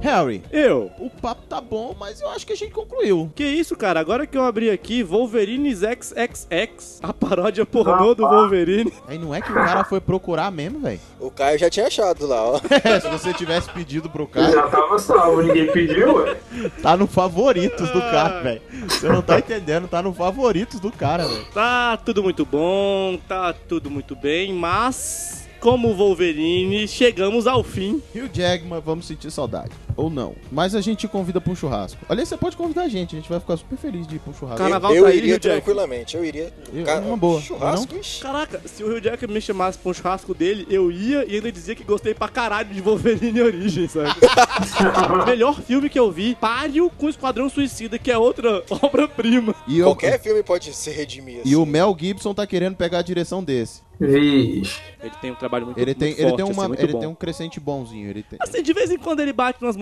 [SPEAKER 2] Harry,
[SPEAKER 1] Eu.
[SPEAKER 2] o papo tá bom, mas eu acho que a gente concluiu.
[SPEAKER 1] Que isso, cara? Agora que eu abri aqui, Wolverine XXX, a paródia pornô do Wolverine.
[SPEAKER 2] Aí não é que o cara foi procurar mesmo, velho?
[SPEAKER 3] O Caio já tinha achado lá, ó.
[SPEAKER 2] É, se você tivesse pedido pro cara.
[SPEAKER 6] <laughs> Já tava salvo, ninguém pediu, ué.
[SPEAKER 2] Tá no favoritos do cara, velho. Você não tá entendendo, tá no favoritos do cara, velho.
[SPEAKER 1] Tá tudo muito bom, tá tudo muito bem, mas como Wolverine, chegamos ao fim.
[SPEAKER 2] Hugh Jackman, vamos sentir saudade. Ou não. Mas a gente te convida pra um churrasco. Aliás, você pode convidar a gente, a gente vai ficar super feliz de ir pra um churrasco.
[SPEAKER 1] Carnaval
[SPEAKER 3] eu
[SPEAKER 1] tá aí,
[SPEAKER 3] iria
[SPEAKER 1] Hugh Jackman.
[SPEAKER 3] tranquilamente, eu iria.
[SPEAKER 2] Eu- uma boa,
[SPEAKER 3] Churrasco, ixi.
[SPEAKER 1] Caraca, se o Rio Jack me chamasse pra um churrasco dele, eu ia e ainda dizia que gostei pra caralho de Wolverine <laughs> Origem, sabe? Melhor filme que eu vi, páreo com Esquadrão Suicida, que é outra <laughs> obra-prima.
[SPEAKER 2] E, eu-
[SPEAKER 3] Qualquer filme pode ser redimido. assim.
[SPEAKER 2] e o Mel Gibson tá querendo pegar a direção desse.
[SPEAKER 6] Vixe.
[SPEAKER 1] Ele tem um trabalho muito
[SPEAKER 2] Ele tem,
[SPEAKER 1] muito
[SPEAKER 2] ele
[SPEAKER 1] forte,
[SPEAKER 2] tem, uma,
[SPEAKER 1] assim, muito
[SPEAKER 2] ele
[SPEAKER 1] bom.
[SPEAKER 2] tem um crescente bonzinho. Ele tem.
[SPEAKER 1] Assim, de vez em quando ele bate umas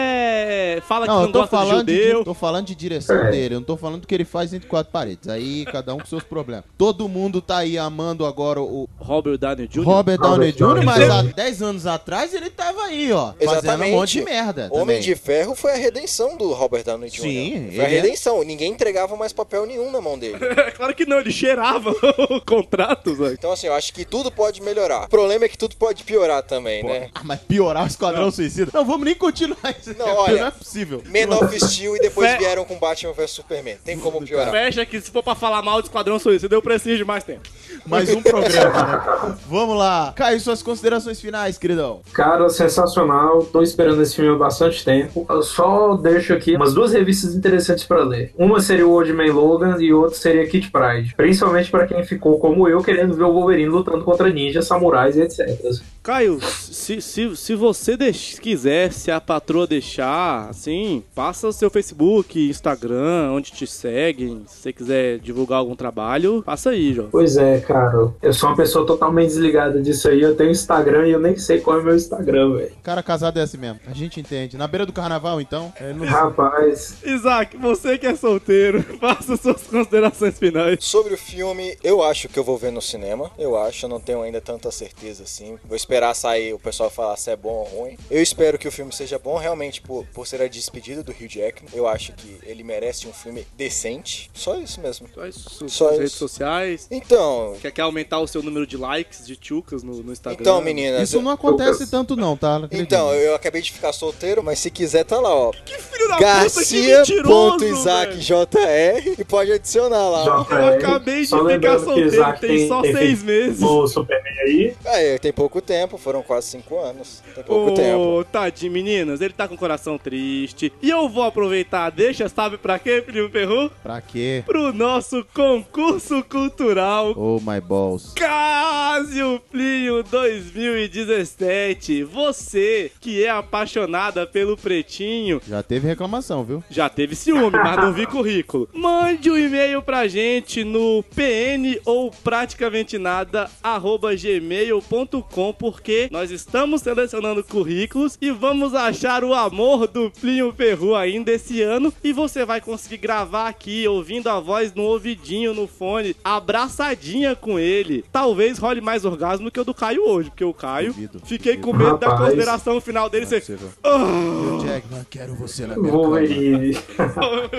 [SPEAKER 1] mulher, fala
[SPEAKER 2] Não,
[SPEAKER 1] que
[SPEAKER 2] eu
[SPEAKER 1] não
[SPEAKER 2] tô
[SPEAKER 1] gosta de
[SPEAKER 2] falando de,
[SPEAKER 1] judeu.
[SPEAKER 2] tô falando de direção
[SPEAKER 6] É.
[SPEAKER 2] dele, eu não tô falando do que ele faz entre quatro paredes. Aí cada um com seus problemas. Todo mundo tá aí amando agora o
[SPEAKER 1] Robert Downey Jr.
[SPEAKER 2] Robert Downey
[SPEAKER 6] Robert Downey
[SPEAKER 2] Jr., mas
[SPEAKER 6] Jr.
[SPEAKER 2] há 10 anos atrás ele tava aí, ó, fazendo um
[SPEAKER 3] Exatamente.
[SPEAKER 2] monte de merda.
[SPEAKER 3] Homem
[SPEAKER 2] também.
[SPEAKER 3] de Ferro foi a redenção do Robert Downey Jr.
[SPEAKER 2] Sim,
[SPEAKER 3] foi a
[SPEAKER 2] ele é-
[SPEAKER 3] redenção. Ninguém entregava mais papel nenhum na mão dele.
[SPEAKER 1] É <laughs> claro que não, ele cheirava <laughs> o contrato, Zac.
[SPEAKER 3] Então, assim, eu acho que tudo pode melhorar. O problema é que tudo pode piorar também, né?
[SPEAKER 2] Ah, mas piorar o Esquadrão Suicida. Não, vamos nem continuar isso.
[SPEAKER 3] Não, olha.
[SPEAKER 2] não é possível.
[SPEAKER 3] Men of Steel e depois
[SPEAKER 1] Fe-
[SPEAKER 3] vieram com Batman vs Superman. Tem como piorar.
[SPEAKER 1] Fecha que se for pra falar mal do Esquadrão Suicida, eu preciso de mais tempo.
[SPEAKER 2] Mais um programa, né? Vamos lá. Caio, suas considerações finais, queridão.
[SPEAKER 6] Cara, sensacional. Tô esperando esse filme há bastante tempo. Eu só deixo aqui umas duas revistas interessantes pra ler. Uma seria o Old Man Logan e outra seria Kid Pride. Principalmente pra quem ficou como eu, querendo ver o Wolverine lutando contra ninjas, samurais e etc.
[SPEAKER 1] Caio, se, se, se você deix- quiser, se a patroa deixar, assim, passa o seu Facebook, Instagram, onde te seguem. Se você quiser divulgar algum trabalho, passa aí, João.
[SPEAKER 6] Pois é, cara. Eu sou uma pessoa totalmente desligada disso aí. Eu tenho Instagram e eu nem sei qual é meu Instagram, velho.
[SPEAKER 2] Cara casado é assim mesmo. A gente entende. Na beira do carnaval, então. É, não-
[SPEAKER 6] Rapaz,
[SPEAKER 1] Isaac, você que é solteiro, <laughs> faça suas considerações finais.
[SPEAKER 3] Sobre o filme, eu acho que eu vou ver no cinema. Eu acho, eu não tenho ainda tanta certeza assim. Vou esperar sair o pessoal falar se é bom ou ruim. Eu espero que o filme seja bom, realmente, por, por ser a despedida do Hugh Jackman. Eu acho que ele merece um filme decente. Só isso mesmo.
[SPEAKER 1] Só isso,
[SPEAKER 3] Só
[SPEAKER 1] suas
[SPEAKER 3] isso.
[SPEAKER 1] redes sociais.
[SPEAKER 3] Então,
[SPEAKER 1] Quer, quer aumentar o seu número de likes, de tchucas no, no Instagram?
[SPEAKER 3] então meninas.
[SPEAKER 2] Isso
[SPEAKER 3] eu-
[SPEAKER 2] não acontece tanto, não, tá? Não acredito.
[SPEAKER 3] Então, eu acabei de ficar solteiro, mas se quiser tá lá, ó.
[SPEAKER 1] Que filho da puta, que mentiroso, velho.
[SPEAKER 3] Garcia.isaac.jr e pode adicionar lá. ó.
[SPEAKER 1] Eu acabei de
[SPEAKER 6] Só
[SPEAKER 1] ficar
[SPEAKER 6] lembrando que
[SPEAKER 1] solteiro,
[SPEAKER 6] Isaac
[SPEAKER 1] tem,
[SPEAKER 6] tem-
[SPEAKER 1] só
[SPEAKER 6] tem-
[SPEAKER 1] seis meses.
[SPEAKER 6] o Superman aí.
[SPEAKER 3] Aí, tem pouco tempo, foram quase cinco anos. Tem pouco tempo.
[SPEAKER 1] Ô, tadinho, meninas, ele tá com o coração triste. E eu vou aproveitar, deixa, sabe pra quê, Felipe Perru?
[SPEAKER 2] Pra quê?
[SPEAKER 1] Pro nosso concurso cultural
[SPEAKER 2] Oh, my balls.
[SPEAKER 1] Cásio Plinio 2017. Você que é apaixonada pelo pretinho,
[SPEAKER 2] Já teve reclamação, viu?
[SPEAKER 1] já teve ciúme, mas não vi currículo. <laughs> Mande um e-mail pra gente no pn ou praticamente nada arroba gmail.com porque nós estamos selecionando currículos e vamos achar o amor do Plinio Perru ainda esse ano e você vai conseguir gravar aqui ouvindo a voz no ouvidinho, no fone, abraçadinha com ele. Talvez role mais orgasmo que o do Caio hoje, porque o Caio
[SPEAKER 2] Duvido,
[SPEAKER 1] fiquei com medo da
[SPEAKER 6] Rapaz.
[SPEAKER 1] consideração final dele ser
[SPEAKER 2] Hugh Jackman, quero você na minha cama.
[SPEAKER 6] Wolverine.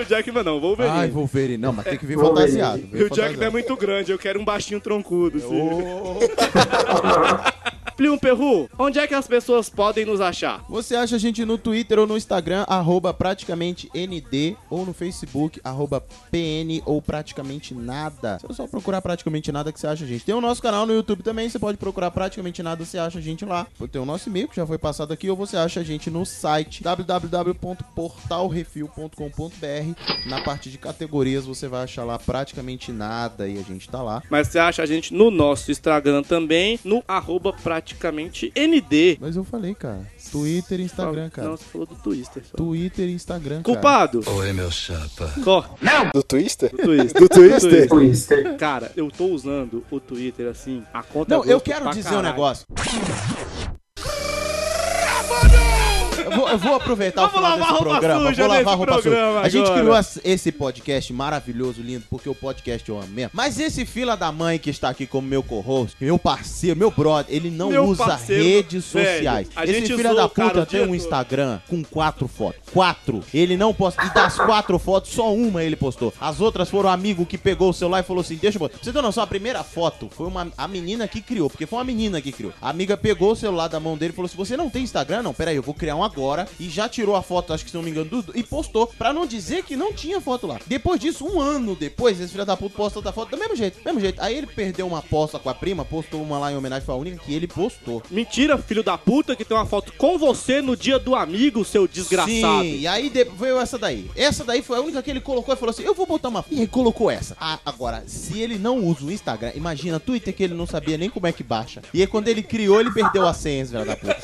[SPEAKER 1] <laughs> o Jackman não, Wolverine.
[SPEAKER 2] Ai, Wolverine. Não, mas tem que vir
[SPEAKER 6] Wolverine.
[SPEAKER 2] fantasiado.
[SPEAKER 1] E o Jack não é muito grande, eu quero um baixinho troncudo, assim. Plium Perru, onde é que as pessoas podem nos achar?
[SPEAKER 2] Você acha a gente no Twitter ou no Instagram, arroba praticamente ND, ou no Facebook, arroba PN ou praticamente nada. Se eu só procurar praticamente nada que você acha a gente. Tem o nosso canal no YouTube também, você pode procurar praticamente nada, você acha a gente lá. Tem o nosso e-mail que já foi passado aqui, ou você acha a gente no site www.portalrefil.com.br. Na parte de categorias você vai achar lá praticamente nada e a gente tá lá.
[SPEAKER 1] Mas você acha a gente no nosso Instagram também, no arroba praticamente ND.
[SPEAKER 2] Mas eu falei, cara. Twitter e Instagram,
[SPEAKER 1] Não,
[SPEAKER 2] cara.
[SPEAKER 1] você falou do Twister. Só.
[SPEAKER 2] Twitter e Instagram, cara.
[SPEAKER 1] Culpado! Oi, meu chapa. Corre,
[SPEAKER 2] <laughs>
[SPEAKER 3] Do Twister?
[SPEAKER 1] do Twister. Do Twister.
[SPEAKER 6] <laughs> Twister.
[SPEAKER 1] Cara, eu tô usando o Twitter assim, a conta
[SPEAKER 2] Não, eu quero dizer um negócio. Eu vou, eu vou aproveitar o
[SPEAKER 1] Vamos
[SPEAKER 2] final
[SPEAKER 1] lavar
[SPEAKER 2] desse
[SPEAKER 1] a roupa
[SPEAKER 2] programa.
[SPEAKER 1] suja
[SPEAKER 2] vou lavar
[SPEAKER 1] nesse
[SPEAKER 2] a roupa suja.
[SPEAKER 1] programa
[SPEAKER 2] A gente
[SPEAKER 1] agora.
[SPEAKER 2] criou as- esse podcast maravilhoso, lindo, porque o podcast eu amo mesmo. Mas esse fila da mãe que está aqui como meu co-host, meu parceiro, meu brother, ele não
[SPEAKER 1] Meu
[SPEAKER 2] usa
[SPEAKER 1] parceiro,
[SPEAKER 2] redes
[SPEAKER 1] velho,
[SPEAKER 2] sociais.
[SPEAKER 1] a gente
[SPEAKER 2] esse filho
[SPEAKER 1] zoou
[SPEAKER 2] da
[SPEAKER 1] o cara
[SPEAKER 2] puta
[SPEAKER 1] o
[SPEAKER 2] tem
[SPEAKER 1] dia
[SPEAKER 2] um
[SPEAKER 1] todo.
[SPEAKER 2] Instagram com quatro fotos. Quatro. Ele não posta. E das quatro fotos, só uma ele postou. As outras foram um amigo que pegou o celular e falou assim: deixa eu botar. Pra Você tem noção? A primeira foto foi uma, a menina que criou, porque foi uma menina que criou. A amiga pegou o celular da mão dele e falou assim: você não tem Instagram? Não, peraí, eu vou criar um agora. E já tirou a foto, acho que se não me engano, do, e postou. Pra não dizer que não tinha foto lá. Depois disso, um ano depois, esse filho da puta posta outra foto do mesmo jeito. Mesmo jeito. Aí ele perdeu uma aposta com a prima, postou uma lá em homenagem, foi a única que ele postou.
[SPEAKER 1] Mentira, filho da puta, que tem uma foto com você no dia do amigo, seu desgraçado.
[SPEAKER 2] Sim, e aí de- veio essa daí. Essa daí foi a única que ele colocou e falou assim: eu vou botar uma. E aí colocou essa. Ah, agora, se ele não usa o Instagram, imagina Twitter que ele não sabia nem como é que baixa. E aí quando ele criou, ele perdeu as senhas, velho da puta.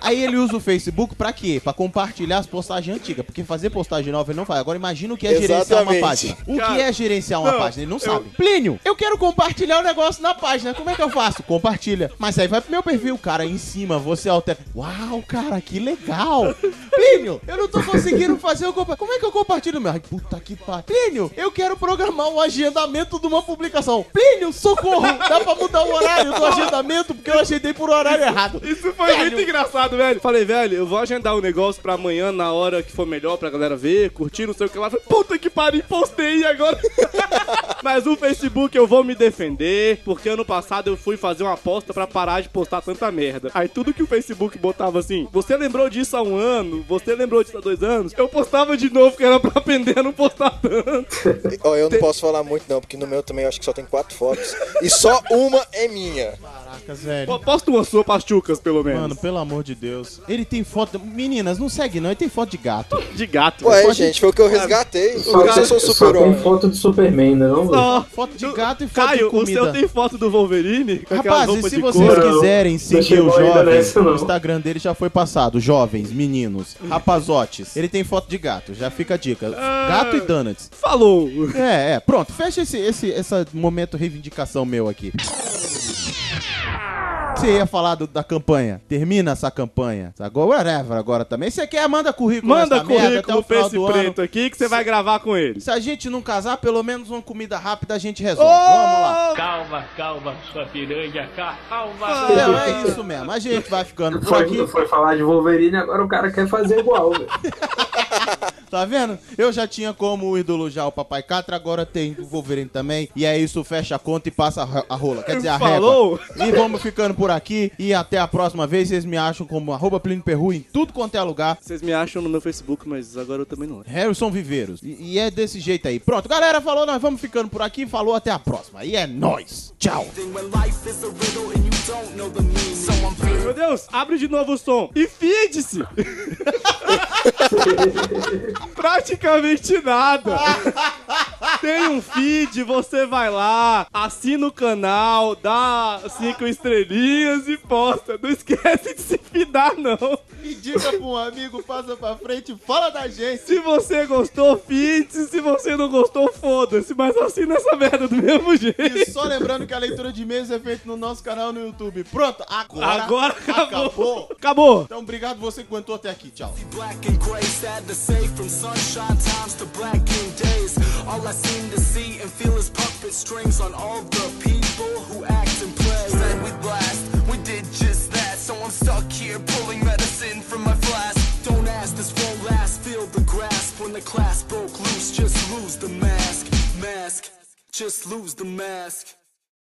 [SPEAKER 2] Aí ele usa o Facebook pra quê? Pra compartilhar as postagens antigas. Porque fazer postagem nova ele não faz. Agora imagina o que é gerenciar uma
[SPEAKER 3] Exatamente.
[SPEAKER 2] página. O
[SPEAKER 1] Cara,
[SPEAKER 2] que é gerenciar uma
[SPEAKER 1] não,
[SPEAKER 2] página? Ele não
[SPEAKER 1] eu-
[SPEAKER 2] sabe. Plínio, eu quero compartilhar o negócio na página. Como é que eu faço? Compartilha. Mas aí vai pro meu perfil, cara, em cima, você altera. Uau, cara, que legal. Plínio, eu não tô conseguindo fazer o compartilho. Como é que eu compartilho meu? Ai, puta que pariu. Plínio, eu quero programar o agendamento de uma publicação. Plínio, socorro! Dá pra mudar o horário do agendamento porque eu agendei por horário errado.
[SPEAKER 1] Isso foi muito engraçado, velho. Falei, velho, eu vou agendar um negócio pra amanhã, na hora que for melhor pra galera ver, curtir, não sei o que lá. Falei, puta que pariu, postei e agora. <laughs> Mas o Facebook eu vou me defender, porque ano passado eu fui fazer uma aposta pra parar de postar tanta merda. Aí tudo que o Facebook botava assim, você lembrou disso há um ano, você lembrou disso há dois anos, eu postava de novo, que era pra aprender a não postar tanto.
[SPEAKER 3] Ó, eu não posso falar muito não, porque no meu também eu acho que só tem quatro fotos. E só uma é minha.
[SPEAKER 2] Caraca, velho.
[SPEAKER 1] Pô, Posta uma sua pachucas, pelo menos.
[SPEAKER 2] Mano, pelo amor de Deus. Ele tem foto. Meninas, não segue não, ele tem foto de gato.
[SPEAKER 1] de gato. velho.
[SPEAKER 3] Ué, gente, foi o que eu resgatei.
[SPEAKER 6] Só,
[SPEAKER 3] Eu
[SPEAKER 6] tem,
[SPEAKER 3] sou
[SPEAKER 6] só tem
[SPEAKER 3] super-homem.
[SPEAKER 6] foto do Superman, né, não?
[SPEAKER 1] Só.
[SPEAKER 2] Foto de gato e foto
[SPEAKER 1] Caio,
[SPEAKER 2] de comida.
[SPEAKER 1] o seu tem foto do Wolverine? Com aquela
[SPEAKER 2] Rapaz,
[SPEAKER 1] roupa
[SPEAKER 2] e se
[SPEAKER 1] de
[SPEAKER 2] vocês <laughs>
[SPEAKER 1] couro?
[SPEAKER 6] Não,
[SPEAKER 2] quiserem seguir
[SPEAKER 6] chegou
[SPEAKER 2] o
[SPEAKER 6] ainda
[SPEAKER 2] jovem,
[SPEAKER 6] nessa, não.
[SPEAKER 2] o Instagram dele já foi passado. Jovens, meninos, rapazotes. Ele tem foto de gato, já fica a dica. Gato e donuts.
[SPEAKER 1] Falou!
[SPEAKER 2] É, é, pronto. Fecha esse, esse essa momento reivindicação meu aqui. Você ia falar do- da campanha. Termina essa campanha. Agora, whatever, agora também. Você quer, manda currículo
[SPEAKER 1] Manda
[SPEAKER 2] nessa merda até
[SPEAKER 1] currículo
[SPEAKER 2] o
[SPEAKER 1] pra
[SPEAKER 2] final
[SPEAKER 1] esse
[SPEAKER 2] do ano.
[SPEAKER 1] preto aqui que você vai gravar com ele.
[SPEAKER 2] Se a gente não casar, pelo menos uma comida rápida a gente resolve. Vamos lá.
[SPEAKER 4] Calma, calma, sua piranha, calma.
[SPEAKER 2] Não, é isso mesmo. A gente vai ficando por aqui.
[SPEAKER 6] Foi, foi falar de Wolverine, agora o cara quer fazer igual, velho.
[SPEAKER 2] Tá vendo? Eu já tinha como ídolo já o Papai Catra, agora tem o Wolverine também. E é isso, fecha a conta e passa a ro- a rola. Quer dizer, a
[SPEAKER 1] Falou.
[SPEAKER 2] régua. E vamos ficando por aqui. E até a próxima vez. Vocês me acham como arroba Plínio Perru em tudo quanto é lugar.
[SPEAKER 1] Vocês me acham no meu Facebook, mas agora eu também não acho.
[SPEAKER 2] Harrison Viveiros. E, e é desse jeito aí. Pronto, galera, falou. Nós vamos ficando por aqui. Falou, até a próxima. E é nóis. Tchau.
[SPEAKER 1] Meu Deus, abre de novo o som e fide-se! Praticamente nada. Tem um feed, você vai lá, assina o canal, dá cinco estrelinhas e posta. Não esquece de se fidar, não.
[SPEAKER 2] E dica pra um amigo, passa pra frente, fala da gente.
[SPEAKER 1] Se você gostou, fide-se. Se você não gostou, foda-se. Mas assina essa merda do mesmo
[SPEAKER 2] E
[SPEAKER 1] jeito.
[SPEAKER 2] só lembrando que a leitura de e-mails é feita no nosso canal no YouTube. Pronto, agora,
[SPEAKER 1] Agora acabou.
[SPEAKER 2] acabou.
[SPEAKER 1] Acabou.
[SPEAKER 2] Então, obrigado você que aguentou até aqui. Tchau.
[SPEAKER 10] black and gray, sad to say, from sunshine times to blackened days. All I seem to see and feel is puppet strings on all the people who act and play. Said we'd last, we did just that, so I'm stuck here pulling medicine from my flask. Don't ask, this won't last, feel the grasp when the class broke loose, just lose the mask, mask, just lose the mask.